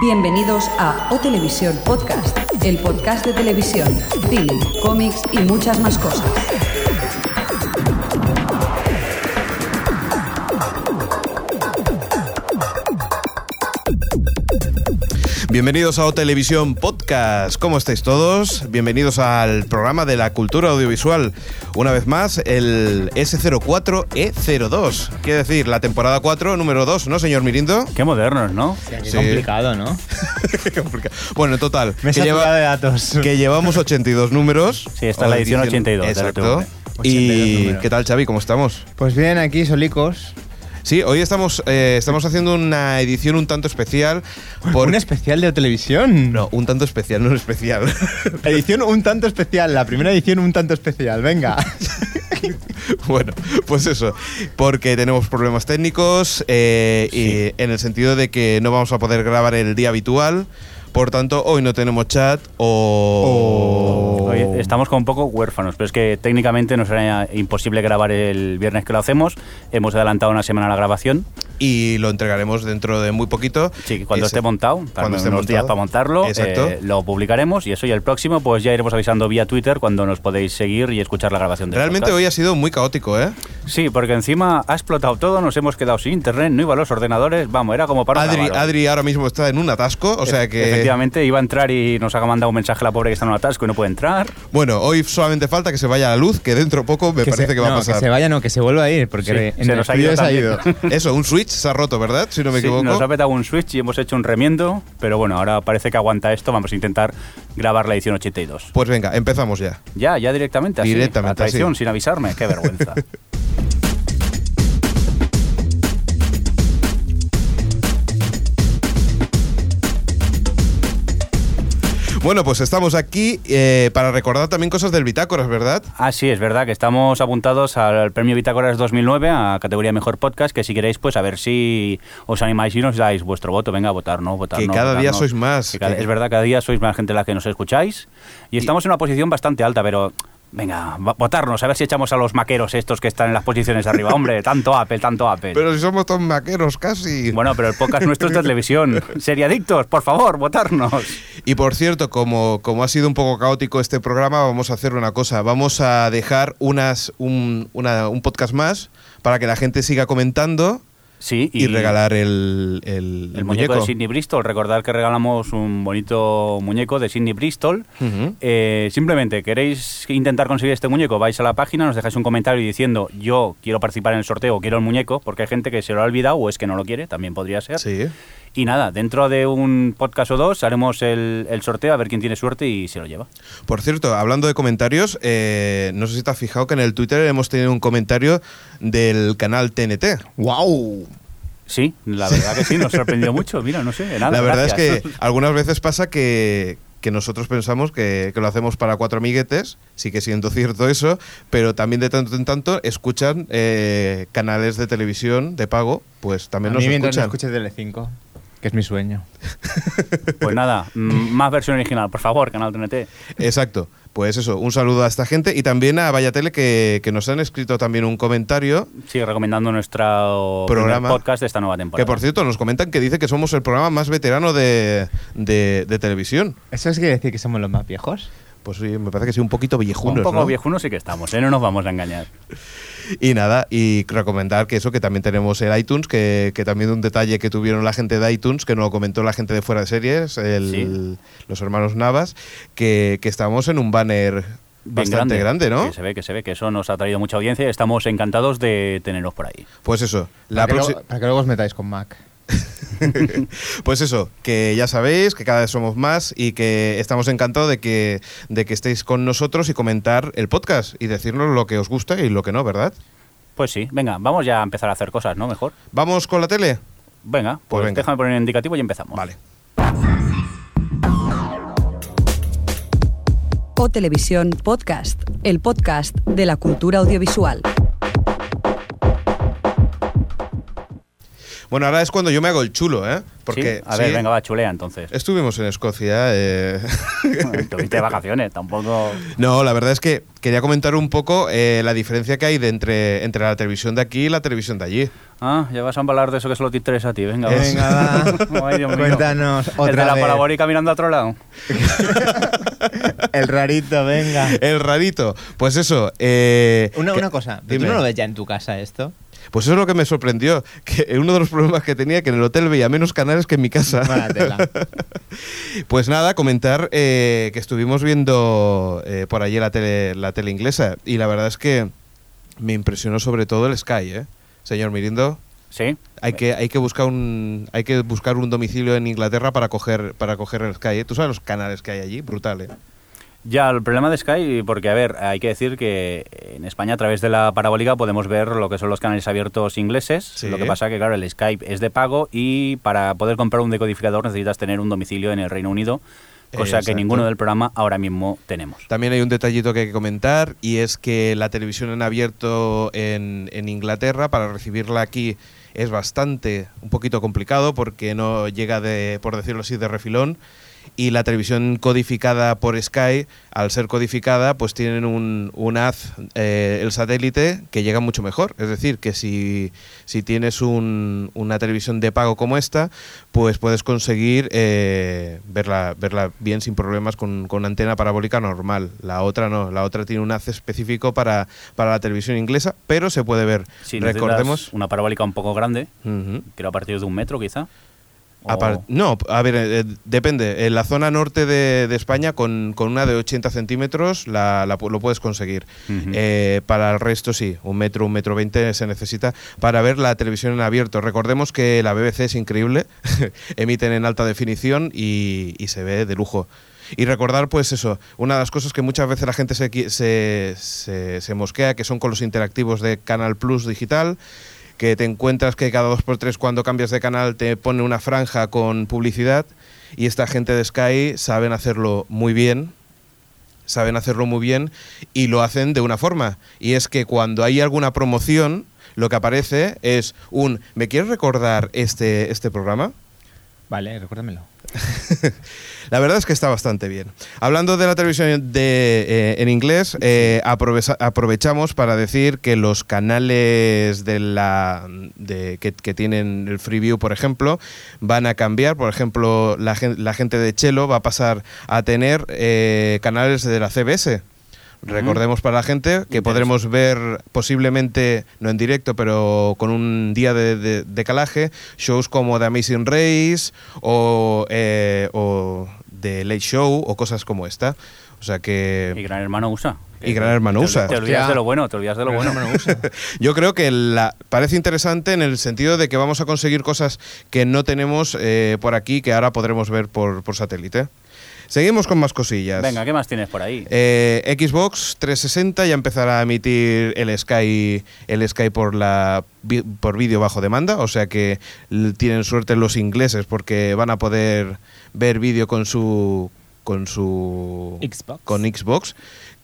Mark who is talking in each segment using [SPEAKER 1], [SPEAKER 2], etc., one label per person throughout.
[SPEAKER 1] Bienvenidos a O Televisión Podcast, el podcast de televisión, cine, cómics y muchas más cosas.
[SPEAKER 2] Bienvenidos a O Televisión Podcast. ¿Cómo estáis todos? Bienvenidos al programa de la cultura audiovisual. Una vez más, el S04E02. Quiere decir, la temporada 4, número 2, ¿no, señor Mirindo?
[SPEAKER 3] Qué modernos, ¿no?
[SPEAKER 2] Sí.
[SPEAKER 4] Es complicado, ¿no?
[SPEAKER 2] Qué complicado. bueno, en total,
[SPEAKER 4] Me he
[SPEAKER 2] que,
[SPEAKER 4] saturado
[SPEAKER 2] lleva-
[SPEAKER 4] de datos.
[SPEAKER 2] que llevamos 82 números.
[SPEAKER 3] Sí, esta es la
[SPEAKER 2] O
[SPEAKER 3] edición 82 de la
[SPEAKER 2] Exacto.
[SPEAKER 3] TV.
[SPEAKER 2] ¿Y
[SPEAKER 4] 82 números.
[SPEAKER 2] qué tal, Xavi? ¿Cómo estamos?
[SPEAKER 4] Pues bien, aquí solicos.
[SPEAKER 2] Sí, hoy estamos, eh, estamos haciendo una edición un tanto especial.
[SPEAKER 4] ¿Un especial de televisión?
[SPEAKER 2] No, un tanto especial, no un especial.
[SPEAKER 4] Edición un tanto especial, la primera edición un tanto especial, venga.
[SPEAKER 2] Bueno, pues eso, porque tenemos problemas técnicos eh, y en el sentido de que no vamos a poder grabar el día habitual, por tanto hoy no tenemos chat o...
[SPEAKER 3] Oh. Oye, estamos como un poco huérfanos, pero es que técnicamente nos era imposible grabar el viernes que lo hacemos. Hemos adelantado una semana la grabación.
[SPEAKER 2] Y lo entregaremos dentro de muy poquito.
[SPEAKER 3] Sí, cuando
[SPEAKER 2] Ese-
[SPEAKER 3] esté montado,
[SPEAKER 2] cuando
[SPEAKER 3] cuando
[SPEAKER 2] esté
[SPEAKER 3] unos
[SPEAKER 2] montado.
[SPEAKER 3] días para montarlo,
[SPEAKER 2] Exacto.
[SPEAKER 3] eh, lo publicaremos y eso. Y el próximo, pues ya iremos avisando vía Twitter cuando nos podéis seguir y escuchar la grabación. del
[SPEAKER 2] Realmente
[SPEAKER 3] podcast.
[SPEAKER 2] hoy ha sido muy caótico, ¿eh?
[SPEAKER 3] Sí, porque encima ha explotado todo, nos hemos quedado sin internet, no iba a los ordenadores, vamos, era como para... un
[SPEAKER 2] Adri,
[SPEAKER 3] avaro.
[SPEAKER 2] Adri ahora mismo está en un atasco, o sea que...
[SPEAKER 3] Efectivamente, iba a entrar y nos ha mandado un mensaje la pobre que está en un atasco y no puede entrar.
[SPEAKER 2] Bueno, hoy solamente falta que se vaya la luz, que dentro poco me parece
[SPEAKER 4] se,
[SPEAKER 2] que va
[SPEAKER 4] no,
[SPEAKER 2] a pasar.
[SPEAKER 4] Que se vaya, no, que se vuelva a ir, porque
[SPEAKER 3] Sí,
[SPEAKER 4] en
[SPEAKER 3] se
[SPEAKER 4] el
[SPEAKER 3] nos ha
[SPEAKER 4] estudio
[SPEAKER 3] ido
[SPEAKER 4] se ha
[SPEAKER 3] también.
[SPEAKER 4] ido.
[SPEAKER 2] Eso, un switch se ha roto, ¿verdad? Si no me
[SPEAKER 3] Sí,
[SPEAKER 2] equivoco.
[SPEAKER 3] nos ha petado un switch y hemos hecho un remiendo, pero bueno, ahora parece que aguanta esto. Vamos a intentar grabar la edición 82.
[SPEAKER 2] Pues venga, empezamos ya.
[SPEAKER 3] Ya, ya directamente así.
[SPEAKER 2] Directamente
[SPEAKER 3] a traición,
[SPEAKER 2] así.
[SPEAKER 3] sin avisarme. Qué vergüenza.
[SPEAKER 2] Bueno, pues estamos aquí eh, para recordar también cosas del Bitácoras, ¿verdad?
[SPEAKER 3] ah, sí, es verdad que estamos apuntados al Premio Bitácoras 2009 a categoría Mejor Podcast, que si queréis, pues a ver si os animáis y nos dais vuestro voto. Venga, a votar, ¿no? Votar,
[SPEAKER 2] Que
[SPEAKER 3] no,
[SPEAKER 2] cada
[SPEAKER 3] votar,
[SPEAKER 2] día
[SPEAKER 3] no.
[SPEAKER 2] sois más.
[SPEAKER 3] Que cada-
[SPEAKER 2] Que-
[SPEAKER 3] Es verdad, cada día sois más gente la que nos escucháis. Y estamos en una posición bastante alta, pero... Venga, va- votarnos, a ver si echamos a los maqueros estos que están en las posiciones de arriba. Hombre, tanto Apple, tanto Apple.
[SPEAKER 2] Pero si somos todos maqueros casi.
[SPEAKER 3] Bueno, pero el podcast nuestro es de televisión. Seriadictos, por favor, votarnos.
[SPEAKER 2] Y por cierto, como, como ha sido un poco caótico este programa, vamos a hacer una cosa. Vamos a dejar unas, un, una- un podcast más para que la gente siga comentando
[SPEAKER 3] Sí,
[SPEAKER 2] y, regalar el, el-
[SPEAKER 3] el muñeco, de Sidney Bristol. Recordad que regalamos un bonito muñeco de Sidney Bristol.
[SPEAKER 2] Ujú.
[SPEAKER 3] Eh, simplemente, ¿queréis intentar conseguir este muñeco? Vais a la página, nos dejáis un comentario diciendo yo quiero participar en el sorteo, quiero el muñeco, porque hay gente que se lo ha olvidado o es que no lo quiere, también podría ser.
[SPEAKER 2] Sí.
[SPEAKER 3] Y nada, dentro de un podcast o dos haremos el, el sorteo a ver quién tiene suerte y se lo lleva.
[SPEAKER 2] Por cierto, hablando de comentarios, eh, no sé si te has fijado que en el Twitter hemos tenido un comentario del canal TNT.
[SPEAKER 4] ¡Wow!
[SPEAKER 3] Sí, la verdad que sí, nos sorprendió mucho. Mira, no sé, nada.
[SPEAKER 2] la verdad es
[SPEAKER 3] gracias.
[SPEAKER 2] que algunas veces pasa que, que nosotros pensamos que, que lo hacemos para cuatro amiguetes, sí que siendo cierto eso, pero también de tanto en tanto escuchan eh, canales de televisión de pago, pues
[SPEAKER 4] A
[SPEAKER 2] también nos
[SPEAKER 4] mí mientras no
[SPEAKER 2] escuchan.
[SPEAKER 4] escuches Tele5, que es mi sueño.
[SPEAKER 3] Pues nada, mm, más versión original, por favor, Canal TNT.
[SPEAKER 2] Exacto. Pues eso, un saludo a esta gente y también a Vaya Tele que, que nos han escrito también un comentario.
[SPEAKER 3] Sigue recomendando nuestro
[SPEAKER 2] Programa.
[SPEAKER 3] primer podcast de esta nueva temporada.
[SPEAKER 2] Que por cierto, nos comentan que dice que somos el programa más veterano de, de- de televisión.
[SPEAKER 4] ¿Eso es quiere decir que somos los más viejos?
[SPEAKER 2] Pues sí, me parece que sí, un poquito viejunos.
[SPEAKER 3] un poco
[SPEAKER 2] ¿no?
[SPEAKER 3] viejunos sí que estamos, ¿eh? no nos vamos a engañar.
[SPEAKER 2] Y nada, y recomendar que eso, que también tenemos el iTunes, que, que también un detalle que tuvieron la gente de iTunes, que nos lo comentó la gente de fuera de series, el-
[SPEAKER 3] Sí.
[SPEAKER 2] los hermanos Navas, que, que estamos en un banner
[SPEAKER 3] Bien
[SPEAKER 2] bastante grande, ¿no?
[SPEAKER 3] Que se ve, que se ve, que eso nos ha traído mucha audiencia y estamos encantados de teneros por ahí.
[SPEAKER 2] Pues eso, la
[SPEAKER 4] para, que
[SPEAKER 2] proxi-
[SPEAKER 4] luego, para que luego os metáis con Mac.
[SPEAKER 2] pues eso, que ya sabéis que cada vez somos más y que estamos encantados de que, de que estéis con nosotros y comentar el podcast y decirnos lo que os gusta y lo que no, ¿verdad?
[SPEAKER 3] Pues sí, venga, vamos ya a empezar a hacer cosas, ¿no? Mejor.
[SPEAKER 2] ¿Vamos con la tele?
[SPEAKER 3] Venga, pues,
[SPEAKER 2] venga.
[SPEAKER 3] déjame poner el indicativo y empezamos.
[SPEAKER 2] Vale.
[SPEAKER 1] O Televisión Podcast, el podcast de la cultura audiovisual.
[SPEAKER 2] Bueno, ahora es cuando yo me hago el chulo, ¿eh? Porque,
[SPEAKER 3] Sí, A ver,
[SPEAKER 2] sí,
[SPEAKER 3] venga, va, chulea entonces.
[SPEAKER 2] Estuvimos en Escocia. eh,
[SPEAKER 3] Tuviste vacaciones, tampoco.
[SPEAKER 2] No, la verdad es que quería comentar un poco eh, la diferencia que hay de entre, entre la televisión de aquí y la televisión de allí.
[SPEAKER 3] Ah, ya vas a hablar de eso que solo te interesa a ti. Venga, va.
[SPEAKER 4] Venga, va.
[SPEAKER 3] Ay, Dios mío.
[SPEAKER 4] Cuéntanos
[SPEAKER 3] El
[SPEAKER 4] otra
[SPEAKER 3] de la
[SPEAKER 4] vez.
[SPEAKER 3] parabólica mirando a otro lado.
[SPEAKER 4] El rarito, venga.
[SPEAKER 2] El rarito. Pues eso. eh,
[SPEAKER 4] Una,
[SPEAKER 2] que-
[SPEAKER 4] una cosa, ¿pero
[SPEAKER 2] dime.
[SPEAKER 4] ¿tú no lo ves ya en tu casa esto?
[SPEAKER 2] Pues eso es lo que me sorprendió. Que uno de los problemas que tenía que en el hotel veía menos canales que en mi casa.
[SPEAKER 4] Mala tela.
[SPEAKER 2] Pues nada, comentar eh, que estuvimos viendo eh, por allí la tele, la tele inglesa y la verdad es que me impresionó sobre todo el Sky, ¿eh? Señor Mirindo,
[SPEAKER 3] Sí.
[SPEAKER 2] hay que, hay que buscar un hay que buscar un domicilio en Inglaterra para coger para coger el Sky, ¿eh? Tú sabes los canales que hay allí, brutal, ¿eh?
[SPEAKER 3] Ya, el problema de Sky, porque a ver, hay que decir que en España a través de la parabólica podemos ver lo que son los canales abiertos ingleses.
[SPEAKER 2] Sí.
[SPEAKER 3] Lo que pasa que, claro, el Skype es de pago y para poder comprar un decodificador necesitas tener un domicilio en el Reino Unido, cosa
[SPEAKER 2] Exacto.
[SPEAKER 3] que ninguno del programa ahora mismo tenemos.
[SPEAKER 2] También hay un detallito que hay que comentar y es que la televisión en abierto en, en Inglaterra para recibirla aquí es bastante, un poquito complicado porque no llega de, por decirlo así, de refilón y la televisión codificada por Sky, al ser codificada, pues tienen un, un haz, eh, el satélite, que llega mucho mejor. Es decir, que si, si tienes un- una televisión de pago como esta, pues puedes conseguir eh, verla, verla bien sin problemas con, con una antena parabólica normal. La otra no, la otra tiene un haz específico para, para la televisión inglesa, pero se puede ver.
[SPEAKER 3] Si necesitas
[SPEAKER 2] Recordemos.
[SPEAKER 3] una parabólica un poco grande,
[SPEAKER 2] Ujú.
[SPEAKER 3] creo a partir de un metro quizá. o-
[SPEAKER 2] Apar- no, a ver, eh, eh, depende. En la zona norte de, de España, con, con una de 80 centímetros, la, la pu- lo puedes conseguir.
[SPEAKER 3] Ujú.
[SPEAKER 2] Eh, para el resto, sí, un metro, un metro veinte se necesita para ver la televisión en abierto. Recordemos que la BBC es increíble, emiten en alta definición y, y se ve de lujo. Y recordar, pues eso, una de las cosas que muchas veces la gente se, qui- se, se- se mosquea, que son con los interactivos de Canal Plus Digital, que te encuentras que cada dos por tres cuando cambias de canal te pone una franja con publicidad y esta gente de Sky saben hacerlo muy bien, saben hacerlo muy bien y lo hacen de una forma y es que cuando hay alguna promoción lo que aparece es un ¿me quieres recordar este, este programa?
[SPEAKER 4] Vale, recuérdamelo.
[SPEAKER 2] La verdad es que está bastante bien. Hablando de la televisión de, eh, en inglés, eh, aprovesa- aprovechamos para decir que los canales de la, de- que, que tienen el Freeview, por ejemplo, van a cambiar. Por ejemplo, la, gen- la gente de Chelo va a pasar a tener eh, canales de la CBS. Recordemos para la gente que podremos ver posiblemente, no en directo, pero con un día de, de- de calaje, shows como The Amazing Race o, eh, o The Late Show o cosas como esta. O sea
[SPEAKER 3] Y
[SPEAKER 2] que
[SPEAKER 3] Gran Hermano USA.
[SPEAKER 2] Y Gran Hermano
[SPEAKER 3] Te-
[SPEAKER 2] USA.
[SPEAKER 3] Te olvidas
[SPEAKER 4] Hostia.
[SPEAKER 3] de lo bueno, te olvidas de lo bueno.
[SPEAKER 2] yo creo que la, parece interesante en el sentido de que vamos a conseguir cosas que no tenemos eh, por aquí que ahora podremos ver por, por satélite. Seguimos con más cosillas.
[SPEAKER 3] Venga, ¿qué más tienes por ahí?
[SPEAKER 2] Eh, Xbox 360 ya empezará a emitir el Sky, el Sky por la vi- por vídeo bajo demanda, o sea que l- tienen suerte los ingleses porque van a poder ver vídeo con su con su
[SPEAKER 4] Xbox.
[SPEAKER 2] con Xbox.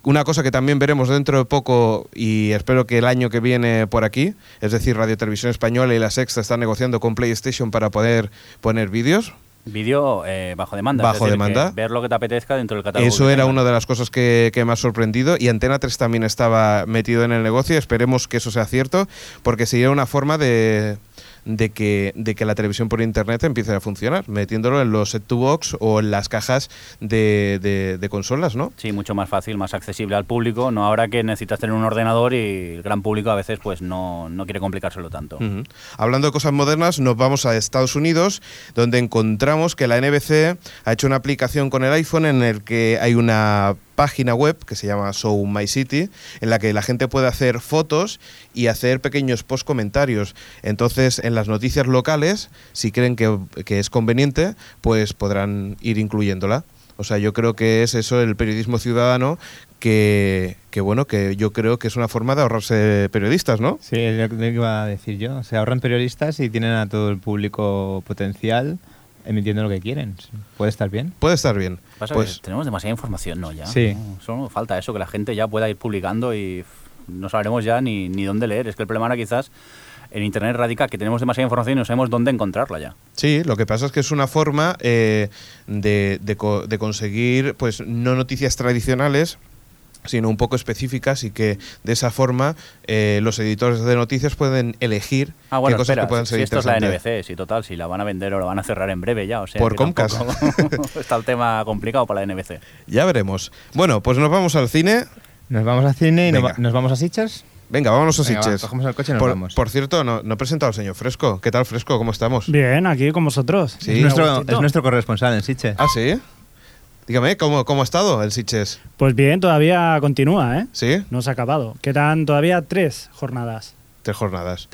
[SPEAKER 2] Una cosa que también veremos dentro de poco y espero que el año que viene por aquí, es decir, Radio Televisión Española y La Sexta están negociando con PlayStation para poder poner vídeos.
[SPEAKER 3] Vídeo eh, bajo demanda. es
[SPEAKER 2] Bajo
[SPEAKER 3] decir,
[SPEAKER 2] demanda.
[SPEAKER 3] que Ver lo que te apetezca dentro del catálogo.
[SPEAKER 2] Eso
[SPEAKER 3] que
[SPEAKER 2] era
[SPEAKER 3] tengas.
[SPEAKER 2] una de las cosas que, que me ha sorprendido y Antena 3 también estaba metido en el negocio. Esperemos que eso sea cierto porque sería una forma de, de, que, de que la televisión por Internet empiece a funcionar, metiéndolo en los set-to-box o en las cajas de, de- de consolas, ¿no?
[SPEAKER 3] Sí, mucho más fácil, más accesible al público. No ahora que necesitas tener un ordenador y el gran público a veces pues no, no quiere complicárselo tanto.
[SPEAKER 2] Ujú. Hablando de cosas modernas, nos vamos a Estados Unidos, donde encontramos que la NBC ha hecho una aplicación con el iPhone en el que hay una página web que se llama Show My City, en la que la gente puede hacer fotos y hacer pequeños post comentarios. Entonces, en las noticias locales, si creen que, que es conveniente, pues podrán ir incluyéndola. O sea, yo creo que es eso el periodismo ciudadano que, que bueno, que yo creo que es una forma de ahorrarse periodistas, ¿no?
[SPEAKER 4] Sí, es lo que iba a decir yo. Se ahorran periodistas y tienen a todo el público potencial emitiendo lo que quieren. Puede estar bien.
[SPEAKER 2] Puede estar bien.
[SPEAKER 3] Pasa
[SPEAKER 2] Pues
[SPEAKER 3] que tenemos demasiada información, ¿no? Ya.
[SPEAKER 4] Sí.
[SPEAKER 3] No, Solo falta eso, que la gente ya pueda ir publicando y pff, no sabremos ya ni, ni dónde leer. Es que el problema ahora quizás en Internet radica que tenemos demasiada información y no sabemos dónde encontrarla ya.
[SPEAKER 2] Sí, lo que pasa es que es una forma eh, de, de co- de conseguir, pues, no noticias tradicionales sino un poco específicas y que de esa forma eh, los editores de noticias pueden elegir
[SPEAKER 3] Ah, bueno,
[SPEAKER 2] qué cosas
[SPEAKER 3] espera,
[SPEAKER 2] que pueden ser
[SPEAKER 3] si esto es la
[SPEAKER 2] interesantes.
[SPEAKER 3] NBC, si total, si la van a vender o la van a cerrar en breve ya, o sea...
[SPEAKER 2] Por
[SPEAKER 3] que tampoco
[SPEAKER 2] Comcast.
[SPEAKER 3] está el tema complicado para la NBC.
[SPEAKER 2] Ya veremos. Bueno, pues nos vamos al cine.
[SPEAKER 4] Nos vamos al cine y nos
[SPEAKER 2] Venga.
[SPEAKER 4] va- nos vamos a Sitges.
[SPEAKER 2] Venga, vámonos a
[SPEAKER 4] Venga, va,
[SPEAKER 2] Sitges.
[SPEAKER 4] cogemos el coche y nos
[SPEAKER 2] por,
[SPEAKER 4] vamos.
[SPEAKER 2] Por cierto, no, no he presentado al señor Fresco. ¿Qué tal, Fresco? ¿Cómo estamos?
[SPEAKER 5] Bien, aquí con vosotros.
[SPEAKER 2] Sí.
[SPEAKER 4] Es, nuestro,
[SPEAKER 5] Agustito.
[SPEAKER 4] es nuestro corresponsal en Sitges.
[SPEAKER 2] Ah, sí. Dígame, ¿cómo, cómo ha estado el Sitges?
[SPEAKER 5] Pues bien, todavía continúa, ¿eh?
[SPEAKER 2] ¿Sí?
[SPEAKER 5] No se ha acabado. Quedan todavía tres jornadas.
[SPEAKER 2] Tres jornadas.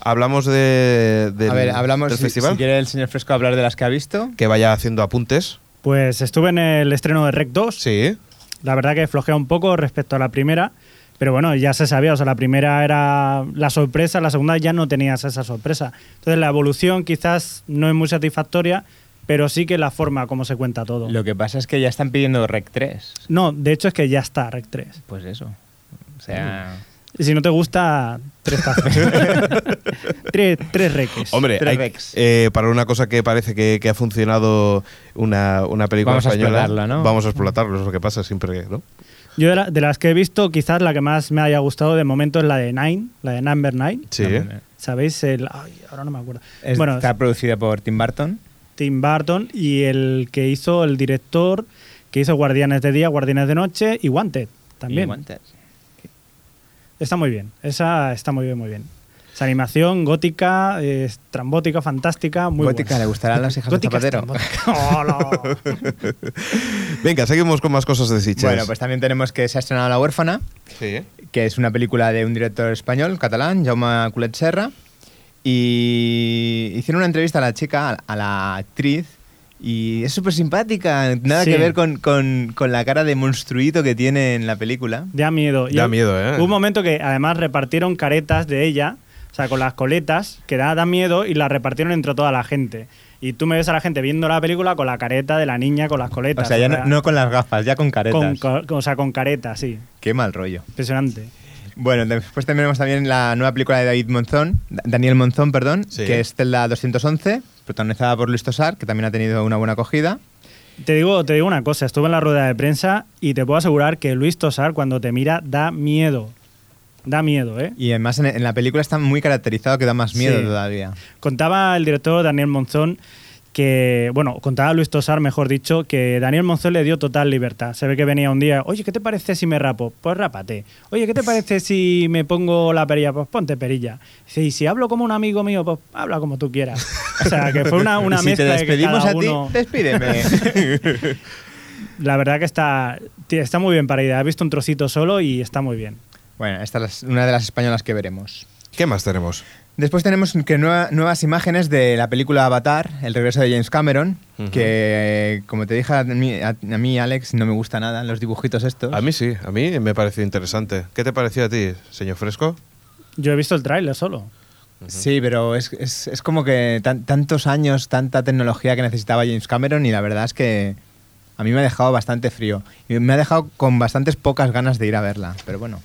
[SPEAKER 2] Hablamos de, del,
[SPEAKER 4] a ver, hablamos
[SPEAKER 2] del
[SPEAKER 4] si,
[SPEAKER 2] festival.
[SPEAKER 4] si quiere el señor Fresco hablar de las que ha visto.
[SPEAKER 2] Que vaya haciendo apuntes.
[SPEAKER 5] Pues estuve en el estreno de Rec 2.
[SPEAKER 2] Sí.
[SPEAKER 5] La verdad que flojea un poco respecto a la primera. Pero bueno, ya se sabía, o sea, la primera era la sorpresa, la segunda ya no tenías esa sorpresa. Entonces la evolución quizás no es muy satisfactoria, pero sí que la forma como se cuenta todo.
[SPEAKER 4] Lo que pasa es que ya están pidiendo Rec 3.
[SPEAKER 5] No, de hecho es que ya está Rec 3.
[SPEAKER 4] Pues eso. O sea,
[SPEAKER 5] Y si no te gusta, tres tazas. tres, tres reques.
[SPEAKER 2] Hombre,
[SPEAKER 4] Tres
[SPEAKER 2] hay-
[SPEAKER 4] Rex.
[SPEAKER 2] eh, para una cosa que parece que, que ha funcionado una, una película
[SPEAKER 4] Vamos a
[SPEAKER 2] española,
[SPEAKER 4] explotarla, ¿no?
[SPEAKER 2] vamos a explotarlo, es lo que pasa siempre, ¿no?
[SPEAKER 5] Yo de, la- de las que he visto, quizás la que más me haya gustado de momento es la de Nine, la de Number Nine.
[SPEAKER 2] Sí.
[SPEAKER 4] también,
[SPEAKER 5] ¿Sabéis? El, ay, ahora no me acuerdo.
[SPEAKER 4] eh.
[SPEAKER 5] bueno,
[SPEAKER 4] está producida por Tim Burton.
[SPEAKER 5] Tim Burton y el que hizo el director que hizo Guardianes de Día, Guardianes de Noche y Wanted también.
[SPEAKER 4] Y guantes.
[SPEAKER 5] Está muy bien. Esa está muy bien, muy bien. Esa animación gótica, eh, estrambótica, fantástica, muy
[SPEAKER 4] Gótica,
[SPEAKER 5] buena.
[SPEAKER 4] le gustarán las hijas de
[SPEAKER 5] Gótica,
[SPEAKER 4] Zapatero.
[SPEAKER 5] estrambótica. ¡Hola!
[SPEAKER 2] Venga, seguimos con más cosas de Sitges.
[SPEAKER 4] Bueno, pues también tenemos que se ha estrenado La huérfana,
[SPEAKER 2] Sí.
[SPEAKER 4] que es una película de un director español, catalán, Jaume Culet Serra. Y hicieron una entrevista a la chica, a la actriz, y es súper simpática, nada
[SPEAKER 5] Sí.
[SPEAKER 4] que ver con, con- con la cara de monstruito que tiene en la película.
[SPEAKER 5] Da miedo.
[SPEAKER 2] Da miedo, ¿eh?
[SPEAKER 5] Hubo un momento que además repartieron caretas de ella, o sea, con las coletas, que da, da miedo, y las repartieron entre toda la gente. Y tú me ves a la gente viendo la película con la careta de la niña con las
[SPEAKER 4] O
[SPEAKER 5] coletas.
[SPEAKER 4] sea, ya no, no con las gafas, ya con caretas.
[SPEAKER 5] con, con- O sea, con careta, sí.
[SPEAKER 4] Qué mal rollo.
[SPEAKER 5] Impresionante.
[SPEAKER 4] Bueno, después tenemos también la nueva película de David Monzón, Da- Daniel Monzón, perdón,
[SPEAKER 2] Sí.
[SPEAKER 4] que es Zelda 211, protagonizada por Luis Tosar, que también ha tenido una buena acogida.
[SPEAKER 5] Te digo, te digo una cosa, estuve en la rueda de prensa y te puedo asegurar que Luis Tosar cuando te mira da miedo. Da miedo, ¿eh?
[SPEAKER 4] Y además en, en la película está muy caracterizado que da más miedo
[SPEAKER 5] Sí.
[SPEAKER 4] todavía.
[SPEAKER 5] Contaba el director Daniel Monzón que, bueno, contaba Luis Tosar, mejor dicho, que Daniel Monzón le dio total libertad. Se ve que venía un día, oye, ¿qué te parece si me rapo? Pues rápate. Oye, ¿qué te parece si me pongo la perilla? Pues ponte perilla. Dice, y si hablo como un amigo mío, pues habla como tú quieras. O sea, que fue una, Ah, una
[SPEAKER 4] Y si te
[SPEAKER 5] mezcla de que
[SPEAKER 4] despedimos
[SPEAKER 5] cada
[SPEAKER 4] a ti,
[SPEAKER 5] uno-
[SPEAKER 4] despídeme.
[SPEAKER 5] La verdad que está, tía, está muy bien para idea. He visto un trocito solo y está muy bien.
[SPEAKER 4] bueno, esta es una de las españolas que veremos.
[SPEAKER 2] ¿Qué más tenemos?
[SPEAKER 4] Después tenemos que nueva- nuevas imágenes de la película Avatar, el regreso de James Cameron,
[SPEAKER 2] Ujú.
[SPEAKER 4] que como te dije a mí, a- a mí, Alex, no me gusta nada los dibujitos estos.
[SPEAKER 2] A mí sí, a mí me pareció interesante. ¿Qué te pareció a ti, señor Fresco?
[SPEAKER 5] Yo he visto el tráiler solo.
[SPEAKER 4] Sí, pero es, es- es como que tan- tantos años, tanta tecnología que necesitaba James Cameron y la verdad es que a mí me ha dejado bastante frío. Y me ha dejado con bastantes pocas ganas de ir a verla, pero bueno.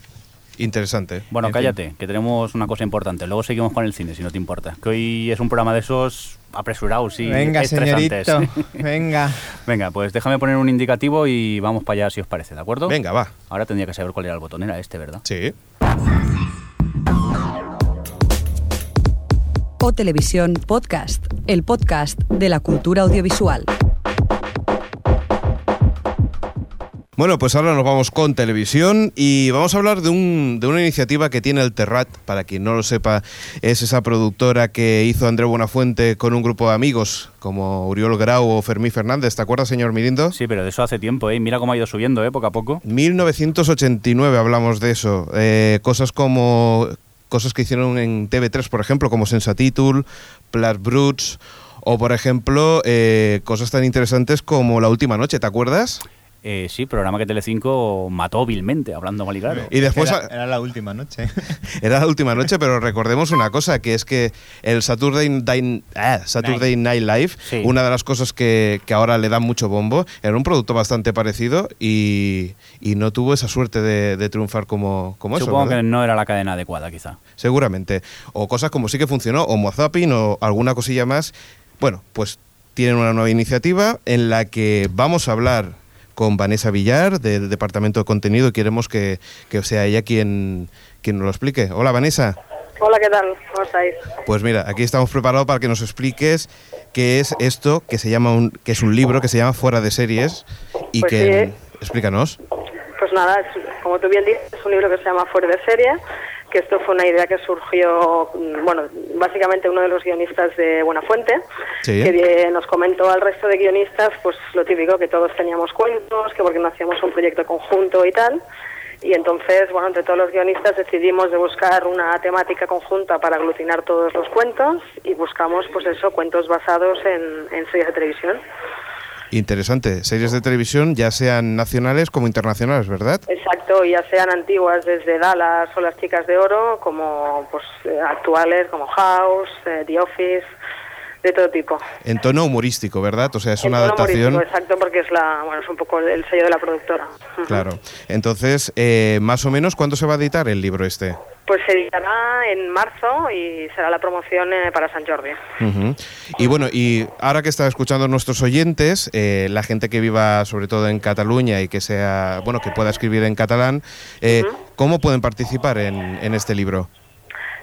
[SPEAKER 2] Interesante.
[SPEAKER 3] Bueno,
[SPEAKER 4] En fin.
[SPEAKER 3] cállate, que tenemos una cosa importante. Luego seguimos con el cine, si no te importa. Que hoy es un programa de esos apresurados y
[SPEAKER 4] venga,
[SPEAKER 3] estresantes.
[SPEAKER 4] señorito, venga.
[SPEAKER 3] Venga, pues déjame poner un indicativo y vamos para allá si os parece, ¿de acuerdo?
[SPEAKER 2] Venga, va.
[SPEAKER 3] Ahora tendría que saber cuál era el botón, era este, ¿verdad?
[SPEAKER 2] Sí.
[SPEAKER 1] O Televisión Podcast, el podcast de la cultura audiovisual.
[SPEAKER 2] Bueno, pues ahora nos vamos con televisión y vamos a hablar de, un- de una iniciativa que tiene el Terrat. Para quien no lo sepa, es esa productora que hizo André Buenafuente con un grupo de amigos como Uriol Grau o Fermín Fernández. ¿Te acuerdas, señor Mirindo?
[SPEAKER 3] Sí, pero de eso hace tiempo, ¿eh? Mira cómo ha ido subiendo, ¿eh? Poco a poco.
[SPEAKER 2] 1989 hablamos de eso. Eh, cosas como cosas que hicieron en TV3, por ejemplo, como Sensatitul, Plas Bruts o por ejemplo eh, cosas tan interesantes como La última noche, ¿te acuerdas?
[SPEAKER 3] Eh, sí, programa que Telecinco mató vilmente, hablando mal y claro.
[SPEAKER 2] Y después
[SPEAKER 4] Era, era la última noche.
[SPEAKER 2] era la última noche, pero recordemos una cosa, que es que el Saturday, Din- ah, Saturday Night Live,
[SPEAKER 3] Sí.
[SPEAKER 2] una de las cosas que, que ahora le dan mucho bombo, era un producto bastante parecido y, y no tuvo esa suerte de, de triunfar como, como eso.
[SPEAKER 3] Supongo
[SPEAKER 2] ¿verdad?
[SPEAKER 3] que no era la cadena adecuada, quizá.
[SPEAKER 2] Seguramente. O cosas como sí que funcionó, o Mozapin, o alguna cosilla más. Bueno, pues tienen una nueva iniciativa en la que vamos a hablar con Vanessa Villar del Departamento de Contenido y queremos que, que sea ella quien, quien nos lo explique. Hola Vanessa.
[SPEAKER 6] Hola, ¿qué tal? ¿Cómo estáis?
[SPEAKER 2] Pues mira, aquí estamos preparados para que nos expliques qué es esto que se llama un, que es un libro que se llama Fuera de Series y
[SPEAKER 6] Pues
[SPEAKER 2] que
[SPEAKER 6] sí, ¿eh?
[SPEAKER 2] explícanos.
[SPEAKER 6] Pues nada, es- como tú bien dices, es un libro que se llama Fuera de serie, que esto fue una idea que surgió, mm, bueno, básicamente uno de los guionistas de Buenafuente,
[SPEAKER 2] Sí.
[SPEAKER 6] que eh, nos comentó al resto de guionistas, pues lo típico, que todos teníamos cuentos, que porque no hacíamos un proyecto conjunto y tal. Y entonces, bueno, entre todos los guionistas decidimos de buscar una temática conjunta para aglutinar todos los cuentos y buscamos, pues eso, cuentos basados en, en series de televisión.
[SPEAKER 2] Interesante, series de televisión ya sean nacionales como internacionales, ¿verdad?
[SPEAKER 6] Exacto, ya sean antiguas desde Dallas o las chicas de oro, como pues eh, actuales como House, eh, The Office, de todo tipo.
[SPEAKER 2] En tono humorístico, ¿verdad? O sea, es
[SPEAKER 6] En
[SPEAKER 2] una
[SPEAKER 6] tono
[SPEAKER 2] adaptación.
[SPEAKER 6] humorístico, Exacto, porque es la bueno es un poco el sello de la productora. Ujú.
[SPEAKER 2] Claro. Entonces, eh, más o menos, ¿cuándo se va a editar el libro este?
[SPEAKER 6] Pues se editará en marzo y será la promoción eh, para San Jordi.
[SPEAKER 2] Ujú. Y bueno, y ahora que están escuchando nuestros oyentes, eh, la gente que viva sobre todo en Cataluña y que sea, bueno, que pueda escribir en catalán, eh, ¿cómo pueden participar en, en este libro?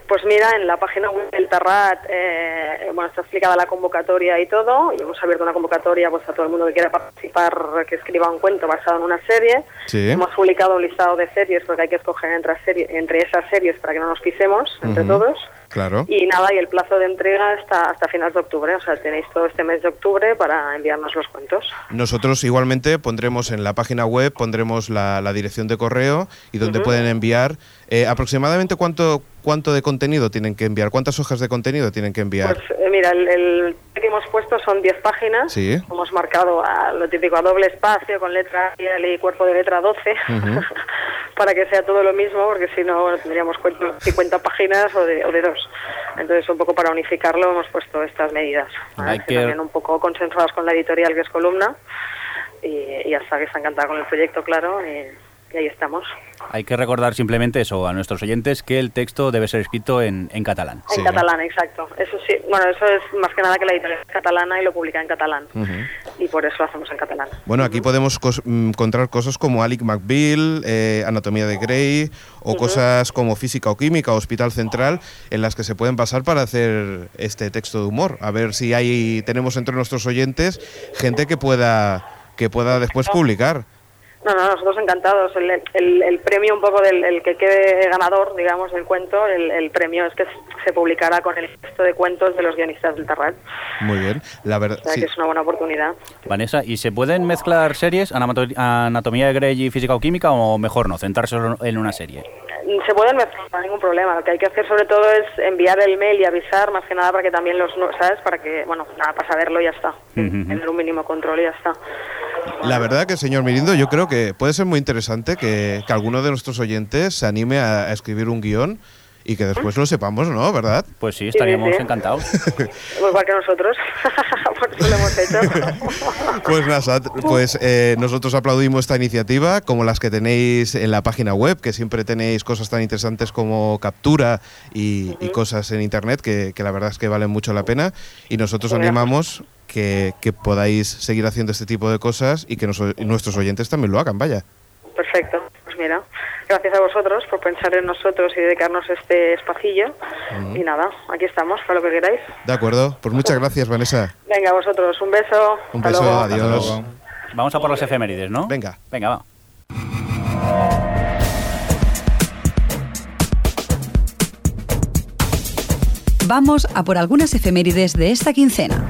[SPEAKER 6] Pues mira, en la página web del Tarrat eh, bueno, está explicada la convocatoria y todo. Y hemos abierto una convocatoria pues, a todo el mundo que quiera participar, que escriba un cuento basado en una serie.
[SPEAKER 2] Sí.
[SPEAKER 6] Hemos publicado un listado de series porque hay que escoger entre, serie- entre esas series para que no nos pisemos entre
[SPEAKER 2] Ujú.
[SPEAKER 6] todos.
[SPEAKER 2] Claro.
[SPEAKER 6] Y nada, y el plazo de entrega está hasta finales de octubre. O sea, tenéis todo este mes de octubre para enviarnos los cuentos.
[SPEAKER 2] Nosotros igualmente pondremos en la página web, pondremos la, la dirección de correo y donde pueden enviar eh, aproximadamente cuánto, cuánto de contenido tienen que enviar, cuántas hojas de contenido tienen que enviar.
[SPEAKER 6] Pues eh, mira, el, el que hemos puesto son 10 páginas.
[SPEAKER 2] Sí.
[SPEAKER 6] Hemos marcado a, lo típico a doble espacio con letra L y cuerpo de letra 12 para que sea todo lo mismo, porque si no bueno, tendríamos cuento- 50 páginas o de, o de dos. Entonces, un poco para unificarlo, hemos puesto estas medidas. ¿vale?
[SPEAKER 3] Hay
[SPEAKER 6] Que
[SPEAKER 3] que-
[SPEAKER 6] También un poco consensuadas con la editorial que es Columna y, y hasta que está encantada con el proyecto, claro. Y, y ahí estamos.
[SPEAKER 3] Hay que recordar simplemente eso a nuestros oyentes, que el texto debe ser escrito en, en catalán.
[SPEAKER 6] En
[SPEAKER 2] Sí.
[SPEAKER 6] catalán, exacto. Eso sí, bueno, eso es más que nada que la editorial es catalana y lo publica en catalán.
[SPEAKER 7] Pues
[SPEAKER 6] Y por eso lo hacemos en catalán.
[SPEAKER 2] Bueno, aquí podemos cos- mm, encontrar cosas como Alec McBeal, eh, Anatomía de Grey o cosas como Física o Química, Hospital Central, en las que se pueden pasar para hacer este texto de humor. A ver si hay tenemos entre nuestros oyentes gente que pueda que pueda después publicar.
[SPEAKER 6] No, no, nosotros encantados. El, el- el premio, un poco del el que quede ganador, digamos, del cuento, el, el premio es que se publicará con el texto de cuentos de los guionistas del Terrat.
[SPEAKER 2] Muy bien. La verdad.
[SPEAKER 6] O sea
[SPEAKER 2] sí.
[SPEAKER 6] que es una buena oportunidad.
[SPEAKER 3] Vanessa, ¿y se pueden mezclar series, anamato- anatomía de Grey y física o química, o mejor no, centrarse solo en una serie?
[SPEAKER 6] Se pueden mezclar, no hay ningún problema. Lo que hay que hacer sobre todo es enviar el mail y avisar, más que nada para que también los, nu- ¿sabes? Para que, bueno, nada, para saberlo y ya está. Tener un mínimo control y ya está.
[SPEAKER 2] La verdad que, señor Mirindo, yo creo que puede ser muy interesante que, que alguno de nuestros oyentes se anime a, a escribir un guión y que después lo sepamos, ¿no? ¿Verdad?
[SPEAKER 3] Pues sí, estaríamos
[SPEAKER 6] sí, sí.
[SPEAKER 3] encantados.
[SPEAKER 6] Igual que nosotros, por eso lo hemos hecho.
[SPEAKER 2] Pues Nasat, pues eh, nosotros aplaudimos esta iniciativa, como las que tenéis en la página web, que siempre tenéis cosas tan interesantes como captura y, y cosas en internet que, que la verdad es que valen mucho la pena. Y nosotros
[SPEAKER 6] Gracias.
[SPEAKER 2] animamos que, que podáis seguir haciendo este tipo de cosas y que nos- y nuestros oyentes también lo hagan, vaya.
[SPEAKER 6] Perfecto, pues mira, gracias a vosotros por pensar en nosotros y dedicarnos este espacillo. Y nada, aquí estamos, para lo que queráis.
[SPEAKER 2] De acuerdo, pues muchas gracias Vanessa.
[SPEAKER 6] Venga, a vosotros, un beso.
[SPEAKER 2] Un
[SPEAKER 6] hasta
[SPEAKER 2] beso,
[SPEAKER 6] luego.
[SPEAKER 2] adiós.
[SPEAKER 4] Luego.
[SPEAKER 3] Vamos a por las efemérides, ¿no?
[SPEAKER 2] Venga.
[SPEAKER 3] Venga, va.
[SPEAKER 1] Vamos a por algunas efemérides de esta quincena.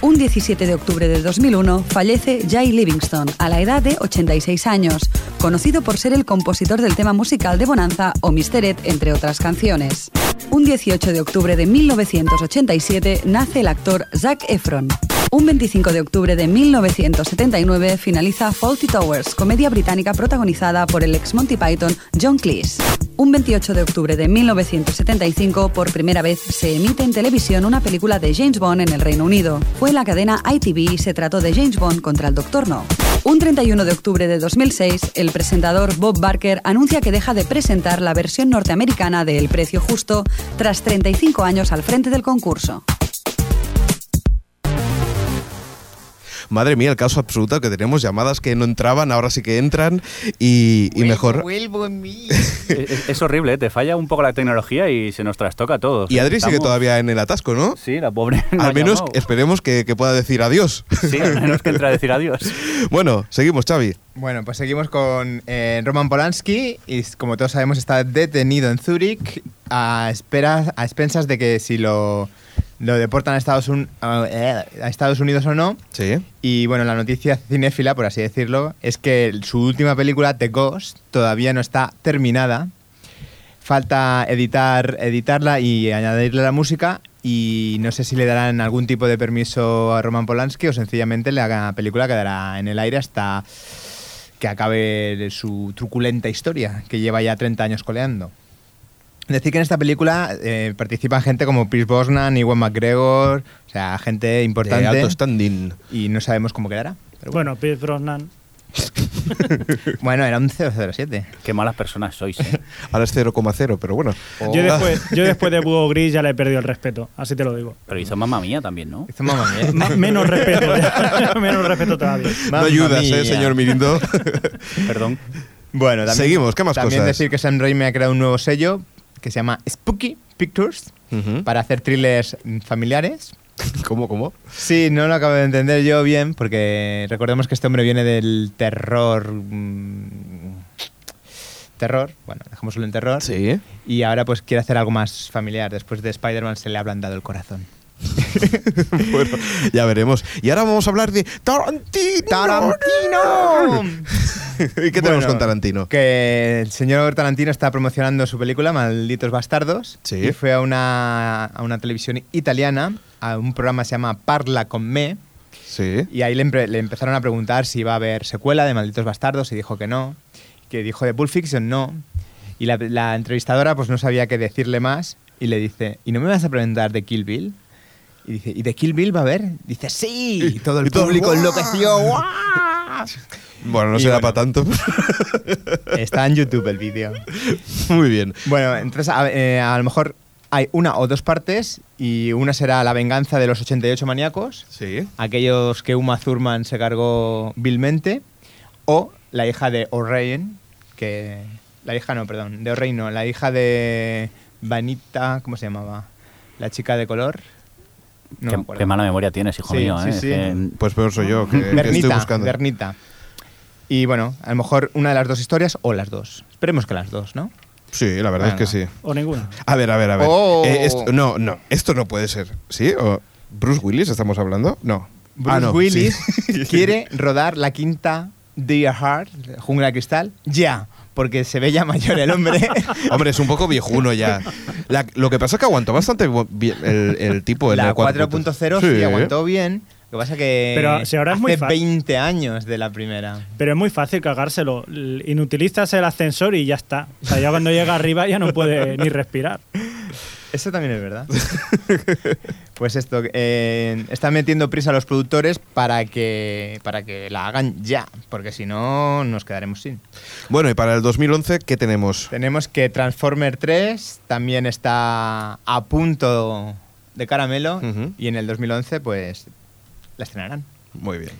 [SPEAKER 1] Un 17 de octubre de 2001 fallece Jay Livingston a la edad de 86 años, conocido por ser el compositor del tema musical de Bonanza o Misteret, entre otras canciones. Un 18 de octubre de 1987 nace el actor Zac Efron. Un 25 de octubre de 1979 finaliza Faulty Towers, comedia británica protagonizada por el ex Monty Python John Cleese. Un 28 de octubre de 1975, por primera vez, se emite en televisión una película de James Bond en el Reino Unido. Fue en la cadena ITV y se trató de James Bond contra el Doctor No. Un 31 de octubre de 2006, el presentador Bob Barker anuncia que deja de presentar la versión norteamericana de El Precio Justo tras 35 años al frente del concurso.
[SPEAKER 2] Madre mía, el caso absoluto que tenemos, llamadas que no entraban, ahora sí que entran y, y mejor.
[SPEAKER 4] Vuelvo en mí.
[SPEAKER 3] Es, es horrible, ¿eh? te falla un poco la tecnología y se nos trastoca todo.
[SPEAKER 2] Y Adri sigue
[SPEAKER 3] Estamos-
[SPEAKER 2] todavía en el atasco, ¿no?
[SPEAKER 3] Sí, la pobre. no ha
[SPEAKER 2] Al menos
[SPEAKER 3] llamado.
[SPEAKER 2] esperemos que, que pueda decir adiós.
[SPEAKER 3] Sí, al menos que entra a decir adiós.
[SPEAKER 2] Bueno, seguimos, Xavi.
[SPEAKER 4] Bueno, pues seguimos con eh, Roman Polanski y como todos sabemos está detenido en Zúrich a espera, a expensas de que si lo, lo deportan a Estados, Un- a- eh, a Estados Unidos o no.
[SPEAKER 2] Sí.
[SPEAKER 4] Y bueno, la noticia cinéfila, por así decirlo, es que su última película, The Ghost, todavía no está terminada. Falta editar, editarla y añadirle la música. Y no sé si le darán algún tipo de permiso a Roman Polanski o sencillamente la película quedará en el aire hasta que acabe su truculenta historia, que lleva ya 30 años coleando. Decir que en esta película eh, participan gente como Pierce Brosnan, Iwan McGregor, o sea, gente importante
[SPEAKER 2] De alto standing.
[SPEAKER 4] y no sabemos cómo quedará. pero bueno.
[SPEAKER 5] Bueno, Pierce Brosnan.
[SPEAKER 4] Bueno, era un 007.
[SPEAKER 3] Qué malas personas sois. ¿eh?
[SPEAKER 2] Ahora es 0,0, pero bueno. Oh.
[SPEAKER 4] Oh.
[SPEAKER 5] Yo, después, yo después de Búho Gris ya le he perdido el respeto, así te lo digo.
[SPEAKER 3] Pero hizo mamá mía también, ¿no?
[SPEAKER 4] Hizo ¿eh? mamá mía.
[SPEAKER 5] Ma- menos respeto, ya. menos respeto todavía.
[SPEAKER 2] No
[SPEAKER 4] Mamma
[SPEAKER 2] ayudas,
[SPEAKER 4] mía.
[SPEAKER 2] ¿eh, señor Mirindo?
[SPEAKER 3] Perdón.
[SPEAKER 4] Bueno, también,
[SPEAKER 2] Seguimos, ¿qué más
[SPEAKER 4] también
[SPEAKER 2] cosas?
[SPEAKER 4] decir que Sam Raimi ha creado un nuevo sello que se llama Spooky Pictures
[SPEAKER 2] Ujú.
[SPEAKER 4] para hacer thrillers mm, familiares.
[SPEAKER 2] ¿Cómo, cómo?
[SPEAKER 4] Sí, no lo acabo de entender yo bien porque recordemos que este hombre viene del terror... mm, terror, bueno, dejémoslo en terror.
[SPEAKER 2] Sí.
[SPEAKER 4] Y ahora pues quiere hacer algo más familiar. Después de Spider-Man se le ha ablandado el corazón.
[SPEAKER 2] bueno, ya veremos. Y ahora vamos a hablar de Tarantino.
[SPEAKER 4] ¡Tarantino!
[SPEAKER 2] ¿Y qué tenemos
[SPEAKER 4] Bueno,
[SPEAKER 2] con Tarantino?
[SPEAKER 4] Que el señor Tarantino está promocionando su película Malditos Bastardos.
[SPEAKER 2] Sí.
[SPEAKER 4] Y fue a una, a una televisión italiana, a un programa que se llama Parla con me.
[SPEAKER 2] Sí.
[SPEAKER 4] Y ahí le, empe- le empezaron a preguntar si iba a haber secuela de Malditos Bastardos y dijo que no. Que dijo de Pulp Fiction no. Y la, la entrevistadora pues no sabía qué decirle más y le dice, ¿y no me vas a preguntar de Kill Bill? Y dice, ¿y de Kill Bill va a haber? Dice, sí. Y todo el
[SPEAKER 2] Y todo el
[SPEAKER 4] público
[SPEAKER 2] ¡guau!
[SPEAKER 4] enloqueció. ¡guau!
[SPEAKER 2] Bueno, no
[SPEAKER 4] Y
[SPEAKER 2] será
[SPEAKER 4] bueno.
[SPEAKER 2] para tanto.
[SPEAKER 4] Está en YouTube el vídeo.
[SPEAKER 2] Muy bien.
[SPEAKER 4] Bueno, entonces a, eh, a lo mejor hay una o dos partes y una será la venganza de los 88 maníacos,
[SPEAKER 2] Sí.
[SPEAKER 4] aquellos que Uma Thurman se cargó vilmente, o la hija de O'Reilly, que... La hija no, perdón, de O'Reilly no, la hija de Vanita, ¿cómo se llamaba? La chica de color. No me
[SPEAKER 3] qué,
[SPEAKER 4] acuerdo.
[SPEAKER 3] qué mala memoria tienes, hijo
[SPEAKER 4] Sí,
[SPEAKER 3] mío.
[SPEAKER 4] sí,
[SPEAKER 3] ¿eh?
[SPEAKER 4] sí.
[SPEAKER 3] Eh,
[SPEAKER 2] Pues peor soy yo, que, que estoy
[SPEAKER 4] Bernita,
[SPEAKER 2] buscando.
[SPEAKER 4] Bernita. Y bueno, a lo mejor una de las dos historias o las dos. Esperemos que las dos, ¿no?
[SPEAKER 2] Sí, la verdad es que
[SPEAKER 4] Venga.
[SPEAKER 2] sí.
[SPEAKER 5] O ninguna.
[SPEAKER 2] A ver, a ver, a ver.
[SPEAKER 4] Oh.
[SPEAKER 2] Eh, esto- no, no, esto no puede ser. ¿Sí? ¿O ¿Bruce Willis estamos hablando? No.
[SPEAKER 4] Bruce
[SPEAKER 2] Ah, no,
[SPEAKER 4] Willis
[SPEAKER 2] sí.
[SPEAKER 4] quiere rodar la quinta Dear Heart, Jungla de Cristal, ya, porque se ve ya mayor el hombre.
[SPEAKER 2] Hombre, es un poco viejuno ya. La- lo que pasa es que aguantó bastante bu- bien el, el tipo. el
[SPEAKER 4] la
[SPEAKER 2] de
[SPEAKER 4] 4.0 sí. aguantó bien. Lo que pasa que
[SPEAKER 5] Pero si ahora es
[SPEAKER 4] hace
[SPEAKER 5] muy fa-
[SPEAKER 4] 20 años de la primera.
[SPEAKER 5] Pero es muy fácil cagárselo. L- Inutilizas el ascensor y ya está. O sea, ya cuando llega arriba ya no puede ni respirar.
[SPEAKER 4] Eso también es verdad. pues esto, eh, están metiendo prisa a los productores para que, para que la hagan ya, porque si no nos quedaremos sin.
[SPEAKER 2] Bueno, y para el 2011, ¿qué tenemos?
[SPEAKER 4] Tenemos que Transformer 3 también está a punto de caramelo
[SPEAKER 2] Ujú.
[SPEAKER 4] y en el 2011 pues la estrenarán.
[SPEAKER 2] Muy bien.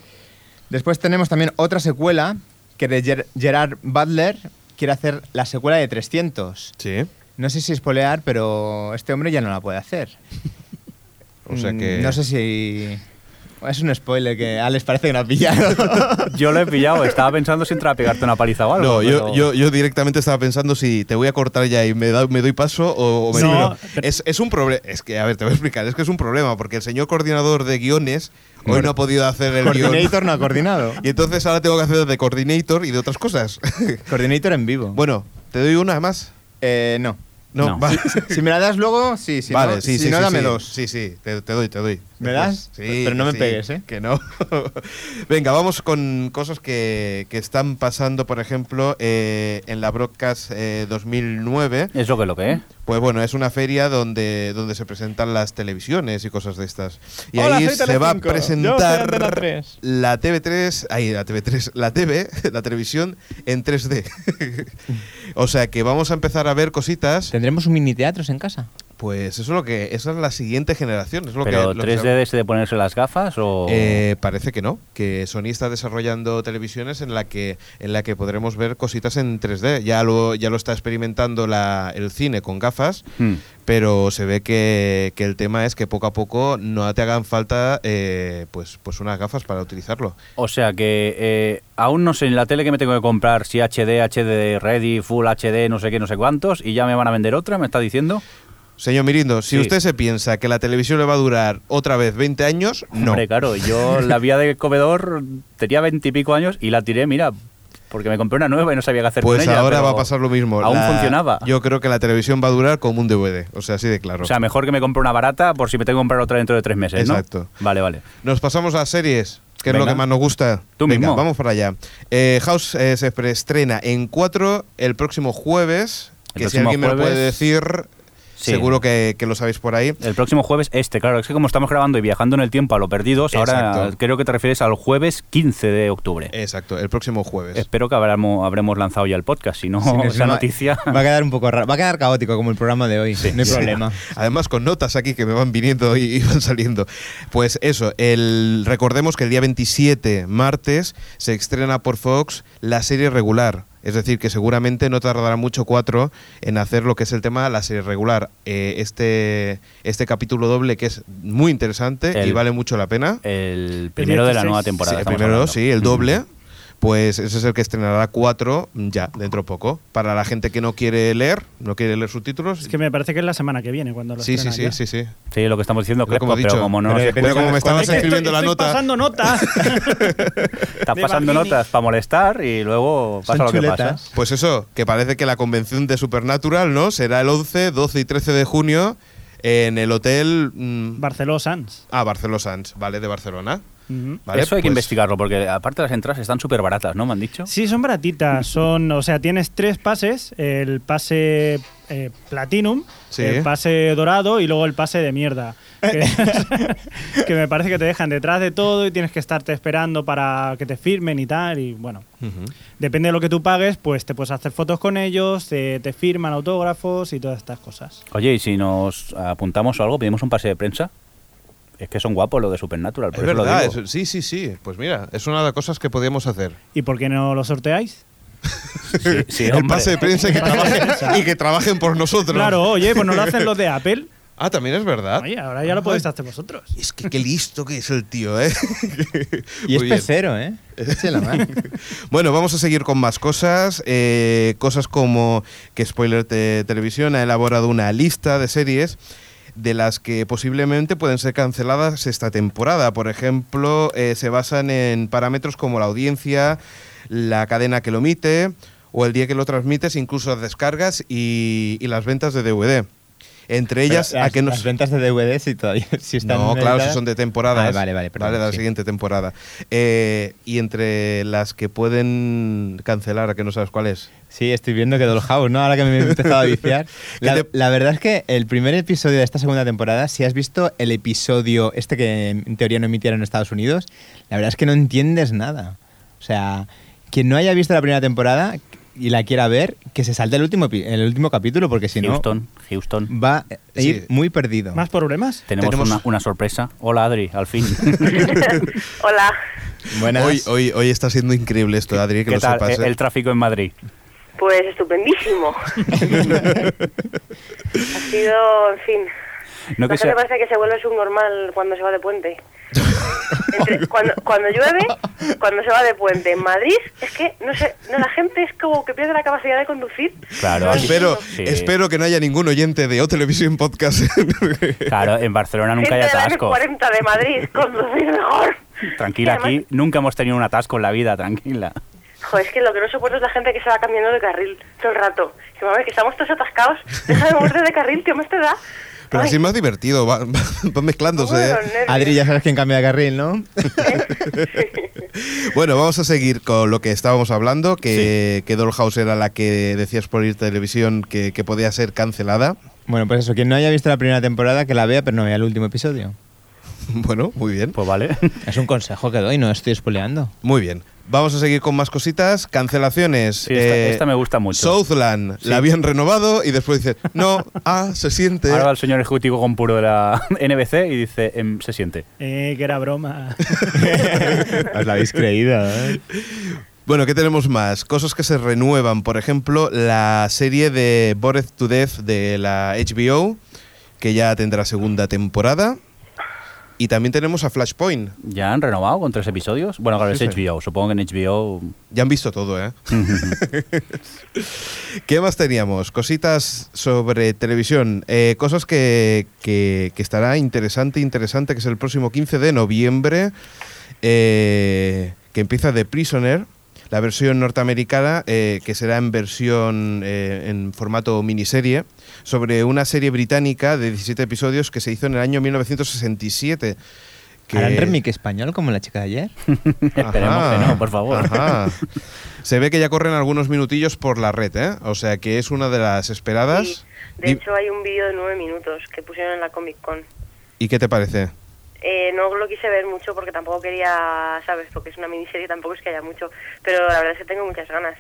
[SPEAKER 4] Después tenemos también otra secuela que de Ger- Gerard Butler quiere hacer la secuela de 300.
[SPEAKER 2] Sí.
[SPEAKER 4] No sé si espolear, pero este hombre ya no la puede hacer.
[SPEAKER 2] O sea
[SPEAKER 4] Mm,
[SPEAKER 2] que.
[SPEAKER 4] No sé si... Es un spoiler que Alex parece que no ha pillado.
[SPEAKER 3] yo lo he pillado. Estaba pensando si entrar a pegarte una paliza o algo.
[SPEAKER 2] No, yo,
[SPEAKER 3] pero-
[SPEAKER 2] yo, yo directamente estaba pensando si te voy a cortar ya y me, da- me doy paso o, o me
[SPEAKER 5] No,
[SPEAKER 2] libro.
[SPEAKER 5] pero-
[SPEAKER 2] Es, es un problema. Es que, a ver, te voy a explicar. Es que es un problema porque el señor coordinador de guiones hoy
[SPEAKER 4] Cor-
[SPEAKER 2] no ha podido hacer el guión.
[SPEAKER 4] Coordinator no ha coordinado.
[SPEAKER 2] Y entonces ahora tengo que hacer de coordinator y de otras cosas.
[SPEAKER 4] Coordinator en vivo.
[SPEAKER 2] bueno, ¿te doy una más?
[SPEAKER 4] Eh, no.
[SPEAKER 2] No,
[SPEAKER 3] No.
[SPEAKER 2] vale.
[SPEAKER 4] Si me la das luego, sí, si
[SPEAKER 2] vale,
[SPEAKER 4] no,
[SPEAKER 2] sí,
[SPEAKER 4] si
[SPEAKER 2] sí,
[SPEAKER 4] no
[SPEAKER 2] sí,
[SPEAKER 4] dame
[SPEAKER 2] sí.
[SPEAKER 4] dos.
[SPEAKER 2] Sí, sí, te, te doy, te doy.
[SPEAKER 4] ¿Me das?
[SPEAKER 2] Sí,
[SPEAKER 4] Pero no me
[SPEAKER 2] sí,
[SPEAKER 4] pegues, ¿eh?
[SPEAKER 2] Que no. Venga, vamos con cosas que, que están pasando, por ejemplo, eh, en la Broadcast eh, 2009.
[SPEAKER 3] Es lo que lo que, ¿eh?
[SPEAKER 2] Pues bueno, es una feria donde, donde se presentan las televisiones y cosas de estas. Y
[SPEAKER 7] Hola,
[SPEAKER 2] ahí
[SPEAKER 7] soy
[SPEAKER 2] se va a
[SPEAKER 7] Telecinco. Yo soy
[SPEAKER 2] presentar
[SPEAKER 7] Antena 3.
[SPEAKER 2] la TV3, ay, la TV3, la TV, la televisión en 3D. o sea que vamos a empezar a ver cositas.
[SPEAKER 4] ¿Tendremos un mini teatros en casa?
[SPEAKER 2] Pues eso es lo que, esa es la siguiente generación. Es lo
[SPEAKER 3] Pero
[SPEAKER 2] que, lo que se-
[SPEAKER 3] 3D de ese de ponerse las gafas o...
[SPEAKER 2] Eh, parece que no, que Sony está desarrollando televisiones en la que en la que podremos ver cositas en 3D. Ya lo ya lo está experimentando la- el cine con gafas,
[SPEAKER 3] Hmm.
[SPEAKER 2] pero se ve que, que el tema es que poco a poco no te hagan falta eh, pues pues unas gafas para utilizarlo.
[SPEAKER 3] O sea que eh, aún no sé en la tele que me tengo que comprar, si HD, HD Ready, Full HD, no sé qué, no sé cuántos, y ya me van a vender otra, me está diciendo.
[SPEAKER 2] Señor Mirindo, si
[SPEAKER 3] Sí.
[SPEAKER 2] usted se piensa que la televisión le va a durar otra vez 20 años, no.
[SPEAKER 3] Hombre, claro, yo la vía de comedor tenía veintipico años y la tiré, mira, porque me compré una nueva y no sabía qué hacer
[SPEAKER 2] Pues
[SPEAKER 3] con ella.
[SPEAKER 2] ahora
[SPEAKER 3] pero
[SPEAKER 2] va a pasar lo mismo.
[SPEAKER 3] Aún
[SPEAKER 2] La-
[SPEAKER 3] funcionaba.
[SPEAKER 2] Yo creo que la televisión va a durar como un DVD, o sea, así de claro.
[SPEAKER 3] O sea, mejor que me compre una barata por si me tengo que comprar otra dentro de tres meses, ¿no?
[SPEAKER 2] Exacto.
[SPEAKER 3] Vale, vale.
[SPEAKER 2] Nos pasamos a las series, que es lo
[SPEAKER 3] Venga.
[SPEAKER 2] que más nos gusta.
[SPEAKER 3] Tú
[SPEAKER 2] Venga,
[SPEAKER 3] mismo.
[SPEAKER 2] vamos para allá. Eh, House eh, se preestrena en 4 el próximo jueves.
[SPEAKER 3] El
[SPEAKER 2] Que si
[SPEAKER 3] próximo
[SPEAKER 2] alguien me lo
[SPEAKER 3] jueves-
[SPEAKER 2] puede decir,
[SPEAKER 3] Sí.
[SPEAKER 2] seguro que, que lo sabéis por ahí.
[SPEAKER 3] El próximo jueves este, claro, es que como estamos grabando y viajando en el tiempo a lo perdidos, ahora
[SPEAKER 2] Exacto.
[SPEAKER 3] creo que te refieres al jueves 15 de octubre.
[SPEAKER 2] Exacto, el próximo jueves.
[SPEAKER 3] Espero que habremos, habremos lanzado ya el podcast, si no,
[SPEAKER 4] Sí, no, si
[SPEAKER 3] esa
[SPEAKER 4] no,
[SPEAKER 3] noticia...
[SPEAKER 4] Oh, Va a quedar un poco raro. Va a quedar caótico como el programa de hoy. no hay problema.
[SPEAKER 2] Además, con notas aquí que me van viniendo y, y van saliendo. Pues eso, el, recordemos que el día 27, martes, se estrena por Fox la serie regular. Es decir, que seguramente no tardará mucho 4 en hacer lo que es el tema de la serie regular. Eh, este, este capítulo doble que es muy interesante y
[SPEAKER 3] El-
[SPEAKER 2] vale mucho la pena.
[SPEAKER 3] El primero de la
[SPEAKER 5] 16.
[SPEAKER 3] nueva temporada.
[SPEAKER 2] Sí, el
[SPEAKER 3] estamos
[SPEAKER 2] primero,
[SPEAKER 3] hablando.
[SPEAKER 2] sí, el doble. Pues ese es el que estrenará 4 ya, dentro poco. Para la gente que no quiere leer, no quiere leer subtítulos.
[SPEAKER 5] Es que me parece que es la semana que viene cuando lo
[SPEAKER 2] sí, sí,
[SPEAKER 5] estrenan
[SPEAKER 2] sí,
[SPEAKER 5] ya.
[SPEAKER 2] sí, sí.
[SPEAKER 3] Sí, lo que estamos diciendo,
[SPEAKER 2] Pero
[SPEAKER 3] Crespo,
[SPEAKER 2] como he dicho,
[SPEAKER 3] pero como no
[SPEAKER 2] pero
[SPEAKER 3] nos
[SPEAKER 2] depende
[SPEAKER 3] escuchas,
[SPEAKER 2] cómo me estabas
[SPEAKER 5] Es que
[SPEAKER 2] escribiendo
[SPEAKER 5] estoy- estoy
[SPEAKER 2] la nota.
[SPEAKER 5] pasando nota.
[SPEAKER 3] estás
[SPEAKER 5] de
[SPEAKER 3] pasando
[SPEAKER 5] Martini.
[SPEAKER 3] notas para molestar y luego pasa
[SPEAKER 4] Son
[SPEAKER 3] lo que
[SPEAKER 4] chuletas.
[SPEAKER 3] pasa.
[SPEAKER 2] Pues eso, que parece que la convención de Supernatural, ¿no? Será el 11, 12 y 13 de junio en el hotel. mm,
[SPEAKER 5] Barceló Sans.
[SPEAKER 2] ah, Barceló Sands, ¿vale? De Barcelona.
[SPEAKER 5] Ujú.
[SPEAKER 2] ¿Vale?
[SPEAKER 3] Eso hay que
[SPEAKER 2] Pues-
[SPEAKER 3] investigarlo, porque aparte las entradas están súper baratas, ¿no? Me han dicho.
[SPEAKER 5] Sí, son baratitas. Son, o sea, tienes tres pases: el pase eh, Platinum,
[SPEAKER 2] Sí.
[SPEAKER 5] el pase dorado y luego el pase de mierda. Que, que me parece que te dejan detrás de todo y tienes que estarte esperando para que te firmen y tal. Y bueno,
[SPEAKER 2] Ujú.
[SPEAKER 5] depende de lo que tú pagues, pues te puedes hacer fotos con ellos, eh, te firman autógrafos y todas estas cosas.
[SPEAKER 3] Oye, y si nos apuntamos o algo, pedimos un pase de prensa. Es que son guapos los de Supernatural,
[SPEAKER 2] Es
[SPEAKER 3] por eso lo
[SPEAKER 2] verdad,
[SPEAKER 3] digo.
[SPEAKER 2] es- sí, sí, sí. Pues mira, es una de las cosas que podíamos hacer.
[SPEAKER 5] ¿Y por qué no lo sorteáis?
[SPEAKER 3] Sí, sí,
[SPEAKER 2] el
[SPEAKER 3] hombre.
[SPEAKER 2] pase de prensa y que,
[SPEAKER 5] El pase de
[SPEAKER 2] trabajen,
[SPEAKER 5] prensa.
[SPEAKER 2] y que trabajen por nosotros.
[SPEAKER 5] Claro, oye, pues no lo hacen los de Apple.
[SPEAKER 2] Ah, también es verdad.
[SPEAKER 5] Oye, ahora ya lo podéis hacer vosotros.
[SPEAKER 2] Es que qué listo que es el tío, ¿eh?
[SPEAKER 4] Y es
[SPEAKER 2] Muy bien.
[SPEAKER 4] pecero, ¿eh? Eche la mano.
[SPEAKER 2] Bueno, vamos a seguir con más cosas. eh, cosas como que Spoiler Te- Televisión ha elaborado una lista de series de las que posiblemente pueden ser canceladas esta temporada. Por ejemplo, eh, se basan en parámetros como la audiencia, la cadena que lo emite o el día que lo transmites, incluso las descargas y, y las ventas de DVD. Entre ellas,
[SPEAKER 4] Pero
[SPEAKER 2] a
[SPEAKER 4] las,
[SPEAKER 2] que nos...
[SPEAKER 4] las ventas de DVD si todavía si están
[SPEAKER 2] No, claro,
[SPEAKER 4] editadas.
[SPEAKER 2] si son de temporada.
[SPEAKER 4] Ah, vale, vale, perdón,
[SPEAKER 2] de la
[SPEAKER 4] sí.
[SPEAKER 2] siguiente temporada. Eh, y entre las que pueden cancelar, que no sabes cuál es.
[SPEAKER 4] Sí, estoy viendo que Dollhouse, ¿no? Ahora que me he empezado a viciar. La,
[SPEAKER 2] ¿Qué te-
[SPEAKER 4] la verdad es que el primer episodio de esta segunda temporada, si has visto el episodio este que en teoría no emitieron en Estados Unidos, la verdad es que no entiendes nada. O sea, quien no haya visto la primera temporada y la quiera ver, que se salte el último, epi- el último capítulo, porque si no,
[SPEAKER 3] Houston, Houston.
[SPEAKER 4] va a ir
[SPEAKER 2] Sí.
[SPEAKER 4] muy
[SPEAKER 2] Ah.
[SPEAKER 4] perdido.
[SPEAKER 5] ¿Más problemas?
[SPEAKER 3] Tenemos,
[SPEAKER 2] Tenemos-
[SPEAKER 3] Una, una sorpresa. Hola, Adri, al fin.
[SPEAKER 6] Hola.
[SPEAKER 4] Buenas.
[SPEAKER 2] Hoy, hoy, hoy está siendo increíble esto, Adri, que
[SPEAKER 3] ¿Qué
[SPEAKER 2] lo
[SPEAKER 3] tal E,
[SPEAKER 2] sepas.
[SPEAKER 3] el,
[SPEAKER 2] ¿eh?
[SPEAKER 3] el tráfico en Madrid?
[SPEAKER 6] Pues estupendísimo. ha sido, en fin.
[SPEAKER 3] No
[SPEAKER 6] No,
[SPEAKER 3] que
[SPEAKER 6] sé
[SPEAKER 3] sea-
[SPEAKER 6] te pasa que se vuelve subnormal cuando se va de puente. Entre- cuando, cuando llueve, cuando se va de puente en Madrid, es que no sé, no, la gente es como que pierde la capacidad de conducir.
[SPEAKER 3] Claro,
[SPEAKER 6] No,
[SPEAKER 2] Espero,
[SPEAKER 3] Sí.
[SPEAKER 2] espero que no haya ningún oyente de O Televisión Podcast.
[SPEAKER 3] Claro, en Barcelona nunca hay
[SPEAKER 6] gente de pues- las
[SPEAKER 3] atascos.
[SPEAKER 6] 40 de Madrid, conducir mejor.
[SPEAKER 3] Tranquila,
[SPEAKER 6] Y además-
[SPEAKER 3] aquí nunca hemos tenido un atasco en la vida, tranquila.
[SPEAKER 6] Joder, es que lo que no soporto es la gente que se va cambiando de carril todo el rato. Que, a ver, que estamos todos atascados. Deja de moverte de carril, tío, me te da.
[SPEAKER 2] Pero
[SPEAKER 6] Ay.
[SPEAKER 2] así es más divertido, va, va mezclándose.
[SPEAKER 6] Bueno,
[SPEAKER 2] ¿eh?
[SPEAKER 6] nervios.
[SPEAKER 4] Adri, ya sabes quién cambia de carril, ¿no?
[SPEAKER 2] Bueno, vamos a seguir con lo que estábamos hablando, que, que Dollhouse era la que decías por ir televisión que, que podía ser cancelada.
[SPEAKER 4] Bueno, pues eso, quien no haya visto la primera temporada, que la vea, pero no vea el último episodio.
[SPEAKER 2] Bueno, muy bien.
[SPEAKER 3] Pues vale.
[SPEAKER 4] Es un consejo que doy, no estoy spoileando.
[SPEAKER 2] Muy bien. Vamos a seguir con más cositas. Cancelaciones. eh,
[SPEAKER 3] Sí, esta- esta me gusta mucho.
[SPEAKER 2] Southland. La habían renovado y después dicen, no, ah, se siente.
[SPEAKER 3] Ahora va el señor ejecutivo con puro de la NBC y dice, em, se siente.
[SPEAKER 5] Eh, que era broma.
[SPEAKER 4] Os la habéis creído, ¿eh?
[SPEAKER 2] Bueno, ¿qué tenemos más? Cosas que se renuevan. Por ejemplo, la serie de Bored to Death de la HBO, que ya tendrá segunda temporada. Y también tenemos a Flashpoint.
[SPEAKER 3] ¿Ya han renovado con tres episodios? Bueno, claro,
[SPEAKER 2] Sí,
[SPEAKER 3] es
[SPEAKER 2] sí.
[SPEAKER 3] HBO. Supongo que en HBO...
[SPEAKER 2] Ya han visto todo, ¿eh? ¿Qué más teníamos? Cositas sobre televisión. eh, cosas que, que- que estará interesante, interesante, que es el próximo 15 de noviembre, eh, que empieza The Prisoner, la versión norteamericana, eh, que será en versión eh, en formato miniserie, sobre una serie británica de 17 episodios que se hizo en el año 1967. que-
[SPEAKER 4] ¿Harán remake español como la chica de ayer?
[SPEAKER 3] Esperemos
[SPEAKER 2] Ajá,
[SPEAKER 3] que no, por favor.
[SPEAKER 2] ajá. Se ve que ya corren algunos minutillos por la red, ¿eh? O sea que es una de las esperadas.
[SPEAKER 7] Sí. De
[SPEAKER 2] Di-
[SPEAKER 7] hecho, hay un vídeo de nueve minutos que pusieron en la Comic Con.
[SPEAKER 2] ¿Y qué te parece?
[SPEAKER 7] Eh, no lo quise ver mucho porque tampoco quería, ¿sabes? Porque es una miniserie, tampoco es que haya mucho. Pero la verdad es que tengo muchas ganas.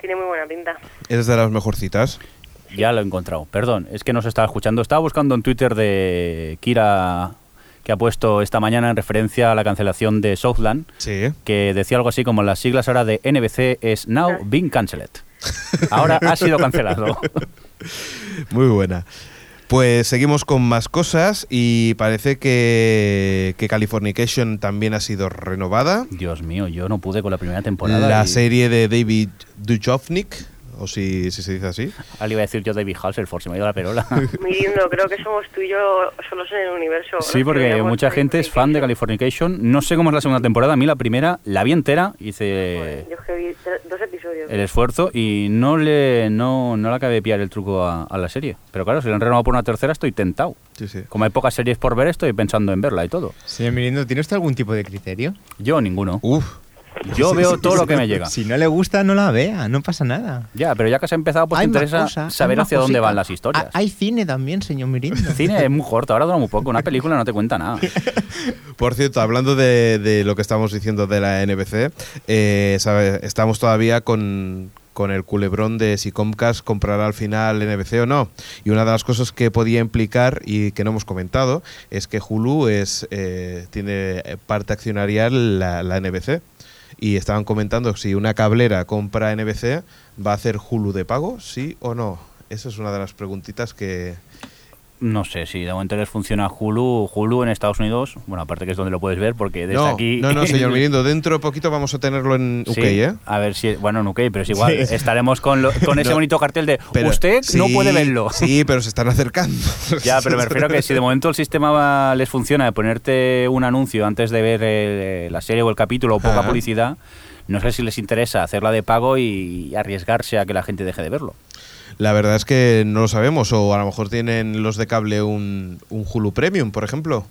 [SPEAKER 7] Tiene muy buena pinta.
[SPEAKER 2] Eres de las mejorcitas.
[SPEAKER 3] Ya lo he encontrado. Perdón, es que no se estaba escuchando. Estaba buscando en Twitter de Kira que ha puesto esta mañana en referencia a la cancelación de Southland,
[SPEAKER 2] Sí.
[SPEAKER 3] que decía algo así como las siglas ahora de NBC es Now Being Cancelled. Ahora ha sido cancelado.
[SPEAKER 2] Muy buena. Pues seguimos con más cosas y parece que, que Californication también ha sido renovada.
[SPEAKER 3] Dios mío, yo no pude con la primera temporada.
[SPEAKER 2] La
[SPEAKER 3] y-
[SPEAKER 2] serie de David Duchovnik, o si, si se dice así.
[SPEAKER 3] Ahora ah, le iba a decir yo David Hasselhoff, se me ha ido la perola.
[SPEAKER 7] Muy lindo, creo que somos tú y yo solos en el universo.
[SPEAKER 3] Sí,
[SPEAKER 7] Nos
[SPEAKER 3] porque
[SPEAKER 7] creíamos
[SPEAKER 3] mucha
[SPEAKER 7] que
[SPEAKER 3] gente es fan de Californication. No sé cómo es la segunda temporada. A mí la primera la vi entera, hice
[SPEAKER 7] Yo es que vi tre- dos episodios.
[SPEAKER 3] el esfuerzo y no le no, no le acabé de pillar el truco a, a la serie. Pero claro, si la han renovado por una tercera, estoy tentado.
[SPEAKER 2] Sí, sí.
[SPEAKER 3] Como hay pocas series por ver, estoy pensando en verla y todo.
[SPEAKER 4] Señor Mirindo, ¿tiene usted algún tipo de criterio?
[SPEAKER 3] Yo ninguno.
[SPEAKER 2] Uf.
[SPEAKER 3] Yo veo todo lo que me llega.
[SPEAKER 4] Si no le gusta, no la vea, no pasa nada.
[SPEAKER 3] Ya, pero ya que se ha empezado, Ah, pues te
[SPEAKER 4] Hay más
[SPEAKER 3] interesa
[SPEAKER 4] cosas, hay
[SPEAKER 3] saber
[SPEAKER 4] más
[SPEAKER 3] hacia dónde
[SPEAKER 4] cositas.
[SPEAKER 3] van las historias.
[SPEAKER 4] Ah, hay cine también, señor Mirindo.
[SPEAKER 3] Cine es muy corto, ahora dura muy poco. Una película no te cuenta nada.
[SPEAKER 2] Por cierto, hablando de, de lo que estamos diciendo de la NBC, eh, sabe- estamos todavía con, con el culebrón de si Comcast comprará al final NBC o no. Y una de las cosas que podía implicar y que no hemos comentado es que Hulu es, eh, tiene parte accionarial la, la NBC. Y estaban comentando si una cablera compra NBC, ¿va a hacer Hulu de pago? ¿Sí o no? Esa es una de las preguntitas que...
[SPEAKER 3] No sé si de momento les funciona Hulu. Hulu en Estados Unidos, bueno, aparte que es donde lo puedes ver, porque desde
[SPEAKER 2] no,
[SPEAKER 3] aquí.
[SPEAKER 2] no, no, señor Mirindo, dentro poquito vamos a tenerlo en UK,
[SPEAKER 3] Sí,
[SPEAKER 2] ¿eh?
[SPEAKER 3] A ver si. Bueno, en UK, pero es igual. Estaremos con, lo- con ese bonito cartel de
[SPEAKER 2] Pero-
[SPEAKER 3] Usted no
[SPEAKER 2] sí,
[SPEAKER 3] puede verlo.
[SPEAKER 2] Sí, pero se están acercando.
[SPEAKER 3] Ya, pero me refiero a que si de momento el sistema va- les funciona de ponerte un anuncio antes de ver eh, la serie o el capítulo o poca
[SPEAKER 2] Ajá.
[SPEAKER 3] publicidad, no sé si les interesa hacerla de pago y arriesgarse a que la gente deje de verlo.
[SPEAKER 2] La verdad es que no lo sabemos, o a lo mejor tienen los de cable un, un Hulu Premium, por ejemplo.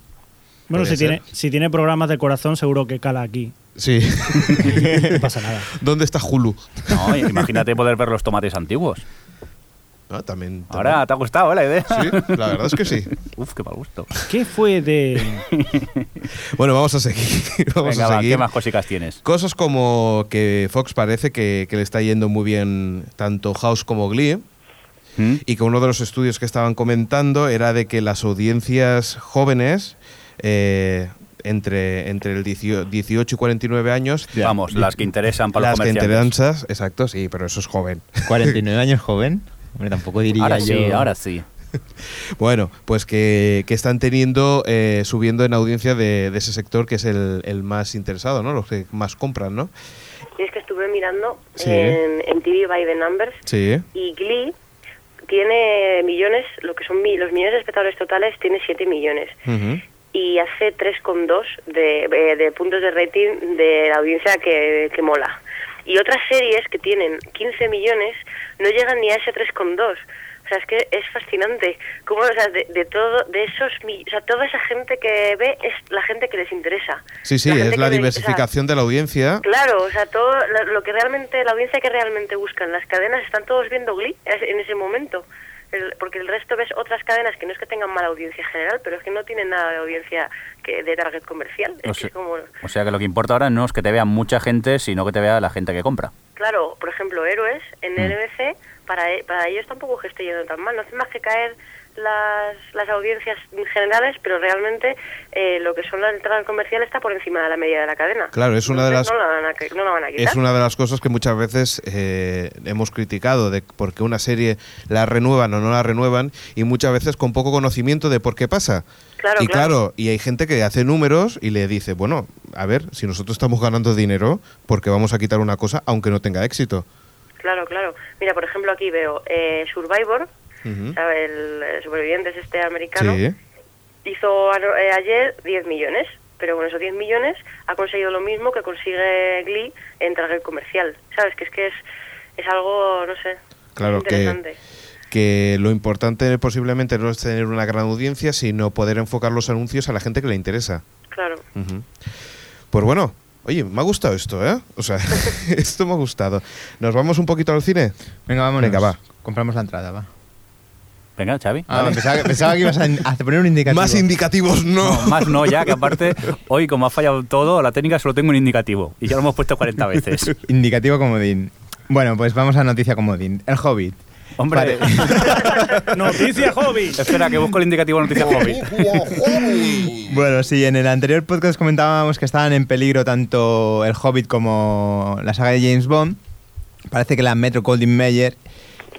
[SPEAKER 5] Bueno,
[SPEAKER 2] Podría
[SPEAKER 5] si
[SPEAKER 2] ser.
[SPEAKER 5] tiene, si tiene programas de corazón, seguro que cala aquí.
[SPEAKER 2] Sí.
[SPEAKER 5] No pasa nada.
[SPEAKER 2] ¿Dónde está Hulu?
[SPEAKER 3] No, imagínate poder ver los tomates antiguos.
[SPEAKER 2] Ah, también, también.
[SPEAKER 3] Ahora, ¿te ha gustado eh, la idea?
[SPEAKER 2] Sí, la verdad es que sí.
[SPEAKER 3] Uf, qué mal gusto.
[SPEAKER 5] ¿Qué fue de...?
[SPEAKER 2] Bueno, vamos a seguir. Vamos
[SPEAKER 3] Venga,
[SPEAKER 2] a
[SPEAKER 3] va,
[SPEAKER 2] seguir.
[SPEAKER 3] ¿qué más cositas tienes?
[SPEAKER 2] Cosas como que Fox parece que, que le está yendo muy bien tanto House como Glee.
[SPEAKER 3] ¿Mm?
[SPEAKER 2] y que uno de los estudios que estaban comentando era de que las audiencias jóvenes eh, entre, entre el 18 18 y 49 años
[SPEAKER 3] Vamos, las que interesan para
[SPEAKER 2] las
[SPEAKER 3] los
[SPEAKER 2] que
[SPEAKER 3] comerciantes.
[SPEAKER 2] interesas, exacto, sí, pero eso es joven.
[SPEAKER 4] 49 años joven. Hombre, tampoco diría
[SPEAKER 3] ahora
[SPEAKER 4] yo.
[SPEAKER 3] sí, ahora sí.
[SPEAKER 2] Bueno, pues que, que están teniendo, eh, subiendo en audiencia de, de ese sector que es el, el más interesado, ¿no? Los que más compran, ¿no?
[SPEAKER 7] Y es que estuve mirando
[SPEAKER 2] Sí.
[SPEAKER 7] en, en TV by the Numbers
[SPEAKER 2] Sí.
[SPEAKER 7] y Glee tiene millones, lo que son mi- los millones de espectadores totales, tiene 7 millones.
[SPEAKER 2] Ujú.
[SPEAKER 7] y hace 3,2 de, eh, de puntos de rating de la audiencia que, que mola. Y otras series que tienen 15 millones no llegan ni a ese 3,2. O sea, es que es fascinante. Como, o sea, de, de todo, de esos, mi- o sea, toda esa gente que ve es la gente que les interesa.
[SPEAKER 2] Sí, sí,
[SPEAKER 7] gente
[SPEAKER 2] es
[SPEAKER 7] que
[SPEAKER 2] la
[SPEAKER 7] ve- o sea,
[SPEAKER 2] diversificación de la audiencia.
[SPEAKER 7] Claro, o sea, todo lo- lo que realmente, la audiencia que realmente buscan, las cadenas están todos viendo Glee es- en ese momento. El- porque el resto ves otras cadenas que no es que tengan mala audiencia en general, pero es que no tienen nada de audiencia que de target comercial. Es
[SPEAKER 3] O
[SPEAKER 7] que
[SPEAKER 3] sea-
[SPEAKER 7] como,
[SPEAKER 3] O sea que lo que importa ahora no es que te vea mucha gente, sino que te vea la gente que compra.
[SPEAKER 7] claro, por ejemplo, héroes
[SPEAKER 2] Mm.
[SPEAKER 7] en NBC, para, e- para ellos tampoco es que esté yendo tan mal. No hace más que caer las, las audiencias generales, pero realmente eh, lo que son las entradas comerciales está por encima de la media de la cadena.
[SPEAKER 2] Claro, es una de
[SPEAKER 7] Entonces,
[SPEAKER 2] las-
[SPEAKER 7] No la van a, qui- no la van a quitar.
[SPEAKER 2] Es una de las cosas que muchas veces eh, hemos criticado, de por qué una serie la renuevan o no la renuevan, y muchas veces con poco conocimiento de por qué pasa.
[SPEAKER 7] Claro,
[SPEAKER 2] y
[SPEAKER 7] claro.
[SPEAKER 2] claro, y hay gente que hace números y le dice, bueno, a ver, si nosotros estamos ganando dinero, ¿por qué vamos a quitar una cosa aunque no tenga éxito?
[SPEAKER 7] Claro, claro. Mira, por ejemplo, aquí veo eh, Survivor,
[SPEAKER 2] Ujú.
[SPEAKER 7] ¿sabe? el eh, Supervivientes este americano,
[SPEAKER 2] Sí,
[SPEAKER 7] hizo ano- eh, ayer 10 millones, pero con esos 10 millones ha conseguido lo mismo que consigue Glee en target comercial, ¿sabes? Que es que es, es algo, no sé,
[SPEAKER 2] Claro que-
[SPEAKER 7] interesante.
[SPEAKER 2] que lo importante posiblemente no es tener una gran audiencia, sino poder enfocar los anuncios a la gente que le interesa.
[SPEAKER 7] Claro.
[SPEAKER 2] Ujú. Pues bueno, oye, me ha gustado esto, ¿eh? O sea, esto me ha gustado. ¿Nos vamos un poquito al cine?
[SPEAKER 4] Venga, vámonos.
[SPEAKER 2] Venga, va.
[SPEAKER 4] Compramos la entrada, va.
[SPEAKER 3] Venga, Xavi.
[SPEAKER 4] Ah, pensaba, que- pensaba que ibas a, a poner un indicativo.
[SPEAKER 2] Más indicativos no.
[SPEAKER 3] No, más no, ya que aparte, hoy como ha fallado todo, la técnica solo tengo un indicativo. Y ya lo hemos puesto 40 veces.
[SPEAKER 4] Indicativo comodín. Bueno, pues vamos a noticia comodín. El Hobbit.
[SPEAKER 3] Hombre,
[SPEAKER 5] Noticia hobby.
[SPEAKER 3] espera, que busco el indicativo de noticias móvil.
[SPEAKER 4] Bueno, sí, en el anterior podcast comentábamos que estaban en peligro tanto el Hobbit como la saga de James Bond. Parece que la Metro Goldwyn Mayer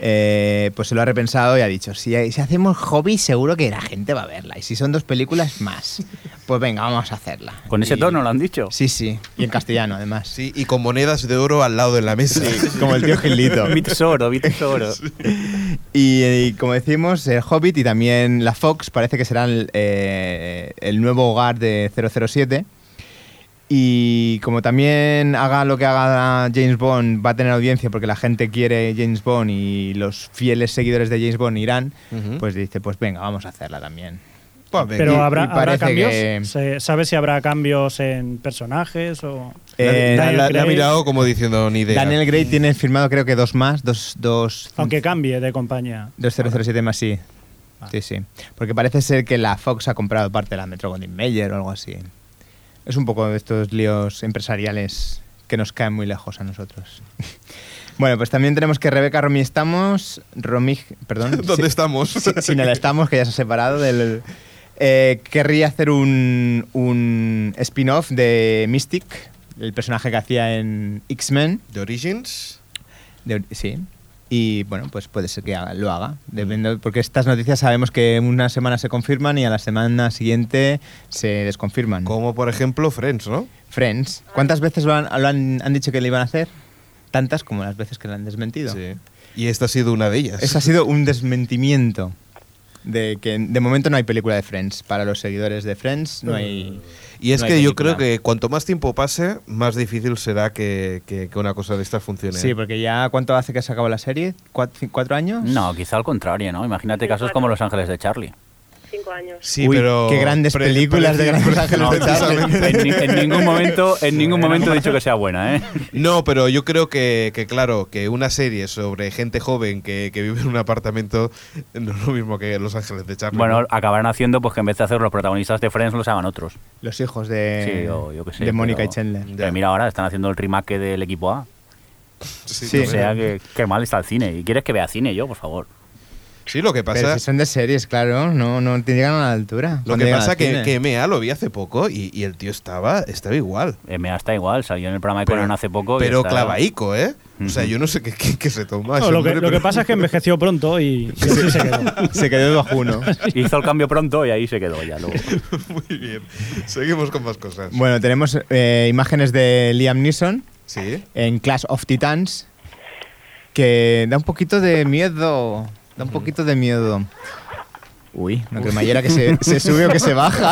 [SPEAKER 4] eh, pues se lo ha repensado y ha dicho, si, si hacemos Hobbit seguro que la gente va a verla. Y si son dos películas más, pues venga, vamos a hacerla.
[SPEAKER 3] Con ese
[SPEAKER 4] Y-
[SPEAKER 3] tono lo han dicho.
[SPEAKER 4] Sí, sí. Y en castellano, además.
[SPEAKER 2] Sí, y con monedas de oro al lado de la mesa.
[SPEAKER 4] Como el tío Gilito.
[SPEAKER 3] Mi tesoro, mi tesoro.
[SPEAKER 4] Y, eh, y como decimos, el Hobbit y también la Fox parece que serán eh, el nuevo hogar de 007. Y como también haga lo que haga James Bond, va a tener audiencia porque la gente quiere James Bond y los fieles seguidores de James Bond irán,
[SPEAKER 2] Ujú.
[SPEAKER 4] pues dice, pues venga, vamos a hacerla también.
[SPEAKER 2] Pues venga.
[SPEAKER 5] Pero
[SPEAKER 4] Y-
[SPEAKER 5] habrá,
[SPEAKER 4] y
[SPEAKER 5] habrá
[SPEAKER 4] parece
[SPEAKER 5] cambios.
[SPEAKER 4] que-
[SPEAKER 5] ¿Se ¿Sabe si habrá cambios en personajes o.?
[SPEAKER 4] Eh,
[SPEAKER 2] la,
[SPEAKER 5] Daniel
[SPEAKER 2] la- la ha
[SPEAKER 5] Craig,
[SPEAKER 2] mirado como diciendo ni idea.
[SPEAKER 4] Daniel Gray tiene firmado creo que dos más, dos... dos
[SPEAKER 5] Aunque cambie de compañía.
[SPEAKER 4] 2007 más sí. Sí, sí. Porque parece ser que la Fox ha comprado parte de la Metro Goldwyn Mayer o algo así. Es un poco de estos líos empresariales que nos caen muy lejos a nosotros. bueno, pues también tenemos que Rebeca Romy estamos, Romy, perdón.
[SPEAKER 2] ¿Dónde
[SPEAKER 4] sí-
[SPEAKER 2] estamos?
[SPEAKER 4] sí, sin el estamos que ya se ha separado del eh, querría hacer un, un spin-off de Mystic, el personaje que hacía en X-Men.
[SPEAKER 2] ¿De Origins?
[SPEAKER 4] De- sí. Y bueno, pues puede ser que haga- lo haga. Depende, porque estas noticias sabemos que una semana se confirman y a la semana siguiente se desconfirman.
[SPEAKER 2] Como por ejemplo Friends, ¿no?
[SPEAKER 4] Friends. ¿Cuántas veces lo, han, lo han- han dicho que le iban a hacer? Tantas como las veces que lo han desmentido.
[SPEAKER 2] Y esta ha sido una de ellas.
[SPEAKER 4] Eso ha sido un desmentimiento. De que de momento no hay película de Friends. Para los seguidores de Friends no hay.
[SPEAKER 2] Y es
[SPEAKER 4] no hay
[SPEAKER 2] que yo
[SPEAKER 4] película.
[SPEAKER 2] creo que cuanto más tiempo pase, más difícil será que, que- que una cosa de estas funcione.
[SPEAKER 4] Sí, porque ya ¿cuánto hace que se acabó la serie? ¿Cuat- ¿Cuatro, años?
[SPEAKER 3] No, quizá al contrario, ¿no? Imagínate casos como Los Ángeles de Charlie.
[SPEAKER 7] Cinco años.
[SPEAKER 2] Sí,
[SPEAKER 4] Uy,
[SPEAKER 2] pero
[SPEAKER 4] qué grandes
[SPEAKER 2] pre-
[SPEAKER 4] películas de
[SPEAKER 2] parece-
[SPEAKER 4] Grandes Ángeles
[SPEAKER 3] No,
[SPEAKER 4] de Charlie.
[SPEAKER 3] en, ni- en ningún momento, en ningún momento he dicho que sea buena, ¿eh?
[SPEAKER 2] No, pero yo creo que, que, claro, que una serie sobre gente joven que, que vive en un apartamento no es lo mismo que Los Ángeles de Charlie.
[SPEAKER 3] Bueno,
[SPEAKER 2] ¿no?
[SPEAKER 3] acabarán haciendo pues que en vez de hacer los protagonistas de Friends los hagan otros.
[SPEAKER 4] Los hijos de,
[SPEAKER 3] Sí, yo- yo qué sé,
[SPEAKER 4] Eh, de Mónica
[SPEAKER 3] pero-
[SPEAKER 4] y Chandler.
[SPEAKER 2] Ya.
[SPEAKER 3] Pero mira, ahora están haciendo el remake del equipo A.
[SPEAKER 2] Sí,
[SPEAKER 4] sí.
[SPEAKER 2] no
[SPEAKER 3] O
[SPEAKER 2] sé.
[SPEAKER 3] sea, que, que mal está el cine. ¿Y quieres que vea cine yo, por favor?
[SPEAKER 2] Sí, lo que
[SPEAKER 4] Pero
[SPEAKER 2] pasa
[SPEAKER 4] si son de series, claro, no, no te llegan a la altura.
[SPEAKER 2] lo
[SPEAKER 4] cuando
[SPEAKER 2] que
[SPEAKER 4] llegan
[SPEAKER 2] pasa
[SPEAKER 4] al cine.
[SPEAKER 2] que, que MA lo vi hace poco y, y el tío estaba, estaba igual.
[SPEAKER 3] Eh, Me está igual, salió en el programa de Conan hace poco. y
[SPEAKER 2] Pero
[SPEAKER 3] está-
[SPEAKER 2] clavaico, ¿eh? O sea,
[SPEAKER 3] Ujú.
[SPEAKER 2] yo no sé qué, qué- qué se toma.
[SPEAKER 5] No, lo,
[SPEAKER 2] ese
[SPEAKER 5] que,
[SPEAKER 2] hombre,
[SPEAKER 5] lo que
[SPEAKER 2] pero-
[SPEAKER 5] pasa es que envejeció pronto y, y así se quedó.
[SPEAKER 4] se quedó bajo uno.
[SPEAKER 3] Hizo el cambio pronto y ahí se quedó ya. Luego.
[SPEAKER 2] Muy bien. Seguimos con más cosas.
[SPEAKER 4] Bueno, tenemos eh, imágenes de Liam Neeson
[SPEAKER 2] Sí.
[SPEAKER 4] en Clash of Titans que da un poquito de miedo. Da un poquito de miedo. Uy, una cremallera que se, se sube o que se baja.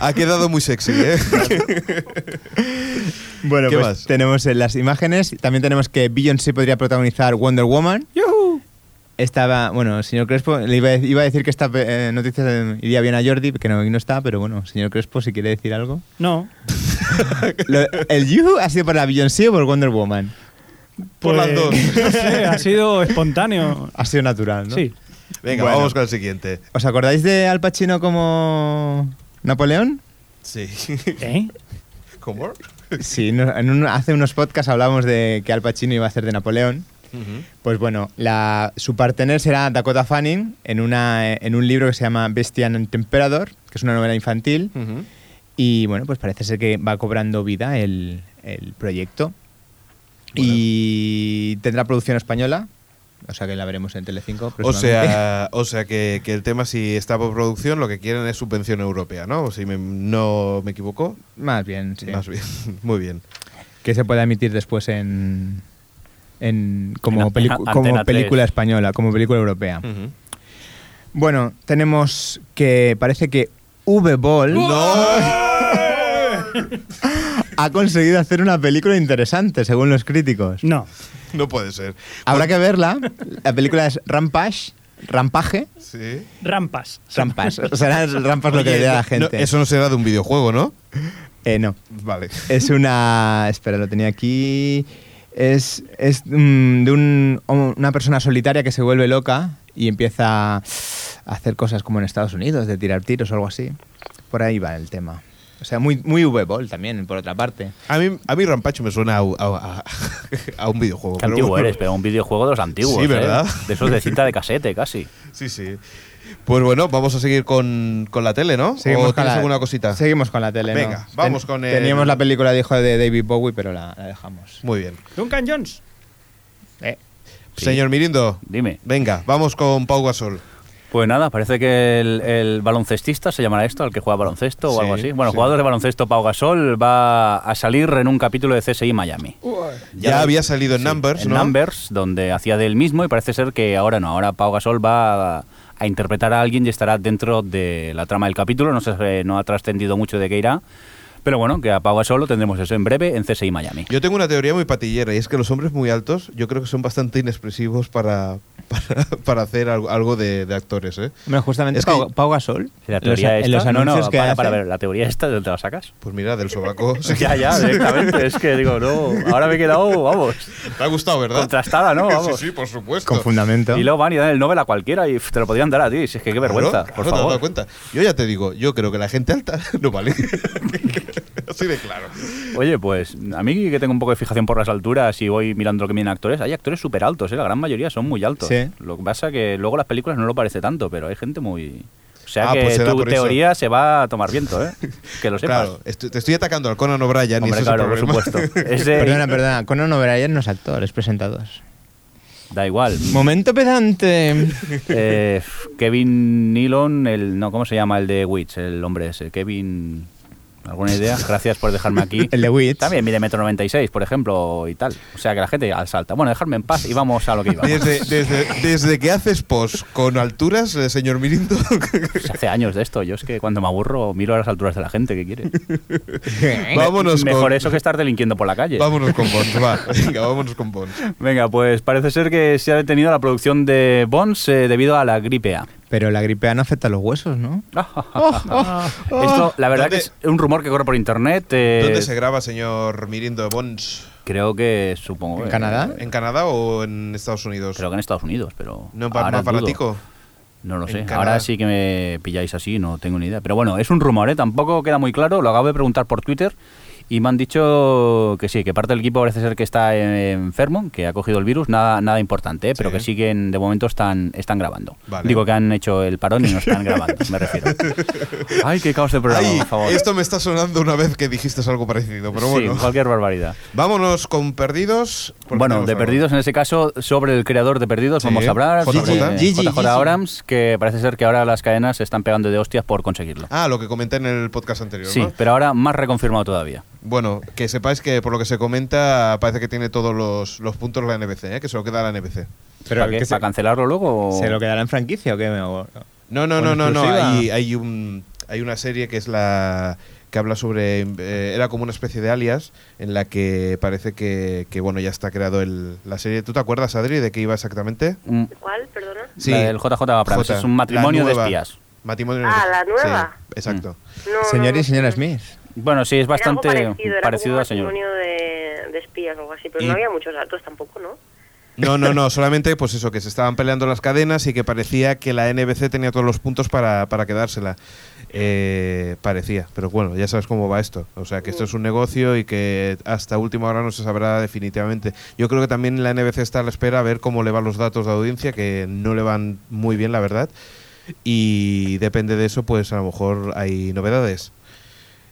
[SPEAKER 2] Ha quedado muy sexy, ¿eh?
[SPEAKER 4] Bueno,
[SPEAKER 2] ¿Qué
[SPEAKER 4] pues
[SPEAKER 2] más?
[SPEAKER 4] tenemos en las imágenes. También tenemos que Beyoncé podría protagonizar Wonder Woman. Estaba, bueno, señor Crespo, le iba a, iba a decir que esta eh, noticia eh, iría bien a Jordi, que no, no está, pero bueno, señor Crespo, si quiere decir algo.
[SPEAKER 5] No.
[SPEAKER 4] Lo- ¿El You ha sido por la Beyoncé o por Wonder Woman?
[SPEAKER 2] Por las dos.
[SPEAKER 5] pues, No sé, ha sido espontáneo.
[SPEAKER 4] Ha sido natural, ¿no?
[SPEAKER 5] Sí.
[SPEAKER 2] Venga,
[SPEAKER 4] Bueno.
[SPEAKER 2] vamos con el siguiente.
[SPEAKER 4] ¿Os acordáis de Al Pacino como Napoleón?
[SPEAKER 2] Sí.
[SPEAKER 5] ¿Eh?
[SPEAKER 2] ¿Cómo?
[SPEAKER 4] Sí, no- en un- hace unos podcasts hablamos de que Al Pacino iba a hacer de Napoleón. Pues bueno, la, su partener será Dakota Fanning en, una, en un libro que se llama Bestia and Temperador, que es una novela infantil. Y bueno, pues parece ser que va cobrando vida el, el proyecto. Y tendrá producción española, o sea que la veremos en Telecinco.
[SPEAKER 2] O
[SPEAKER 4] próximamente.
[SPEAKER 2] sea, o sea que, que el tema si está por producción lo que quieren es subvención europea, ¿no? Si me- no me equivoco.
[SPEAKER 4] Más bien, sí.
[SPEAKER 2] Más bien. Muy bien.
[SPEAKER 4] Que se pueda emitir después en... en- como,
[SPEAKER 3] En- en
[SPEAKER 4] pelicu-
[SPEAKER 3] Antena
[SPEAKER 4] como
[SPEAKER 3] 3.
[SPEAKER 4] película española, como película europea.
[SPEAKER 2] Mm.
[SPEAKER 4] Bueno, tenemos que parece que V-Ball ha conseguido hacer una película interesante, según los críticos.
[SPEAKER 5] No.
[SPEAKER 2] No puede ser.
[SPEAKER 4] Habrá que verla. La película es Rampage. Rampaje.
[SPEAKER 2] Sí.
[SPEAKER 5] Rampas.
[SPEAKER 4] Rampas. Será el rampas lo que le dé a la
[SPEAKER 2] Oye, no,
[SPEAKER 4] gente.
[SPEAKER 2] eso no será de un videojuego, ¿no?
[SPEAKER 4] Eh, no.
[SPEAKER 2] Vale.
[SPEAKER 4] Es una. Espera, lo tenía aquí. Es, es mm, de un- una persona solitaria que se vuelve loca y empieza a hacer cosas como en Estados Unidos, de tirar tiros o algo así. Por ahí va el tema. O sea, muy, muy V-Ball también, por otra parte.
[SPEAKER 2] A mí, a mí Rampacho me suena a, a- a- a un videojuego.
[SPEAKER 3] Qué
[SPEAKER 2] pero
[SPEAKER 3] antiguo
[SPEAKER 2] bueno.
[SPEAKER 3] eres, pero un videojuego de los antiguos.
[SPEAKER 2] Sí,
[SPEAKER 3] ¿eh?
[SPEAKER 2] ¿verdad?
[SPEAKER 3] De esos de cinta de casete, casi.
[SPEAKER 2] Sí, sí. Pues bueno, vamos a seguir con, con la tele, ¿no? ¿O tienes
[SPEAKER 4] la-
[SPEAKER 2] alguna cosita?
[SPEAKER 4] Seguimos con la tele. ¿no?
[SPEAKER 2] Venga, vamos con el-
[SPEAKER 4] Teníamos la película de hijo de David Bowie, pero la, la dejamos.
[SPEAKER 2] Muy bien.
[SPEAKER 5] Duncan Jones.
[SPEAKER 4] Eh,
[SPEAKER 3] Sí.
[SPEAKER 2] Señor Mirindo,
[SPEAKER 3] Dime.
[SPEAKER 2] venga, vamos con Pau Gasol.
[SPEAKER 3] Pues nada, parece que el, el baloncestista se llamará esto, el que juega baloncesto
[SPEAKER 2] Sí,
[SPEAKER 3] o algo así. Bueno, el
[SPEAKER 2] sí.
[SPEAKER 3] jugador de baloncesto Pau Gasol va a salir en un capítulo de CSI Miami.
[SPEAKER 2] Ya, había salido en
[SPEAKER 3] Sí,
[SPEAKER 2] Numbers,
[SPEAKER 3] en
[SPEAKER 2] ¿no?
[SPEAKER 3] Numbers, donde hacía de él mismo y parece ser que ahora no, ahora Pau Gasol va a, a interpretar a alguien y estará dentro de la trama del capítulo, no sé, no ha trascendido mucho de qué irá, pero bueno, que a Pau Gasol lo tendremos eso en breve en CSI Miami.
[SPEAKER 2] Yo tengo una teoría muy patillera y es que los hombres muy altos yo creo que son bastante inexpresivos para, para, para hacer algo, algo de, de actores, ¿eh?
[SPEAKER 4] Bueno, justamente
[SPEAKER 2] Es que-
[SPEAKER 4] Pau, Pau Gasol.
[SPEAKER 3] La
[SPEAKER 4] en
[SPEAKER 3] teoría
[SPEAKER 4] los, en
[SPEAKER 3] esta-
[SPEAKER 4] los
[SPEAKER 3] no, no,
[SPEAKER 4] anuncios que
[SPEAKER 3] para, para
[SPEAKER 4] hace-
[SPEAKER 3] ver, la teoría esta, ¿de dónde la sacas?
[SPEAKER 2] Pues mira, del sobaco. Sí.
[SPEAKER 3] Ya, ya, directamente, es que digo, no, ahora me he quedado, vamos.
[SPEAKER 2] Te ha gustado, ¿verdad?
[SPEAKER 3] Contrastada, ¿no? Vamos.
[SPEAKER 2] Sí, sí, por supuesto.
[SPEAKER 4] Con fundamento.
[SPEAKER 3] Y luego van y dan el Nobel a cualquiera y pf, te lo podrían dar a ti. Si es que qué vergüenza, por
[SPEAKER 2] Claro, claro, te has dado
[SPEAKER 3] favor.
[SPEAKER 2] cuenta. Yo ya te digo, yo creo que la gente alta no vale. Así de claro.
[SPEAKER 3] Oye, pues a mí que tengo un poco de fijación por las alturas y voy mirando lo que miden actores, hay actores súper altos, ¿eh? la gran mayoría son muy altos.
[SPEAKER 4] Sí.
[SPEAKER 3] Lo que pasa que luego las películas no lo parece tanto, pero hay gente muy... O sea
[SPEAKER 2] Ah,
[SPEAKER 3] que
[SPEAKER 2] pues será
[SPEAKER 3] tu
[SPEAKER 2] por eso.
[SPEAKER 3] teoría se va a tomar viento, ¿eh? Que lo sepas.
[SPEAKER 2] Claro, estu- te estoy atacando al Conan O'Brien y
[SPEAKER 3] Hombre,
[SPEAKER 2] ese
[SPEAKER 3] claro, por
[SPEAKER 2] es el problema.
[SPEAKER 3] supuesto. Ese-
[SPEAKER 4] Perdona, perdona. Conan O'Brien no es actor, es presentador.
[SPEAKER 3] Da igual.
[SPEAKER 4] Momento pedante.
[SPEAKER 3] Eh, Kevin Nilon, el no, ¿cómo se llama el de Witch? El hombre ese, Kevin. ¿Alguna idea? Gracias por dejarme aquí.
[SPEAKER 4] El de Witch.
[SPEAKER 3] También mide metro 96, por ejemplo, y tal. O sea que la gente al salta. Bueno, dejarme en paz y vamos a lo que iba.
[SPEAKER 2] Desde, desde, desde que haces post con alturas, eh, señor Mirindo,
[SPEAKER 3] pues, Hace años de esto. Yo es que cuando me aburro miro a las alturas de la gente que quiere.
[SPEAKER 2] vámonos
[SPEAKER 3] Mejor
[SPEAKER 2] con,
[SPEAKER 3] eso que estar delinquiendo por la calle.
[SPEAKER 2] vámonos con Bones, va. Venga, vámonos con Bones.
[SPEAKER 3] Venga, pues parece ser que se ha detenido la producción de Bonds eh, debido a la gripe A.
[SPEAKER 4] Pero la gripe A no afecta a los huesos, ¿no?
[SPEAKER 2] Ah,
[SPEAKER 3] Esto, la verdad
[SPEAKER 2] ¿Dónde-
[SPEAKER 3] que es un rumor que corre por internet. eh,
[SPEAKER 2] ¿Dónde se graba, señor Mirindo Bones?
[SPEAKER 3] Creo que supongo.
[SPEAKER 4] ¿En
[SPEAKER 3] eh,
[SPEAKER 4] Canadá?
[SPEAKER 2] ¿En Canadá o en Estados Unidos?
[SPEAKER 3] Creo que en Estados Unidos, pero.
[SPEAKER 2] ¿No para,
[SPEAKER 3] ahora
[SPEAKER 2] más
[SPEAKER 3] dudo.
[SPEAKER 2] baratico?
[SPEAKER 3] No lo
[SPEAKER 2] En
[SPEAKER 3] sé.
[SPEAKER 2] Canadá.
[SPEAKER 3] Ahora sí que me pilláis así, no tengo ni idea. Pero bueno, es un rumor, ¿eh? Tampoco queda muy claro. Lo acabo de preguntar por Twitter y me han dicho que sí, que parte del equipo parece ser que está eh, enfermo, que ha cogido el virus. Nada nada importante, ¿eh? Pero
[SPEAKER 2] Sí.
[SPEAKER 3] que sí que en- de momento están, están grabando.
[SPEAKER 2] Vale.
[SPEAKER 3] Digo que han hecho el parón y no están grabando, me refiero. Ay, qué caos de programa,
[SPEAKER 2] Ay,
[SPEAKER 3] por favor.
[SPEAKER 2] esto me está sonando una vez que dijiste algo parecido, pero bueno.
[SPEAKER 3] Sí, cualquier barbaridad.
[SPEAKER 2] Vámonos con Perdidos. porque
[SPEAKER 3] Bueno,
[SPEAKER 2] tenemos
[SPEAKER 3] de
[SPEAKER 2] algo.
[SPEAKER 3] Perdidos en ese caso, sobre el creador de Perdidos,
[SPEAKER 2] Sí,
[SPEAKER 3] vamos a hablar.
[SPEAKER 2] JJ.
[SPEAKER 3] sobre
[SPEAKER 4] Gigi, Gigi,
[SPEAKER 3] JJ
[SPEAKER 4] Gigi.
[SPEAKER 3] Abrams, que parece ser que ahora las cadenas se están pegando de hostias por conseguirlo.
[SPEAKER 2] Ah, lo que comenté en el podcast anterior,
[SPEAKER 3] Sí,
[SPEAKER 2] ¿no?
[SPEAKER 3] pero ahora más reconfirmado todavía.
[SPEAKER 2] Bueno, que sepáis que por lo que se comenta parece que tiene todos los, los puntos la NBC, ¿eh? que se lo queda la NBC.
[SPEAKER 4] Pero
[SPEAKER 3] ¿Para, qué?
[SPEAKER 4] que se,
[SPEAKER 3] ¿Para cancelarlo luego? o-
[SPEAKER 4] ¿se lo quedará en franquicia o qué? O-
[SPEAKER 2] No, no,
[SPEAKER 4] ¿O
[SPEAKER 2] no,
[SPEAKER 4] en
[SPEAKER 2] no, no.
[SPEAKER 4] exclusiva?
[SPEAKER 2] Hay, hay, un, hay una serie que es la que habla sobre. eh, era como una especie de alias en la que parece que, que, bueno, ya está creado el, la serie. ¿Tú te acuerdas, Adri, de qué iba exactamente?
[SPEAKER 3] Mm,
[SPEAKER 7] ¿Cuál? Perdona.
[SPEAKER 2] Sí.
[SPEAKER 3] la del JJ Abrams.
[SPEAKER 2] Jota,
[SPEAKER 3] Es un matrimonio
[SPEAKER 2] la
[SPEAKER 3] de
[SPEAKER 2] nueva.
[SPEAKER 3] espías. Mm.
[SPEAKER 2] Matrimonio
[SPEAKER 7] Ah,
[SPEAKER 2] de-
[SPEAKER 7] la nueva.
[SPEAKER 2] Sí, exacto.
[SPEAKER 7] No,
[SPEAKER 4] Señor
[SPEAKER 7] no, no.
[SPEAKER 4] y señora Smith.
[SPEAKER 3] Bueno, sí, es
[SPEAKER 7] Era algo
[SPEAKER 3] bastante
[SPEAKER 7] parecido, era como
[SPEAKER 3] parecido
[SPEAKER 7] un
[SPEAKER 3] a señor.
[SPEAKER 7] matrimonio de, de espías o algo así, pero
[SPEAKER 2] Y-
[SPEAKER 7] no había muchos altos tampoco, ¿no?
[SPEAKER 2] No, no, no, solamente pues eso, que se estaban peleando las cadenas y que parecía que la NBC tenía todos los puntos para, para quedársela. Eh, parecía, pero bueno, ya sabes cómo va esto. O sea, que esto es un negocio y que hasta última hora no se sabrá definitivamente. Yo creo que también la NBC está a la espera a ver cómo le van los datos de audiencia, que no le van muy bien, la verdad. Y depende de eso, pues a lo mejor hay novedades.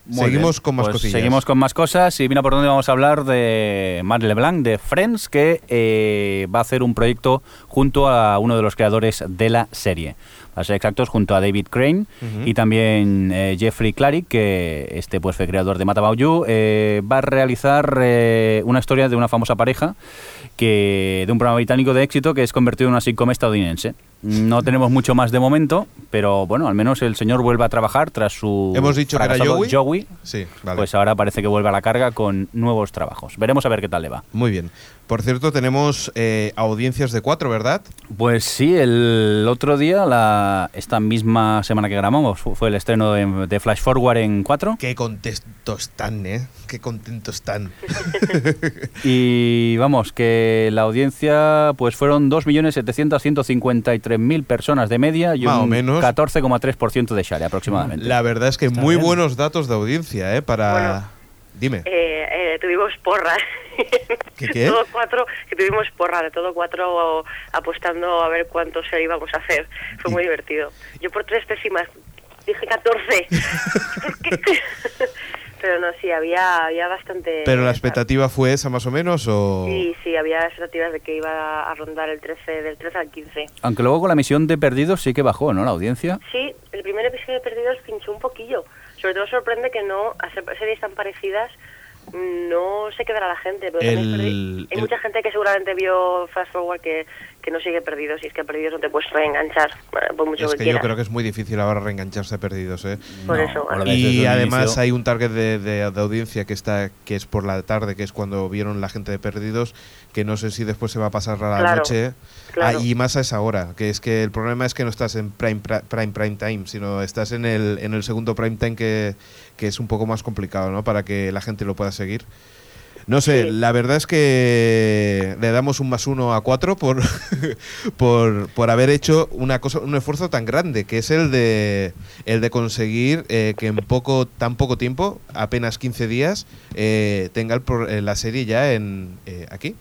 [SPEAKER 3] Muy
[SPEAKER 2] seguimos
[SPEAKER 3] bien,
[SPEAKER 2] con más
[SPEAKER 3] pues
[SPEAKER 2] cosillas.
[SPEAKER 3] Seguimos con más cosas y mira por dónde vamos a hablar de Matt LeBlanc de Friends que eh, va a hacer un proyecto junto a uno de los creadores de la serie. Para ser exactos, junto a David Crane
[SPEAKER 2] Ujú.
[SPEAKER 3] y también eh, Jeffrey Clary, que este pues fue creador de Mata About You, eh, va a realizar eh, una historia de una famosa pareja que de un programa británico de éxito que es convertido en una sitcom estadounidense. No tenemos mucho más de momento, pero bueno, al menos el señor vuelve a trabajar tras su
[SPEAKER 2] Hemos dicho que era
[SPEAKER 3] fracasado
[SPEAKER 2] Joey.
[SPEAKER 3] Joey
[SPEAKER 2] Sí, vale.
[SPEAKER 3] pues ahora parece que vuelve a la carga con nuevos trabajos. Veremos a ver qué tal le va.
[SPEAKER 2] Muy bien. Por cierto, tenemos eh, audiencias de cuatro, ¿verdad?
[SPEAKER 3] Pues sí, el otro día, la, esta misma semana que grabamos, fu- fue el estreno de, de Flash Forward en 4
[SPEAKER 2] Qué contentos están, ¿eh? Qué contentos están.
[SPEAKER 3] y vamos, que la audiencia pues fueron 2.753.000 personas de media y
[SPEAKER 2] Más o
[SPEAKER 3] un
[SPEAKER 2] menos.
[SPEAKER 3] 14,3% de share aproximadamente.
[SPEAKER 2] La verdad es que
[SPEAKER 5] Está
[SPEAKER 2] muy
[SPEAKER 5] bien.
[SPEAKER 2] buenos datos de audiencia, ¿eh? Para...
[SPEAKER 7] Bueno.
[SPEAKER 2] Dime.
[SPEAKER 7] Eh, eh, tuvimos porras.
[SPEAKER 2] ¿Qué, qué?
[SPEAKER 7] Todo cuatro, que tuvimos porra de todo cuatro apostando a ver cuánto se íbamos a hacer. Fue muy divertido. Yo por tres décimas dije 14. ¿Por qué? Pero no, sí, había, había bastante...
[SPEAKER 2] ¿Pero la expectativa fue esa más o menos o...?
[SPEAKER 7] Sí, sí, había expectativas de que iba a rondar el 13, del 13 al 15.
[SPEAKER 3] Aunque luego con la misión de Perdidos sí que bajó, ¿no? La audiencia.
[SPEAKER 7] Sí, el primer episodio de Perdidos pinchó un poquillo. Sobre todo sorprende que no, a ser- series tan parecidas, no se quedará la gente. Pero también
[SPEAKER 2] El-
[SPEAKER 7] Perdi- hay
[SPEAKER 2] el-
[SPEAKER 7] mucha gente que seguramente vio Fast Forward que, que no sigue Perdidos y es que Perdidos no te puedes reenganchar eh, por mucho
[SPEAKER 2] Es
[SPEAKER 7] que,
[SPEAKER 2] que yo
[SPEAKER 7] quieras.
[SPEAKER 2] creo que es muy difícil ahora reengancharse perdidos, ¿eh?
[SPEAKER 7] Por
[SPEAKER 3] No,
[SPEAKER 7] eso.
[SPEAKER 3] por lo menos desde
[SPEAKER 2] Y
[SPEAKER 3] un
[SPEAKER 2] además
[SPEAKER 3] inicio.
[SPEAKER 2] hay un target de, de- de audiencia que está que es por la tarde, que es cuando vieron la gente de Perdidos, que no sé si después se va a pasar a la
[SPEAKER 7] Claro,
[SPEAKER 2] noche.
[SPEAKER 7] claro.
[SPEAKER 2] Ah, y más a esa hora, que es que el problema es que no estás en prime pra- prime, prime time, sino estás en el, en el segundo prime time que, que es un poco más complicado, ¿no? Para que la gente lo pueda seguir. No sé,
[SPEAKER 7] Sí.
[SPEAKER 2] la verdad es que le damos un más uno a cuatro por, por, por haber hecho una cosa, un esfuerzo tan grande, que es el de el de conseguir eh, que en poco, tan poco tiempo, apenas 15 días, eh, tenga el pro- eh, la serie ya en eh, aquí.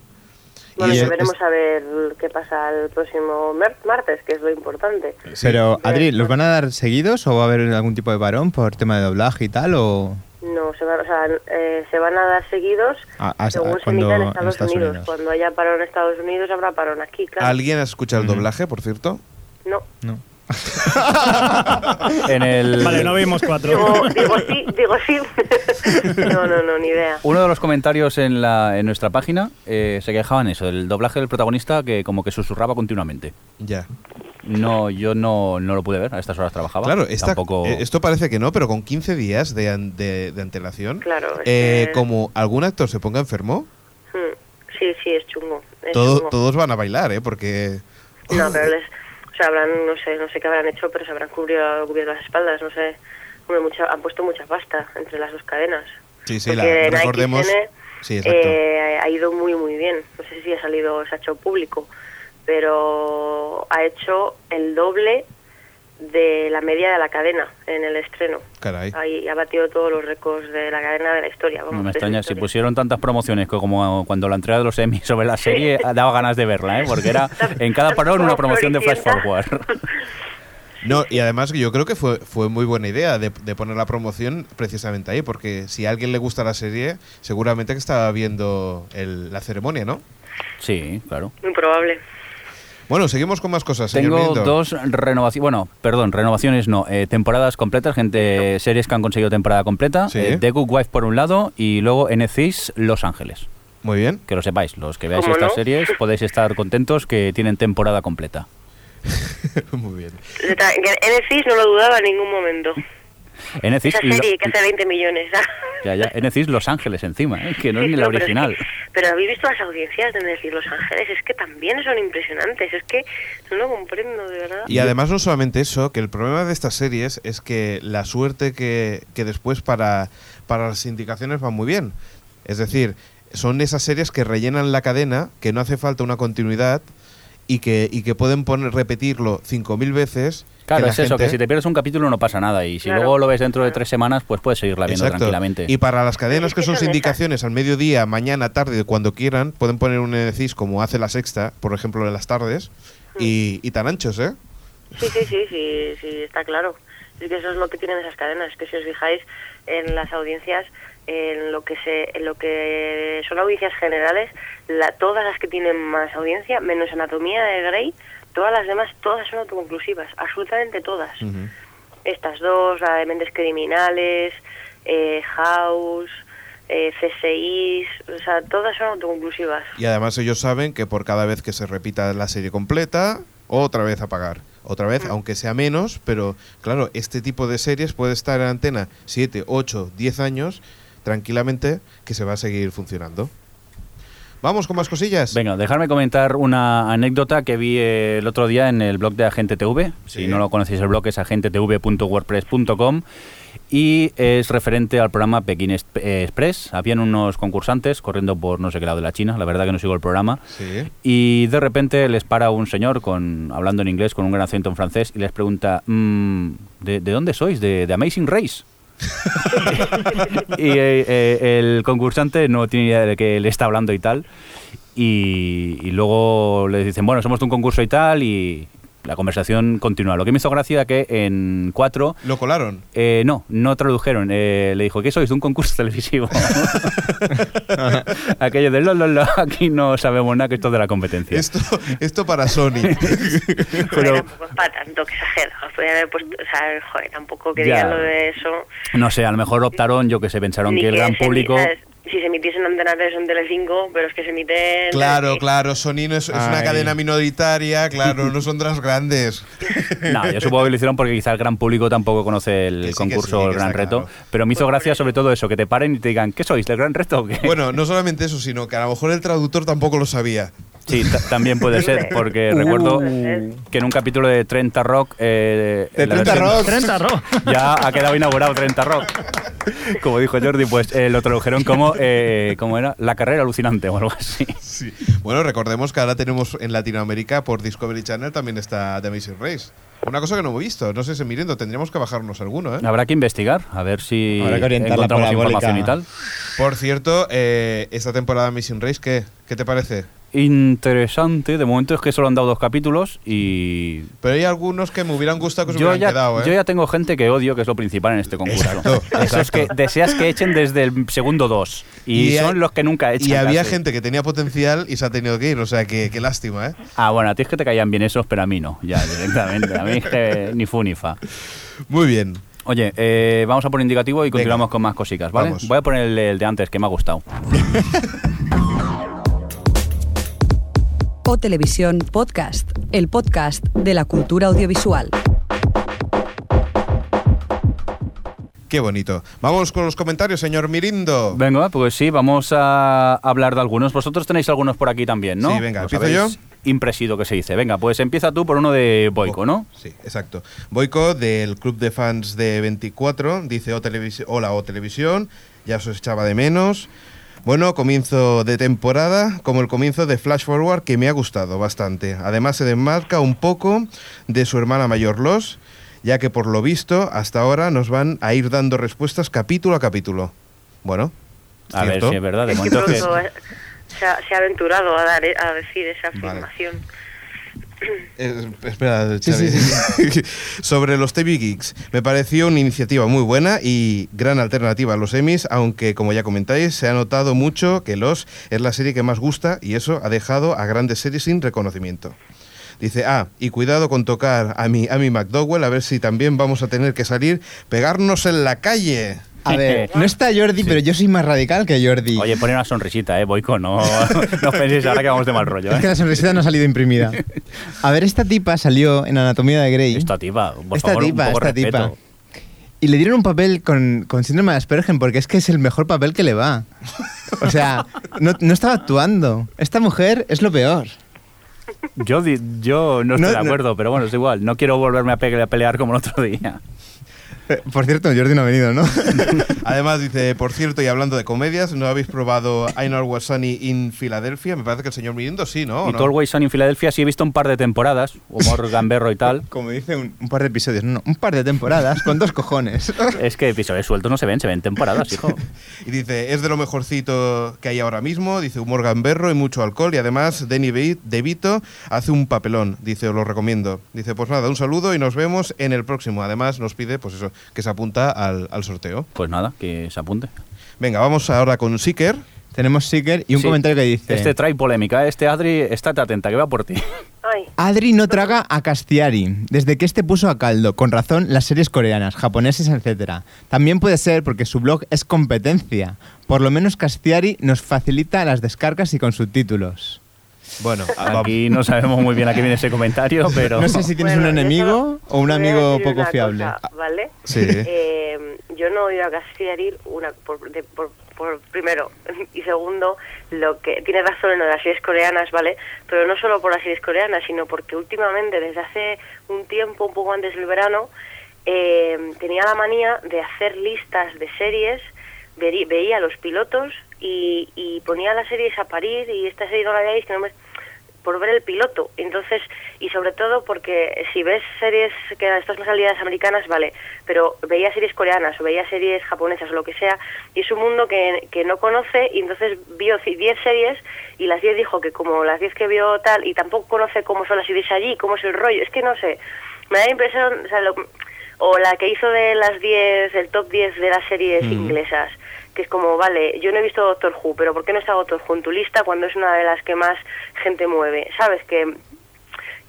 [SPEAKER 7] Bueno,
[SPEAKER 2] Y
[SPEAKER 7] ya
[SPEAKER 2] es-
[SPEAKER 7] veremos a ver qué pasa el próximo mer- martes, que es lo importante.
[SPEAKER 4] Pero, Adri, ¿los van a dar seguidos o va a haber algún tipo de varón por tema de doblaje y tal? O...
[SPEAKER 7] No, se van, o sea, eh, se van a dar seguidos
[SPEAKER 4] A- a-
[SPEAKER 7] según
[SPEAKER 4] a-
[SPEAKER 7] se
[SPEAKER 4] cuando
[SPEAKER 7] emita en
[SPEAKER 4] en
[SPEAKER 7] Estados,
[SPEAKER 4] Estados
[SPEAKER 7] Unidos.
[SPEAKER 4] Unidos.
[SPEAKER 7] Cuando haya parón en Estados Unidos, habrá parón aquí, claro.
[SPEAKER 2] ¿Alguien ha escuchado el doblaje, por cierto?
[SPEAKER 7] No.
[SPEAKER 4] No.
[SPEAKER 3] En el,
[SPEAKER 5] Vale, no vimos cuatro.
[SPEAKER 7] Digo, digo sí, digo sí. No, no, no, ni idea.
[SPEAKER 3] Uno de los comentarios en, la, en nuestra página eh, se quejaban eso, el doblaje del protagonista que como que susurraba continuamente.
[SPEAKER 2] Ya.
[SPEAKER 3] No, yo no, no lo pude ver, a estas horas trabajaba.
[SPEAKER 2] Claro, esta-
[SPEAKER 3] Tampoco...
[SPEAKER 2] eh, esto parece que no, pero con 15 días de, an- de- de antelación,
[SPEAKER 7] Claro, es
[SPEAKER 2] eh,
[SPEAKER 7] que-
[SPEAKER 2] como algún actor se ponga enfermo,
[SPEAKER 7] Hmm. Sí, sí, es chungo. es
[SPEAKER 2] todo-
[SPEAKER 7] chungo.
[SPEAKER 2] todos van a bailar, ¿eh? Porque...
[SPEAKER 7] No, pero les, o sea, habrán, no sé, no sé qué habrán hecho, pero se habrán cubrido, cubierto las espaldas, no sé. Hombre, mucha- han puesto mucha pasta entre las dos cadenas.
[SPEAKER 2] Sí, sí, la,
[SPEAKER 7] Porque en
[SPEAKER 2] recordemos...
[SPEAKER 7] AXN,
[SPEAKER 2] Sí, exacto.
[SPEAKER 7] eh, ha ido muy, muy bien. No sé si ha salido, se ha hecho público, pero ha hecho el doble de la media de la cadena en el estreno.
[SPEAKER 2] Caray.
[SPEAKER 7] Ahí ha batido todos los récords de la cadena de la historia. vamos,
[SPEAKER 3] No me
[SPEAKER 7] de su
[SPEAKER 3] extraña, si
[SPEAKER 7] historia.
[SPEAKER 3] pusieron tantas promociones que como cuando la entrega de los Emmy sobre la serie daba ganas de verla, ¿eh? porque era en cada parón una promoción de Flash Forward.
[SPEAKER 2] No, y además yo creo que fue, fue muy buena idea de, de poner la promoción precisamente ahí, porque si a alguien le gusta la serie, seguramente que estaba viendo el- la ceremonia, ¿no?
[SPEAKER 3] Sí, claro.
[SPEAKER 7] Muy probable.
[SPEAKER 2] Bueno, seguimos con más cosas, señor
[SPEAKER 3] Tengo
[SPEAKER 2] Lindo.
[SPEAKER 3] dos renovaciones, bueno, perdón, renovaciones no, eh, temporadas completas, gente, series que han conseguido temporada completa,
[SPEAKER 2] Sí.
[SPEAKER 3] eh, The Good Wife por un lado y luego NCIS Los Ángeles.
[SPEAKER 2] Muy bien.
[SPEAKER 3] Que lo sepáis, los que veáis
[SPEAKER 7] ¿Cómo
[SPEAKER 3] estas
[SPEAKER 7] no?
[SPEAKER 3] series podéis estar contentos que tienen temporada completa.
[SPEAKER 2] muy bien.
[SPEAKER 7] Neta, que En el CIS no lo dudaba en ningún momento.
[SPEAKER 3] En Ecis,
[SPEAKER 7] Esa
[SPEAKER 3] lo-
[SPEAKER 7] serie que hace 20 millones.
[SPEAKER 3] ya, ya, en Ecis, Los Ángeles encima, ¿eh? que no es ni la
[SPEAKER 7] pero es que-
[SPEAKER 3] original.
[SPEAKER 7] Pero, habéis visto las audiencias de decir Los Ángeles, es que también son impresionantes, es que no lo comprendo, de verdad.
[SPEAKER 2] Y además no solamente eso, que el problema de estas series es que la suerte que, que después para, para las sindicaciones va muy bien. Es decir, son esas series que rellenan la cadena, que no hace falta una continuidad y que, y que pueden poner, repetirlo 5.000 veces.
[SPEAKER 3] Claro,
[SPEAKER 2] la
[SPEAKER 3] es eso, que
[SPEAKER 2] gente- ¿eh?
[SPEAKER 3] si te pierdes un capítulo no pasa nada y si
[SPEAKER 7] Claro.
[SPEAKER 3] luego lo ves dentro de tres semanas, pues puedes seguirla viendo
[SPEAKER 2] Exacto.
[SPEAKER 3] tranquilamente.
[SPEAKER 2] Y para las cadenas
[SPEAKER 7] Es
[SPEAKER 2] que
[SPEAKER 7] que
[SPEAKER 2] son
[SPEAKER 7] son
[SPEAKER 2] sindicaciones al mediodía, mañana, tarde, cuando quieran, pueden poner un NCIS como hace la sexta, por ejemplo, en las tardes, y, y tan anchos, ¿eh?
[SPEAKER 7] Sí, sí, sí, sí, sí, está claro. Es que eso es lo que tienen esas cadenas, que si os fijáis en las audiencias, en lo que se, en lo que son audiencias generales, la, todas las que tienen más audiencia, menos Anatomía de Grey, todas las demás, todas son autoconclusivas, absolutamente todas. Estas dos, la de Mentes Criminales, eh, House, eh, CSIs, o sea, todas son autoconclusivas.
[SPEAKER 2] Y además ellos saben que por cada vez que se repita la serie completa, otra vez a pagar. Otra vez, aunque sea menos, pero claro, este tipo de series puede estar en antena 7, 8, 10 años tranquilamente que se va a seguir funcionando. Vamos con más cosillas.
[SPEAKER 3] Venga, dejarme comentar una anécdota que vi eh, el otro día en el blog de Agente TV.
[SPEAKER 2] Sí.
[SPEAKER 3] Si no lo conocéis, el blog es agentetv.wordpress.com y es referente al programa Pekín Exp- eh, Express. Habían unos concursantes corriendo por no sé qué lado de la China, la verdad que no sigo el programa.
[SPEAKER 2] Sí.
[SPEAKER 3] Y de repente les para un señor con hablando en inglés con un gran acento en francés y les pregunta, "Mm, ¿de, de dónde sois? ¿De, de Amazing Race? y eh, eh, el concursante no tiene idea de que le está hablando y tal. Y, y luego le dicen, bueno, somos de un concurso y tal, y la conversación continúa. Lo que me hizo gracia que en cuatro...
[SPEAKER 2] Lo colaron.
[SPEAKER 3] eh, no, no tradujeron. Eh, le dijo, ¿qué sois? De un concurso televisivo. Aquello de, lo, lo, lo, aquí no sabemos nada que esto es de la competencia.
[SPEAKER 2] Esto, esto para Sony.
[SPEAKER 3] Pero-
[SPEAKER 7] Joder, tampoco es para tanto que exagero. Podrían haber puesto, o sea, joder, tampoco que
[SPEAKER 3] Ya.
[SPEAKER 7] digan lo de eso.
[SPEAKER 3] No sé, a lo mejor optaron, yo que sé, pensaron
[SPEAKER 7] Ni
[SPEAKER 3] que el gran
[SPEAKER 7] se emi-
[SPEAKER 3] público...
[SPEAKER 7] ¿sabes? Si se emitiese en Antena 3 o en Telecinco, pero es que se emite... en
[SPEAKER 2] Claro,
[SPEAKER 7] Telecinco.
[SPEAKER 2] claro, Sony no es, es una
[SPEAKER 4] Ay.
[SPEAKER 2] cadena minoritaria, claro, no son de las grandes.
[SPEAKER 3] No, yo supongo que lo hicieron porque quizá el gran público tampoco conoce el
[SPEAKER 2] Que sí, que
[SPEAKER 3] concurso
[SPEAKER 2] sí,
[SPEAKER 3] o
[SPEAKER 2] que
[SPEAKER 3] el gran
[SPEAKER 2] está
[SPEAKER 3] reto.
[SPEAKER 2] claro.
[SPEAKER 3] Pero me hizo
[SPEAKER 7] Pues por
[SPEAKER 3] gracia
[SPEAKER 7] eso.
[SPEAKER 3] sobre todo eso, que te paren y te digan, ¿qué sois? ¿Del gran reto o qué?
[SPEAKER 2] Bueno, no solamente eso, sino que a lo mejor el traductor tampoco lo sabía.
[SPEAKER 3] Sí, ta- también puede ser, porque
[SPEAKER 4] Uh.
[SPEAKER 3] recuerdo
[SPEAKER 7] Puede
[SPEAKER 3] que en un capítulo de 30 Rock... eh,
[SPEAKER 2] De
[SPEAKER 3] en la
[SPEAKER 2] 30
[SPEAKER 3] versión-
[SPEAKER 2] Rock.
[SPEAKER 5] 30 ro.
[SPEAKER 3] Ya ha quedado inaugurado 30 Rock. Como dijo Jordi, pues eh, lo tradujeron como, eh, ¿cómo era? La carrera alucinante o algo así.
[SPEAKER 2] Sí. Bueno, recordemos que ahora tenemos en Latinoamérica por Discovery Channel también está The Amazing Race. Una cosa que no hemos visto, no sé si mirando, tendríamos que bajarnos alguno, ¿eh?
[SPEAKER 3] Habrá que investigar, a ver si
[SPEAKER 4] Habrá que orientar la
[SPEAKER 3] encontramos
[SPEAKER 4] parabólica.
[SPEAKER 3] información y tal.
[SPEAKER 2] Por cierto, eh, esta temporada de Amazing Race, ¿qué? ¿Qué te parece?
[SPEAKER 3] Interesante, de momento es que solo han dado dos capítulos y
[SPEAKER 2] Pero hay algunos que me hubieran gustado que se
[SPEAKER 3] Yo
[SPEAKER 2] hubieran
[SPEAKER 3] ya,
[SPEAKER 2] quedado, ¿eh?
[SPEAKER 3] yo ya tengo gente que odio, que es lo principal en este concurso.
[SPEAKER 2] Exacto,
[SPEAKER 3] Eso es que deseas que echen desde el segundo dos. Y,
[SPEAKER 2] Y hay-
[SPEAKER 3] son los que nunca echan.
[SPEAKER 2] y había
[SPEAKER 3] casi.
[SPEAKER 2] gente que tenía potencial y se ha tenido que ir, o sea que qué lástima, ¿eh?
[SPEAKER 3] Ah, bueno, a ti es que te caían bien esos, pero a mí no. Ya, directamente. A mí es que ni fu ni fa.
[SPEAKER 2] Muy bien.
[SPEAKER 3] Oye, eh, vamos a por indicativo y continuamos con más cositas, ¿vale?
[SPEAKER 2] Vamos.
[SPEAKER 3] Voy a poner el, el de antes, que me ha gustado.
[SPEAKER 1] O Televisión Podcast, el podcast de la cultura audiovisual.
[SPEAKER 2] Qué bonito. Vamos con los comentarios, señor Mirindo.
[SPEAKER 3] Venga, pues sí, vamos a hablar de algunos. Vosotros tenéis algunos por aquí también, ¿no?
[SPEAKER 2] Sí, venga,
[SPEAKER 3] Los
[SPEAKER 2] ¿empiezo yo?
[SPEAKER 3] habéis Impresido que se dice. Venga, pues empieza tú por uno de Boico, ¿no?
[SPEAKER 2] Sí, exacto. Boico, del club de fans de 24, dice "O televisi- Hola O Televisión, ya os echaba de menos. Bueno, comienzo de temporada, como el comienzo de Flash Forward, que me ha gustado bastante. Además, se desmarca un poco de su hermana mayor Los, ya que por lo visto, hasta ahora nos van a ir dando respuestas capítulo a capítulo. Bueno,
[SPEAKER 3] A ver
[SPEAKER 2] ¿cierto?
[SPEAKER 3] si es verdad. De
[SPEAKER 7] Es que
[SPEAKER 3] momento que-
[SPEAKER 7] pronto eh, se ha, se ha aventurado a, dar, eh, a decir esa
[SPEAKER 2] Vale.
[SPEAKER 7] afirmación.
[SPEAKER 2] Eh, espera,
[SPEAKER 4] Sí,
[SPEAKER 2] Xavi.
[SPEAKER 4] sí,
[SPEAKER 2] Sobre los TV Geeks. Me pareció una iniciativa muy buena y gran alternativa a los Emmys, aunque, como ya comentáis, se ha notado mucho que Los es la serie que más gusta y eso ha dejado a grandes series sin reconocimiento. Dice, ah, y cuidado con tocar a mi, a mi McDowell, a ver si también vamos a tener que salir, pegarnos en la calle.
[SPEAKER 4] A ver, no está Jordi, pero yo soy más radical que Jordi.
[SPEAKER 3] Oye, pone una sonrisita, ¿eh, Boico? No, no penséis ahora que vamos de mal rollo,
[SPEAKER 4] es que
[SPEAKER 3] ¿eh?
[SPEAKER 4] la sonrisita no ha salido imprimida. A ver, esta tipa salió en Anatomía de Grey.
[SPEAKER 3] Esta tipa, por
[SPEAKER 4] esta
[SPEAKER 3] favor,
[SPEAKER 4] tipa,
[SPEAKER 3] un poco
[SPEAKER 4] esta
[SPEAKER 3] respeto.
[SPEAKER 4] tipa. Y le dieron un papel con, con síndrome de Asperger porque es que es el mejor papel que le va. O sea, no, no estaba actuando. Esta mujer es lo peor.
[SPEAKER 3] Yo, di- yo no estoy
[SPEAKER 4] No,
[SPEAKER 3] de
[SPEAKER 4] no.
[SPEAKER 3] acuerdo, pero bueno, es igual. No quiero volverme a, pe- a pelear como el otro día.
[SPEAKER 4] Eh, Por cierto, Jordi no ha venido, ¿no?
[SPEAKER 2] Además dice, por cierto, y hablando de comedias, ¿no habéis probado I Know It Was Sunny in Philadelphia? Me parece que el señor Mirindo sí, ¿no? ¿O
[SPEAKER 3] y
[SPEAKER 2] no?
[SPEAKER 3] Tall Way Son en Filadelfia sí he visto un par de temporadas, humor gamberro y tal.
[SPEAKER 4] Como dice, un, un par de episodios, no, un par de temporadas, con dos cojones.
[SPEAKER 3] Es que episodios sueltos no se ven, se ven temporadas, hijo.
[SPEAKER 2] Y dice, es de lo mejorcito que hay ahora mismo, dice humor gamberro y mucho alcohol y además Danny Be- DeVito hace un papelón, dice, os lo recomiendo. Dice, pues nada, un saludo y nos vemos en el próximo. Además nos pide, pues eso, que se apunta al, al sorteo.
[SPEAKER 3] Pues nada, que se apunte.
[SPEAKER 2] Venga, vamos ahora con Seeker.
[SPEAKER 4] Tenemos Seeker y un
[SPEAKER 3] Sí.
[SPEAKER 4] comentario que dice...
[SPEAKER 3] Este trae polémica, ¿eh? este Adri, estate atenta, que va por ti.
[SPEAKER 4] Ah,
[SPEAKER 7] Ay,
[SPEAKER 4] Adri no traga a Castiari, desde que este puso a caldo, con razón, las series coreanas, japonesas, etc. También puede ser porque su blog es competencia. Por lo menos Castiari nos facilita las descargas y con subtítulos.
[SPEAKER 2] Bueno, va-
[SPEAKER 3] Aquí no sabemos muy bien a qué viene ese comentario, pero...
[SPEAKER 4] Ah, No sé si tienes
[SPEAKER 7] Bueno,
[SPEAKER 4] un
[SPEAKER 7] yo
[SPEAKER 4] enemigo
[SPEAKER 7] solo
[SPEAKER 4] o un
[SPEAKER 7] voy a
[SPEAKER 4] amigo
[SPEAKER 7] decir
[SPEAKER 4] poco
[SPEAKER 7] una
[SPEAKER 4] fiable.
[SPEAKER 7] cosa, ¿Vale?
[SPEAKER 2] Sí.
[SPEAKER 7] Eh, yo no he oído a Castiari una, por, de- por- por- primero y segundo, lo que tiene razón en lo de las series coreanas, ¿vale? Pero no solo por las series coreanas, sino porque últimamente, desde hace un tiempo, un poco antes del verano, eh, tenía la manía de hacer listas de series, veri- veía los pilotos y, y ponía las series a parir y esta serie no la veáis, que no me por ver el piloto. Entonces, y sobre todo porque si ves series que estas más salidas americanas, vale, pero veía series coreanas o veía series japonesas o lo que sea, y es un mundo que, que no conoce, y entonces vio ci- 10 series y las 10 dijo que como las 10 que vio tal, y tampoco conoce cómo son las series allí, cómo es el rollo, es que no sé, me da la impresión, o sea, lo- o la que hizo de las 10, el top 10 de las series inglesas, que es como, vale, yo no he visto Doctor Who, pero ¿por qué no está Doctor Who en tu lista cuando es una de las que más gente mueve? ¿Sabes? Que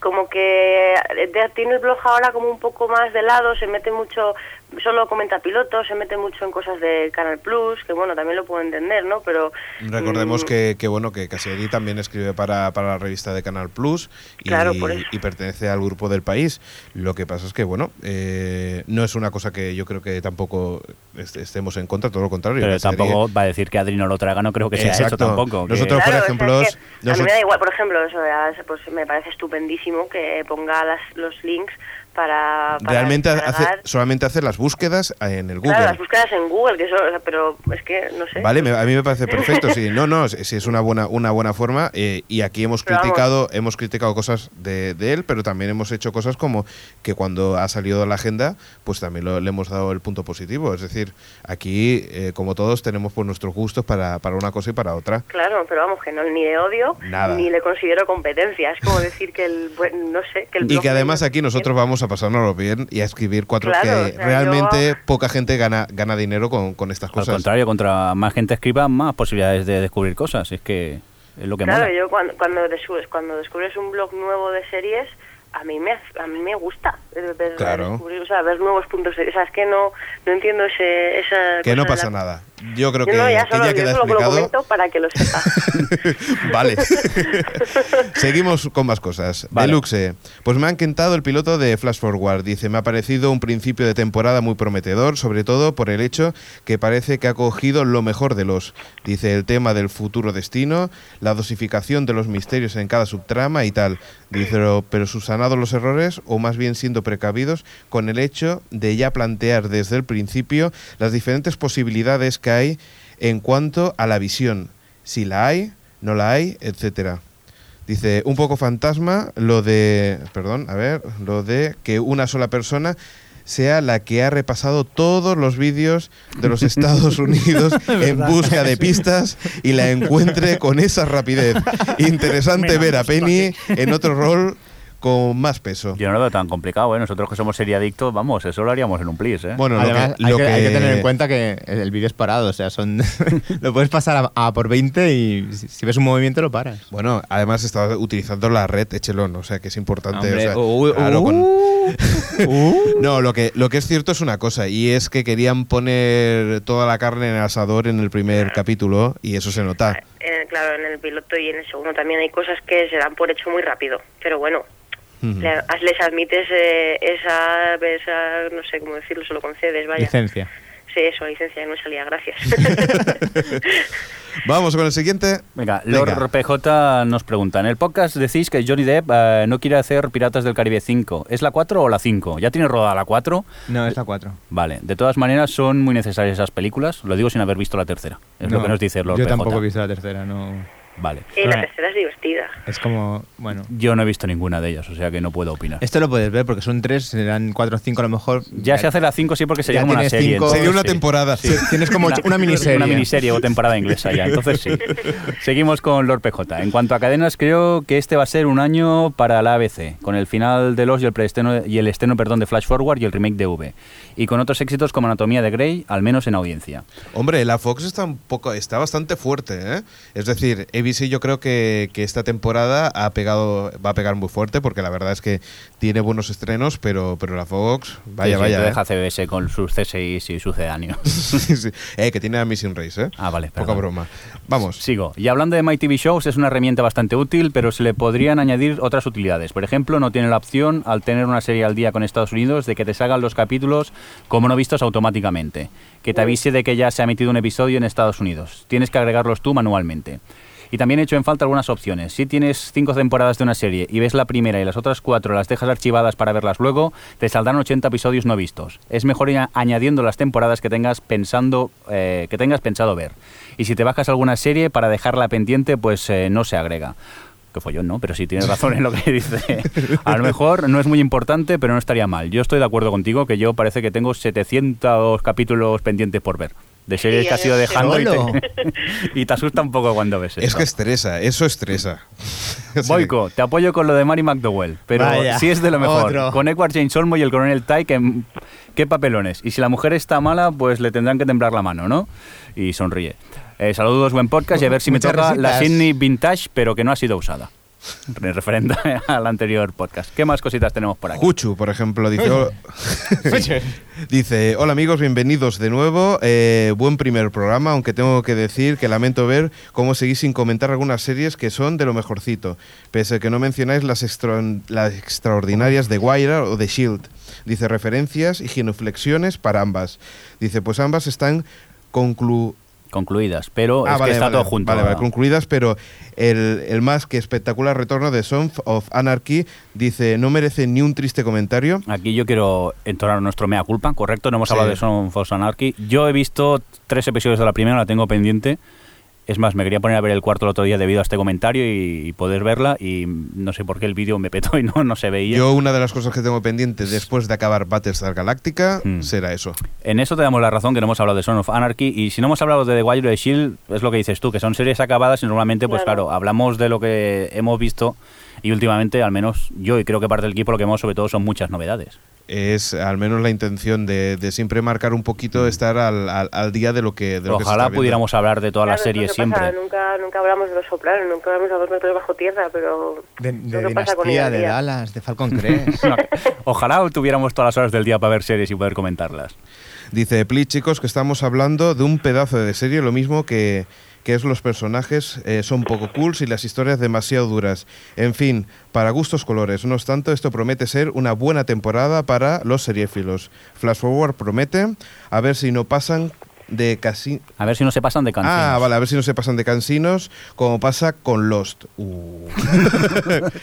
[SPEAKER 7] como que de- tiene el blog ahora como un poco más de lado, se mete mucho, solo comenta pilotos, se mete mucho en cosas de Canal Plus, que bueno, también lo puedo entender, ¿no? Pero...
[SPEAKER 2] Recordemos
[SPEAKER 7] mm,
[SPEAKER 2] que, que, bueno que Cassidy también escribe para, para la revista de Canal Plus y,
[SPEAKER 7] Claro, por eso.
[SPEAKER 2] y pertenece al grupo del país. Lo que pasa es que bueno eh, no es una cosa que yo creo que tampoco est- estemos en contra, todo lo contrario.
[SPEAKER 3] Pero
[SPEAKER 2] Cassidy-
[SPEAKER 3] tampoco va a decir que Adri no lo traga, no creo que sea eso
[SPEAKER 2] Exacto.
[SPEAKER 3] tampoco. que-
[SPEAKER 2] Nosotros- por
[SPEAKER 7] o sea,
[SPEAKER 2] ejemplo,
[SPEAKER 7] es que a mí
[SPEAKER 2] nosotros-
[SPEAKER 7] me da igual, por ejemplo, eso, ya, pues me parece estupendísimo que ponga las, los links para, para
[SPEAKER 2] Realmente hace,
[SPEAKER 7] descargar.
[SPEAKER 2] solamente hace las búsquedas eh, en el Google.
[SPEAKER 7] Claro, las búsquedas ¿eh? en Google, que eso, o sea, pero es que no sé.
[SPEAKER 2] Vale, me- a mí me parece perfecto. Sí, no, no, si es una buena, una buena forma. eh, y aquí hemos
[SPEAKER 7] Pero vamos.
[SPEAKER 2] criticado, hemos criticado cosas de, de él, pero también hemos hecho cosas como que cuando ha salido de la agenda, pues también lo- le hemos dado el punto positivo. Es decir, aquí, eh, como todos, tenemos pues nuestros gustos para, para una cosa y para otra.
[SPEAKER 7] Claro, pero vamos, que no, ni de odio,
[SPEAKER 2] Nada.
[SPEAKER 7] ni le considero competencia. Es como decir que el, buen- no sé, que el
[SPEAKER 2] Y
[SPEAKER 7] blog
[SPEAKER 2] que
[SPEAKER 7] de-
[SPEAKER 2] además aquí nosotros vamos a pasárnoslo bien y a escribir cuatro
[SPEAKER 7] Claro,
[SPEAKER 2] que
[SPEAKER 7] o sea,
[SPEAKER 2] realmente
[SPEAKER 7] yo-
[SPEAKER 2] poca gente gana, gana dinero con, con estas
[SPEAKER 3] Al
[SPEAKER 2] cosas.
[SPEAKER 3] contrario, contra más gente escriba, más posibilidades de descubrir cosas. Es que es lo que
[SPEAKER 7] Claro,
[SPEAKER 3] mola.
[SPEAKER 7] yo cuando, cuando, descubres, cuando descubres un blog nuevo de series, a mí me, hace- a mí me gusta ver, ver-
[SPEAKER 2] Claro.
[SPEAKER 7] descubrir, o sea, ver nuevos puntos de... O sea, es que no, no entiendo ese, esa...
[SPEAKER 2] Que no
[SPEAKER 7] cosa de
[SPEAKER 2] pasa
[SPEAKER 7] la-
[SPEAKER 2] nada. Yo creo
[SPEAKER 7] Yo
[SPEAKER 2] que
[SPEAKER 7] no, ya
[SPEAKER 2] que
[SPEAKER 7] solo,
[SPEAKER 2] ya
[SPEAKER 7] yo
[SPEAKER 2] queda
[SPEAKER 7] solo lo
[SPEAKER 2] explicado.
[SPEAKER 7] comento para que lo sepas.
[SPEAKER 2] vale. Seguimos con más cosas.
[SPEAKER 3] Vale.
[SPEAKER 2] Deluxe. Pues me ha encantado el piloto de Flash Forward. Dice, me ha parecido un principio de temporada muy prometedor, sobre todo por el hecho que parece que ha cogido lo mejor de los. Dice, el tema del futuro destino, la dosificación de los misterios en cada subtrama y tal. Dice, pero, pero subsanados los errores, o más bien siendo precavidos, con el hecho de ya plantear desde el principio las diferentes posibilidades que hay en cuanto a la visión. Si la hay, no la hay, etcétera. Dice, un poco fantasma lo de, perdón, a ver, lo de que una sola persona sea la que ha repasado todos los vídeos de los Estados Unidos en
[SPEAKER 5] verdad.
[SPEAKER 2] busca de pistas y la encuentre con esa rapidez. Interesante
[SPEAKER 5] Menos
[SPEAKER 2] ver a
[SPEAKER 5] esto
[SPEAKER 2] Penny en otro rol con más peso.
[SPEAKER 3] Yo no lo veo tan complicado, ¿eh? Nosotros que somos seriadictos, vamos, eso lo haríamos en un plis, ¿eh?
[SPEAKER 2] Bueno, lo
[SPEAKER 4] Además,
[SPEAKER 2] que-
[SPEAKER 4] hay,
[SPEAKER 2] lo
[SPEAKER 4] que, hay que
[SPEAKER 2] que-
[SPEAKER 4] tener en cuenta que el vídeo es parado, o sea, son lo puedes pasar a, a por 20 y si, si ves un movimiento lo paras.
[SPEAKER 2] Bueno, además estaba utilizando la red Echelon, o sea que es importante.
[SPEAKER 4] Hombre,
[SPEAKER 2] o sea,
[SPEAKER 4] uh,
[SPEAKER 2] claro, con-
[SPEAKER 4] uh.
[SPEAKER 2] No, lo que, lo que es cierto es una cosa, y es que querían poner toda la carne en el asador en el primer capítulo, y eso se nota.
[SPEAKER 7] Eh, En el- claro, en el piloto y en el segundo también hay cosas que se dan por hecho muy rápido. Pero bueno,
[SPEAKER 2] Ujú.
[SPEAKER 7] Le- as- les admites eh, esa, esa, no sé cómo decirlo, se lo concedes, vaya.
[SPEAKER 4] Licencia.
[SPEAKER 7] Sí, eso, licencia, que no me salía, gracias.
[SPEAKER 2] Vamos con el siguiente.
[SPEAKER 3] Venga, Lord PJ nos pregunta, en el podcast decís que Johnny Depp eh, no quiere hacer Piratas del Caribe 5. ¿Es la 4 o la 5? ¿Ya tiene rodada la 4?
[SPEAKER 4] No, es la 4.
[SPEAKER 3] Vale, de todas maneras son muy necesarias esas películas, lo digo sin haber visto la tercera. Es lo que nos dice Lord
[SPEAKER 4] Yo
[SPEAKER 3] PJ.
[SPEAKER 4] tampoco he visto la tercera, no.
[SPEAKER 3] Vale.
[SPEAKER 7] y la
[SPEAKER 4] Vale.
[SPEAKER 7] tercera es divertida.
[SPEAKER 4] Es como, bueno.
[SPEAKER 3] Yo no he visto ninguna de ellas, o sea que no puedo opinar.
[SPEAKER 4] Esto lo puedes ver porque son tres, serán cuatro o cinco a lo mejor.
[SPEAKER 3] Ya se hace la 5 sí porque sería
[SPEAKER 4] Ya
[SPEAKER 3] como una
[SPEAKER 4] tienes
[SPEAKER 3] serie.
[SPEAKER 4] cinco-
[SPEAKER 3] entonces
[SPEAKER 2] Sería una
[SPEAKER 3] sí.
[SPEAKER 2] temporada.
[SPEAKER 4] Sí, Tienes como ocho- una miniserie.
[SPEAKER 3] Una miniserie o temporada inglesa ya, entonces sí. Seguimos con Lord PJ. En cuanto a cadenas, creo que este va a ser un año para la ABC, con el final de Los y el, preestreno, y el estreno perdón, de Flash Forward y el remake de V. Y con otros éxitos como Anatomía de Grey, al menos en audiencia.
[SPEAKER 2] Hombre, la Fox está, un poco, está bastante fuerte. ¿eh? Es decir, ABC yo creo que, que esta temporada ha pegado, va a pegar muy fuerte porque la verdad es que tiene bunos estrenos, pero, pero la Fox,
[SPEAKER 3] Sí,
[SPEAKER 2] vaya,
[SPEAKER 3] sí,
[SPEAKER 2] vaya.
[SPEAKER 3] te
[SPEAKER 2] ¿eh?
[SPEAKER 3] deja CBS con sus CSIs y sucedáneos.
[SPEAKER 2] Sí, sí. Eh, que tiene a Missing Race, ¿eh?
[SPEAKER 3] Ah, vale,
[SPEAKER 2] Poca
[SPEAKER 3] perdón.
[SPEAKER 2] broma. Vamos.
[SPEAKER 3] Sigo. Y hablando de My TV Shows, es una herramienta bastante útil, pero se le podrían añadir otras utilidades. Por ejemplo, no tiene la opción, al tener una serie al día con Estados Unidos, de que te salgan los capítulos como no vistos automáticamente. Que te avise de que ya se ha emitido un episodio en Estados Unidos. Tienes que agregarlos tú manualmente. Y también he hecho en falta algunas opciones. Si tienes cinco temporadas de una serie y ves la primera y las otras cuatro las dejas archivadas para verlas luego, te saldrán 80 episodios no vistos. Es mejor ir a- añadiendo las temporadas que tengas pensando eh, que tengas pensado ver. Y si te bajas alguna serie para dejarla pendiente, pues eh, no se agrega. Que follón, ¿no? Pero sí tienes razón en lo que dice. A lo mejor no es muy importante, pero no estaría mal. Yo estoy de acuerdo contigo que yo parece que tengo 700 capítulos pendientes por ver. De series
[SPEAKER 7] Sí,
[SPEAKER 3] que has ido
[SPEAKER 7] eh,
[SPEAKER 3] dejando y
[SPEAKER 4] solo.
[SPEAKER 3] te, y te asusta un poco cuando ves eso.
[SPEAKER 2] Es que estresa, eso estresa. Sí.
[SPEAKER 3] Boico, te apoyo con lo de Mary McDowell, pero
[SPEAKER 4] Vaya,
[SPEAKER 3] sí es de lo mejor.
[SPEAKER 4] otro.
[SPEAKER 3] Con Edward James Olmo y el coronel Ty, que, qué papelones. Y si la mujer está mala, pues le tendrán que temblar la mano, ¿no? Y sonríe. Eh, saludos, buen podcast,
[SPEAKER 2] Pues
[SPEAKER 3] y a ver si me
[SPEAKER 4] Muchas
[SPEAKER 3] toca la
[SPEAKER 4] risitas.
[SPEAKER 3] Sydney Vintage, pero que no ha sido usada. Re- Referente al anterior podcast. ¿Qué más cositas tenemos por aquí?
[SPEAKER 2] Juchu, por ejemplo, dice... "Hol- Dice, hola amigos, bienvenidos de nuevo. Eh, buen primer programa, aunque tengo que decir que lamento ver cómo seguís sin comentar algunas series que son de lo mejorcito, pese a que no mencionáis las, extra- las extraordinarias de Wire o de Shield. Dice, referencias y genuflexiones para ambas. Dice, pues ambas están conclu...
[SPEAKER 3] Concluidas, pero
[SPEAKER 2] Ah,
[SPEAKER 3] Oh, es que
[SPEAKER 2] vale,
[SPEAKER 3] está
[SPEAKER 2] vale,
[SPEAKER 3] todo junto.
[SPEAKER 2] Vale, vale,
[SPEAKER 3] ¿no?
[SPEAKER 2] concluidas, pero el, el más que espectacular retorno de Song of Anarchy dice, no merece ni un triste comentario.
[SPEAKER 3] Aquí yo quiero entonar nuestro mea culpa, correcto, no hemos
[SPEAKER 2] Sí.
[SPEAKER 3] hablado de Son of Anarchy. Yo he visto tres episodios de la primera, la tengo pendiente. Es más, me quería poner a ver el cuarto el otro día debido a este comentario y, y poder verla y no sé por qué el vídeo me petó y no, no se veía.
[SPEAKER 2] Yo una de las cosas que tengo pendiente después de acabar Battlestar Galáctica
[SPEAKER 3] Hmm.
[SPEAKER 2] será eso.
[SPEAKER 3] En eso te damos la razón que no hemos hablado de Son of Anarchy y si no hemos hablado de The Wire o de Shield, es lo que dices tú, que son series acabadas y normalmente, pues
[SPEAKER 7] Claro.
[SPEAKER 3] claro, hablamos de lo que hemos visto y últimamente, al menos yo y creo que parte del equipo, lo que hemos sobre todo son muchas novedades.
[SPEAKER 2] Es al menos la intención de, de siempre marcar un poquito, estar al, al- al día de lo que... De lo que
[SPEAKER 3] Mm.
[SPEAKER 2] se
[SPEAKER 3] Ojalá
[SPEAKER 2] está viendo.
[SPEAKER 3] pudiéramos hablar de todas
[SPEAKER 7] Claro,
[SPEAKER 3] las
[SPEAKER 7] es lo
[SPEAKER 3] series
[SPEAKER 7] que pasa,
[SPEAKER 3] siempre.
[SPEAKER 7] Nunca, nunca hablamos de los sopranos, nunca hablamos de dos metros bajo tierra, pero.
[SPEAKER 4] De,
[SPEAKER 7] es
[SPEAKER 4] de
[SPEAKER 7] lo que pasa con
[SPEAKER 4] Dinastía, de
[SPEAKER 7] Iberia.
[SPEAKER 4] Dallas, de Falcon Crest.
[SPEAKER 3] No, Ojalá tuviéramos todas las horas del día para ver series y poder comentarlas.
[SPEAKER 2] Dice, please chicos, que estamos hablando de un pedazo de serie, lo mismo que, que es los personajes eh, son poco cool y las historias demasiado duras. En fin, para gustos colores. No obstante, esto promete ser una buena temporada para los seriéfilos. Flash Forward promete, a ver si no pasan de casi...
[SPEAKER 3] A ver si no se pasan de canciones.
[SPEAKER 2] Ah, vale, a ver si no se pasan de cansinos, como pasa con Lost. Uh.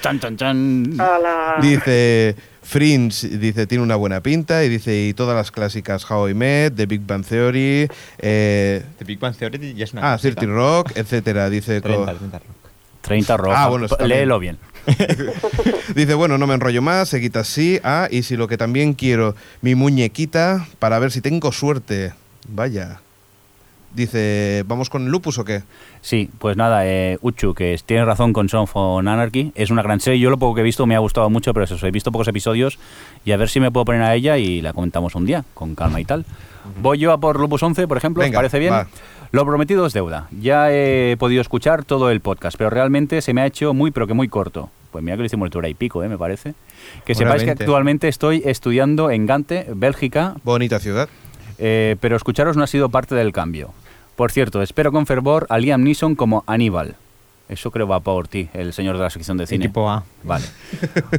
[SPEAKER 3] Chan, chan, chan.
[SPEAKER 7] A
[SPEAKER 3] Ah.
[SPEAKER 7] la...
[SPEAKER 2] Dice Fringe, dice, tiene una buena pinta, y dice, y todas las clásicas How I Met, The Big Bang Theory, eh,
[SPEAKER 4] The Big Bang Theory ya es una
[SPEAKER 2] ah,
[SPEAKER 4] clásica.
[SPEAKER 2] Thirty Rock, etcétera. Dice, co-
[SPEAKER 4] 30, 30 Rock.
[SPEAKER 3] 30 rojas.
[SPEAKER 2] Ah, bueno, está bien.
[SPEAKER 3] Léelo bien.
[SPEAKER 2] dice, bueno, no me enrollo más, se quita así, ah, y si lo que también quiero, mi muñequita, para ver si tengo suerte. Vaya. Dice, ¿vamos con Lupus o qué?
[SPEAKER 3] Sí, pues nada, eh, Uchu, que es- tienes razón con Son of Anarchy. Es una gran serie. Yo lo poco que he visto me ha gustado mucho, pero es eso, he visto pocos episodios. Y a ver si me puedo poner a ella y la comentamos un día, con calma y tal. Voy yo a por Lupus 11, por ejemplo, ¿os
[SPEAKER 2] Venga,
[SPEAKER 3] parece bien?
[SPEAKER 2] va.
[SPEAKER 3] Lo prometido es deuda. Ya he podido escuchar todo el podcast, pero realmente se me ha hecho muy, pero que muy corto. Pues mira que lo hicimos altura y pico, ¿eh? me parece. Que
[SPEAKER 2] Hora
[SPEAKER 3] sepáis que
[SPEAKER 2] 20.
[SPEAKER 3] actualmente estoy estudiando en Gante, Bélgica,
[SPEAKER 2] Bonita ciudad.
[SPEAKER 3] eh, pero escucharos no ha sido parte del cambio. Por cierto, espero con fervor a Liam Neeson como Aníbal. Eso creo va para Ortiz, el señor de la sección de cine.
[SPEAKER 4] Equipo A.
[SPEAKER 3] Vale.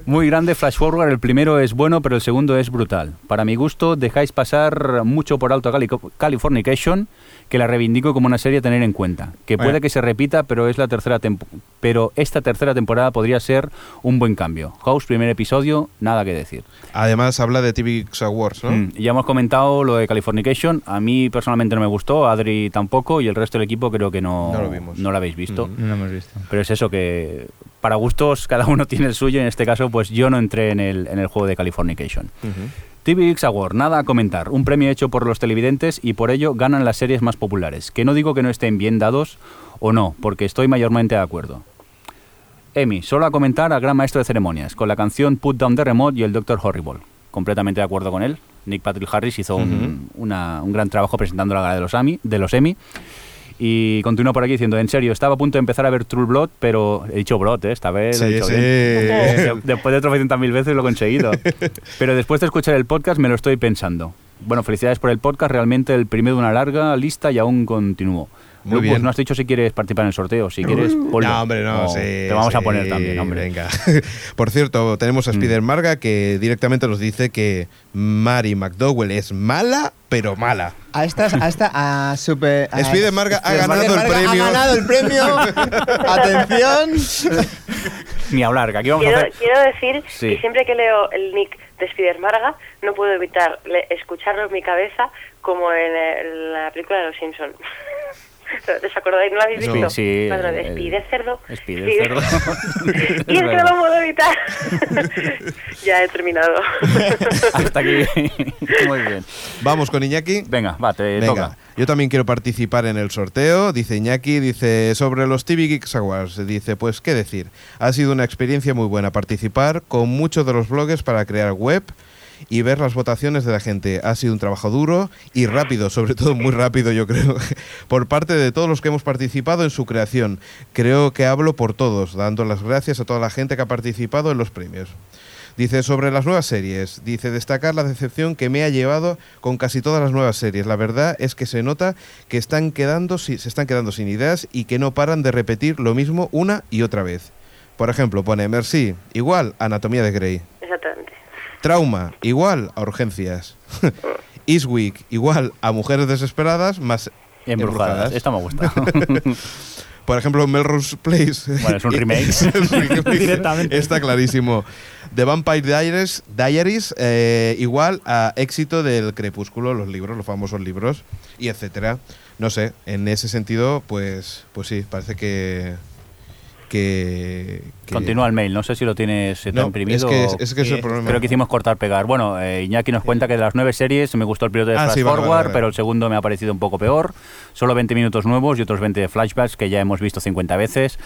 [SPEAKER 3] Muy grande Flash Forward, el primero es bueno, pero el segundo es brutal. Para mi gusto, dejáis pasar mucho por alto a Cali- Californication, que la reivindico como una serie a tener en cuenta. Que
[SPEAKER 4] Bueno.
[SPEAKER 3] puede que se repita, pero es la tercera tempo- pero esta tercera temporada podría ser un buen cambio. House, primer episodio, nada que decir.
[SPEAKER 2] Además, habla de TV Awards, ¿no?
[SPEAKER 3] Mm, Ya hemos comentado lo de Californication. A mí personalmente no me gustó, a Adri tampoco, y el resto del equipo creo que no,
[SPEAKER 2] No lo vimos. Mm.
[SPEAKER 3] no lo habéis visto.
[SPEAKER 4] No lo hemos visto.
[SPEAKER 3] Pero es eso, que para gustos cada uno tiene el suyo. En este caso, pues yo no entré en el, en el juego de Californication. TVX Award, nada a comentar. Un premio hecho por los televidentes y por ello ganan las series más populares. Que no digo que no estén bien dados o no, porque estoy mayormente de acuerdo. Emi, solo a comentar al gran maestro de ceremonias, con la canción Put Down the Remote y el Dr. Horrible. Completamente de acuerdo con él. Nick Patrick Harris hizo un, una- un gran trabajo presentando la gala de los, Ami- de los Emmy. Y continúa por aquí diciendo, en serio, estaba a punto de empezar a ver True Blood, pero he dicho Blood, ¿eh? esta vez lo he
[SPEAKER 2] Sí,
[SPEAKER 3] dicho
[SPEAKER 2] sí.
[SPEAKER 3] bien.
[SPEAKER 2] Eh,
[SPEAKER 3] Eh, De- Después de otras 300.000 veces lo he conseguido. Pero después de escuchar el podcast me lo estoy pensando. Bueno, felicidades por el podcast, realmente el primero de una larga lista y aún continúo.
[SPEAKER 2] Muy
[SPEAKER 3] Lupus,
[SPEAKER 2] bien.
[SPEAKER 3] no has dicho si quieres participar en el sorteo, si quieres... ponlo.
[SPEAKER 2] No, hombre, no,
[SPEAKER 3] O
[SPEAKER 2] sí,
[SPEAKER 3] Te vamos a
[SPEAKER 2] sí,
[SPEAKER 3] poner también, hombre. Mm.
[SPEAKER 2] Venga. Por cierto, tenemos a Spider Marga que directamente nos dice que Mary McDowell es mala, pero mala.
[SPEAKER 4] A estas, a esta, a super. a-
[SPEAKER 2] Spider Marga ha
[SPEAKER 4] Spider
[SPEAKER 2] ganado el
[SPEAKER 4] Marga
[SPEAKER 2] premio.
[SPEAKER 4] Ha ganado el premio. Atención.
[SPEAKER 3] Ni hablar, que aquí vamos a
[SPEAKER 7] Quiero,
[SPEAKER 3] hacer...
[SPEAKER 7] quiero decir
[SPEAKER 3] Sí.
[SPEAKER 7] que siempre que leo el nick de Spider Marga, no puedo evitar le- escucharlo en mi cabeza como en, eh, la película de Los Simpsons. ¿Os acordáis? ¿No la habéis
[SPEAKER 2] Sí,
[SPEAKER 7] visto?
[SPEAKER 3] sí,
[SPEAKER 7] Madre
[SPEAKER 3] el-
[SPEAKER 7] de Spider Cerdo.
[SPEAKER 3] Spider
[SPEAKER 7] Spider-
[SPEAKER 3] Cerdo.
[SPEAKER 7] y es que no
[SPEAKER 3] verdad.
[SPEAKER 7] lo puedo evitar. ya he terminado.
[SPEAKER 3] Hasta aquí. Muy bien.
[SPEAKER 2] Vamos con Iñaki.
[SPEAKER 3] Venga, va, te
[SPEAKER 2] Venga,
[SPEAKER 3] toca.
[SPEAKER 2] yo también quiero participar en el sorteo, dice Iñaki, dice sobre los TV Geeks Awards, dice pues qué decir, ha sido una experiencia muy buena participar con muchos de los blogs para crear web y ver las votaciones de la gente. Ha sido un trabajo duro y rápido, sobre todo muy rápido yo creo, por parte de todos los que hemos participado en su creación. Creo que hablo por todos, dando las gracias a toda la gente que ha participado en los premios. Dice sobre las nuevas series, dice destacar la decepción que me ha llevado con casi todas las nuevas series. La verdad es que se nota que están quedando, si- se están quedando sin ideas y que no paran de repetir lo mismo una y otra vez. Por ejemplo, pone Mercy, igual Anatomía de Grey.
[SPEAKER 7] Exactamente.
[SPEAKER 2] Trauma, igual a Urgencias. Eastwick, igual a Mujeres Desesperadas más
[SPEAKER 3] Embrujadas. Esto me gusta.
[SPEAKER 2] por ejemplo, Melrose Place.
[SPEAKER 3] Bueno, es un remake.
[SPEAKER 2] Es un remake.
[SPEAKER 5] Directamente.
[SPEAKER 2] Está clarísimo. The Vampire Diaries, Diaries eh, igual a éxito del Crepúsculo, los libros, los famosos libros, y etcétera. No sé, en ese sentido, pues, pues sí, parece que... que, que-
[SPEAKER 3] Continúa el mail, no sé si lo tienes eh,
[SPEAKER 2] No,
[SPEAKER 3] tan imprimido.
[SPEAKER 2] es que,
[SPEAKER 3] o-
[SPEAKER 2] es, es que es el problema.
[SPEAKER 3] Creo que hicimos cortar pegar. Bueno, eh, Iñaki nos cuenta que de las nueve series me gustó el piloto de
[SPEAKER 2] Ah,
[SPEAKER 3] Flash
[SPEAKER 2] sí, vale,
[SPEAKER 3] Forward,
[SPEAKER 2] vale, vale.
[SPEAKER 3] pero el segundo me ha parecido un poco peor. Solo 20 minutos nuevos y otros 20 de flashbacks que ya hemos visto 50 veces.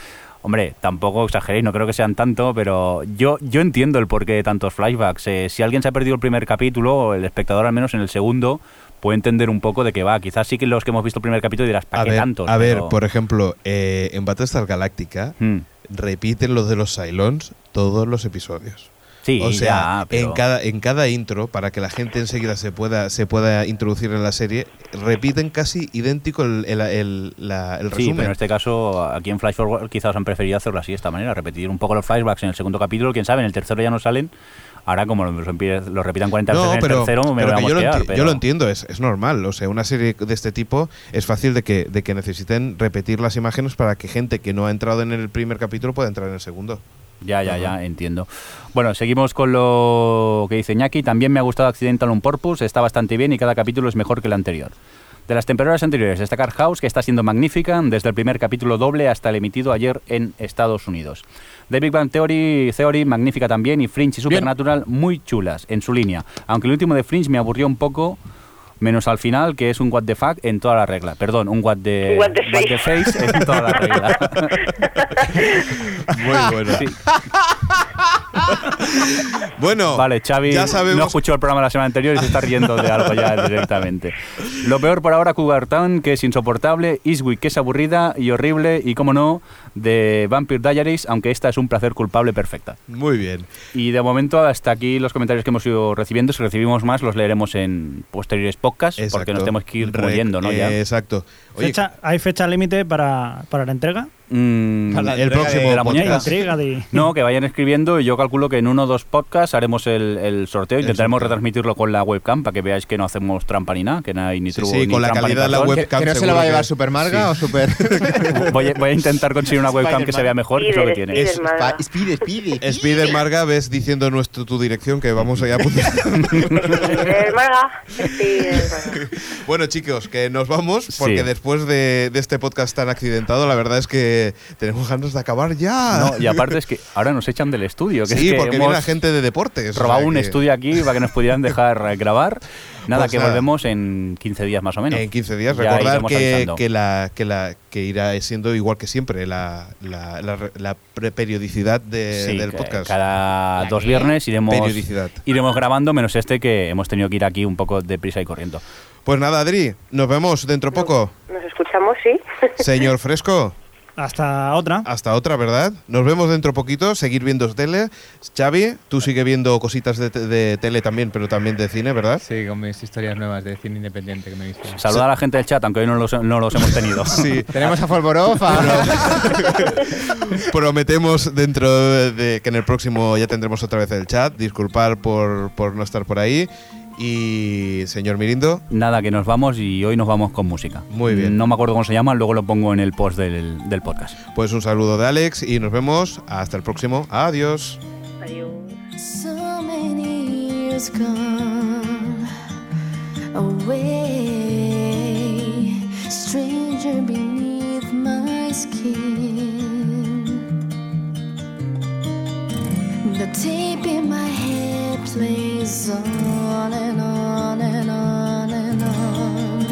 [SPEAKER 3] Hombre, tampoco exageréis, no creo que sean tanto, pero yo, yo entiendo el porqué de tantos flashbacks. Eh, si alguien se ha perdido el primer capítulo, el espectador al menos en el segundo puede entender un poco de qué va. Quizás sí que los que hemos visto el primer capítulo dirás, ¿para
[SPEAKER 2] a
[SPEAKER 3] qué
[SPEAKER 2] ver,
[SPEAKER 3] tantos?
[SPEAKER 2] a ver,
[SPEAKER 3] Pero-
[SPEAKER 2] por ejemplo, eh, en Battlestar Galáctica
[SPEAKER 3] Mm.
[SPEAKER 2] repiten los de los Cylons todos los episodios.
[SPEAKER 3] Sí,
[SPEAKER 2] o sea,
[SPEAKER 3] ya, pero-
[SPEAKER 2] en, cada, en cada intro, para que la gente enseguida se pueda, se pueda introducir en la serie, repiten casi idéntico el, el- el- la- el
[SPEAKER 3] Sí, pero en
[SPEAKER 2] resumen.
[SPEAKER 3] este caso, aquí en Flash Forward quizás han preferido hacerlo así, de esta manera, repetir un poco los flashbacks en el segundo capítulo, quién sabe, en el tercero ya no salen. Ahora, como los, empie- los repitan 40 veces en el tercero, me
[SPEAKER 2] pero
[SPEAKER 3] voy a
[SPEAKER 2] que yo, lo
[SPEAKER 3] mosquear,
[SPEAKER 2] enti-
[SPEAKER 3] pero-
[SPEAKER 2] yo lo entiendo, es, es normal. O sea, una serie de este tipo es fácil de que, de que necesiten repetir las imágenes para que gente que no ha entrado en el primer capítulo pueda entrar en el segundo.
[SPEAKER 3] Ya, ya, ya, entiendo. Bueno, seguimos con lo que dice Ñaki. También me ha gustado Accidental on Purpose, está bastante bien y cada capítulo es mejor que el anterior. De las temporadas anteriores, destacar House, que está siendo magnífica, desde el primer capítulo doble hasta el emitido ayer en Estados Unidos. The Big Bang Theory, Theory magnífica también, y Fringe y Supernatural, muy chulas en su línea. Aunque el último de Fringe me aburrió un poco, menos al final, que es un what the fuck en toda la regla. Perdón, un what the,
[SPEAKER 7] What the
[SPEAKER 3] face en toda la regla.
[SPEAKER 2] Muy bueno.
[SPEAKER 3] Sí.
[SPEAKER 2] Bueno,
[SPEAKER 3] Vale, Xavi
[SPEAKER 2] ya
[SPEAKER 3] no
[SPEAKER 2] sabemos
[SPEAKER 3] escuchó el programa la semana anterior y se está riendo de algo ya directamente. Lo peor por ahora, Cougar Town, que es insoportable, Eastwick, que es aburrida y horrible, y como no, de Vampire Diaries, aunque esta es un placer culpable perfecta.
[SPEAKER 2] Muy bien.
[SPEAKER 3] Y de momento, hasta aquí los comentarios que hemos ido recibiendo. Si recibimos más, los leeremos en posteriores podcasts, porque
[SPEAKER 2] Exacto.
[SPEAKER 3] nos tenemos que ir
[SPEAKER 2] Re-
[SPEAKER 3] muriendo, ¿no?
[SPEAKER 2] eh,
[SPEAKER 3] Ya.
[SPEAKER 2] exacto. Oye,
[SPEAKER 5] Fecha- ¿Hay fecha límite para, para la entrega?
[SPEAKER 3] Mm,
[SPEAKER 4] Para la
[SPEAKER 2] el
[SPEAKER 4] entrega
[SPEAKER 2] próximo
[SPEAKER 4] de
[SPEAKER 5] La muñeca
[SPEAKER 2] podcast.
[SPEAKER 5] intriga de...
[SPEAKER 3] No, que vayan escribiendo y yo calculo que en uno o dos podcasts haremos el, el sorteo. Intentaremos
[SPEAKER 2] sorteo.
[SPEAKER 3] retransmitirlo con la webcam para que veáis que no hacemos trampa ni nada, que no hay ni
[SPEAKER 2] Sí,
[SPEAKER 3] truco
[SPEAKER 2] sí,
[SPEAKER 3] ni
[SPEAKER 2] con la
[SPEAKER 3] trampa, ni
[SPEAKER 2] calidad de la
[SPEAKER 3] cartón.
[SPEAKER 2] web.
[SPEAKER 4] ¿Que, que no se la va a llevar Super Marga o Super.
[SPEAKER 3] Voy a, voy a intentar conseguir una webcam que se vea mejor, que es lo que tiene.
[SPEAKER 2] Es-
[SPEAKER 7] Spiderman.
[SPEAKER 4] Pide, pide.
[SPEAKER 2] Spider Marga, ves diciendo nuestro, tu dirección que vamos allá.
[SPEAKER 7] Spidermaga, Spidermaga.
[SPEAKER 2] bueno, chicos, que nos vamos porque
[SPEAKER 3] Sí.
[SPEAKER 2] después de, de este podcast tan accidentado, la verdad es que tenemos ganas de acabar ya.
[SPEAKER 3] No, y aparte es que ahora nos echan del estudio. Que
[SPEAKER 2] sí,
[SPEAKER 3] es que
[SPEAKER 2] porque
[SPEAKER 3] hemos
[SPEAKER 2] viene la gente de deportes. o
[SPEAKER 3] robado
[SPEAKER 2] sea
[SPEAKER 3] un
[SPEAKER 2] que
[SPEAKER 3] estudio aquí para que nos pudieran dejar eh, grabar. Nada,
[SPEAKER 2] Pues
[SPEAKER 3] que
[SPEAKER 2] nada.
[SPEAKER 3] volvemos en 15 días más o menos.
[SPEAKER 2] En 15 días,
[SPEAKER 3] Ya
[SPEAKER 2] recordar
[SPEAKER 3] iremos
[SPEAKER 2] que,
[SPEAKER 3] avisando.
[SPEAKER 2] que la, que, la, que irá siendo igual que siempre la, la, la- la pre- periodicidad de-
[SPEAKER 3] Sí,
[SPEAKER 2] eh, del
[SPEAKER 3] ca-
[SPEAKER 2] podcast.
[SPEAKER 3] Cada dos viernes iremos,
[SPEAKER 2] Periodicidad.
[SPEAKER 3] iremos grabando, menos este que hemos tenido que ir aquí un poco deprisa y corriendo.
[SPEAKER 2] Pues nada, Adri, nos vemos dentro poco.
[SPEAKER 7] Nos escuchamos, sí.
[SPEAKER 2] Señor Fresco,
[SPEAKER 5] Hasta otra.
[SPEAKER 2] hasta otra, ¿verdad? Nos vemos dentro poquito, seguir viendo tele. Xavi, tú sigue viendo cositas de, te- de tele también, pero también de cine, ¿verdad?
[SPEAKER 4] Sí, con mis historias nuevas de cine independiente que me dicen.
[SPEAKER 3] Saluda a la gente del chat, aunque hoy no los, no los hemos tenido.
[SPEAKER 2] Sí.
[SPEAKER 4] Tenemos a Folborov, a-
[SPEAKER 2] Prometemos dentro de que en el próximo ya tendremos otra vez el chat. Disculpar por, por no estar por ahí. Y señor Mirindo,
[SPEAKER 3] Nada, que nos vamos y hoy nos vamos con música.
[SPEAKER 2] Muy bien.
[SPEAKER 3] No me acuerdo cómo se llama, luego lo pongo en el post del, del podcast.
[SPEAKER 2] pues un saludo de Alex y nos vemos hasta el próximo. Adiós.
[SPEAKER 7] Adiós.
[SPEAKER 8] So many years gone away, stranger beneath my skin. The tape in my head plays on and on and on and on,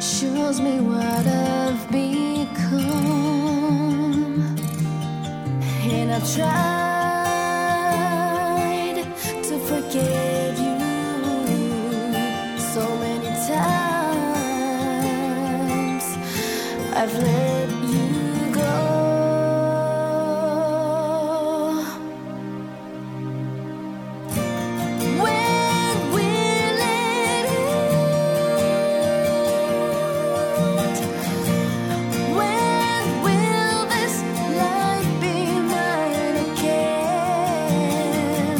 [SPEAKER 8] shows me what I've become. And I've tried to forgive you so many times. I've let you go. When will it end? When will this life be mine again?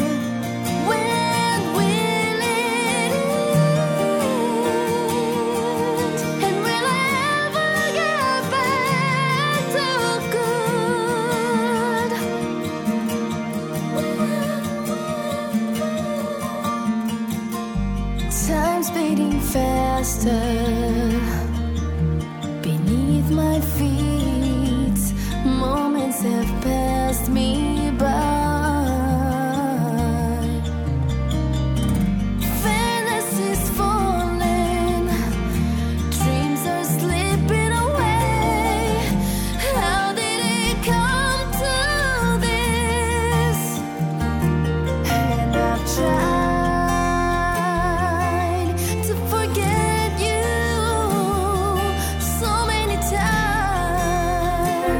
[SPEAKER 8] When will it end? And will I ever get back to good? Time's beating faster beneath my feet. Moments have passed me by. Fantasies falling, dreams are slipping away. How did it come to this? And I've tried to forget you so many times.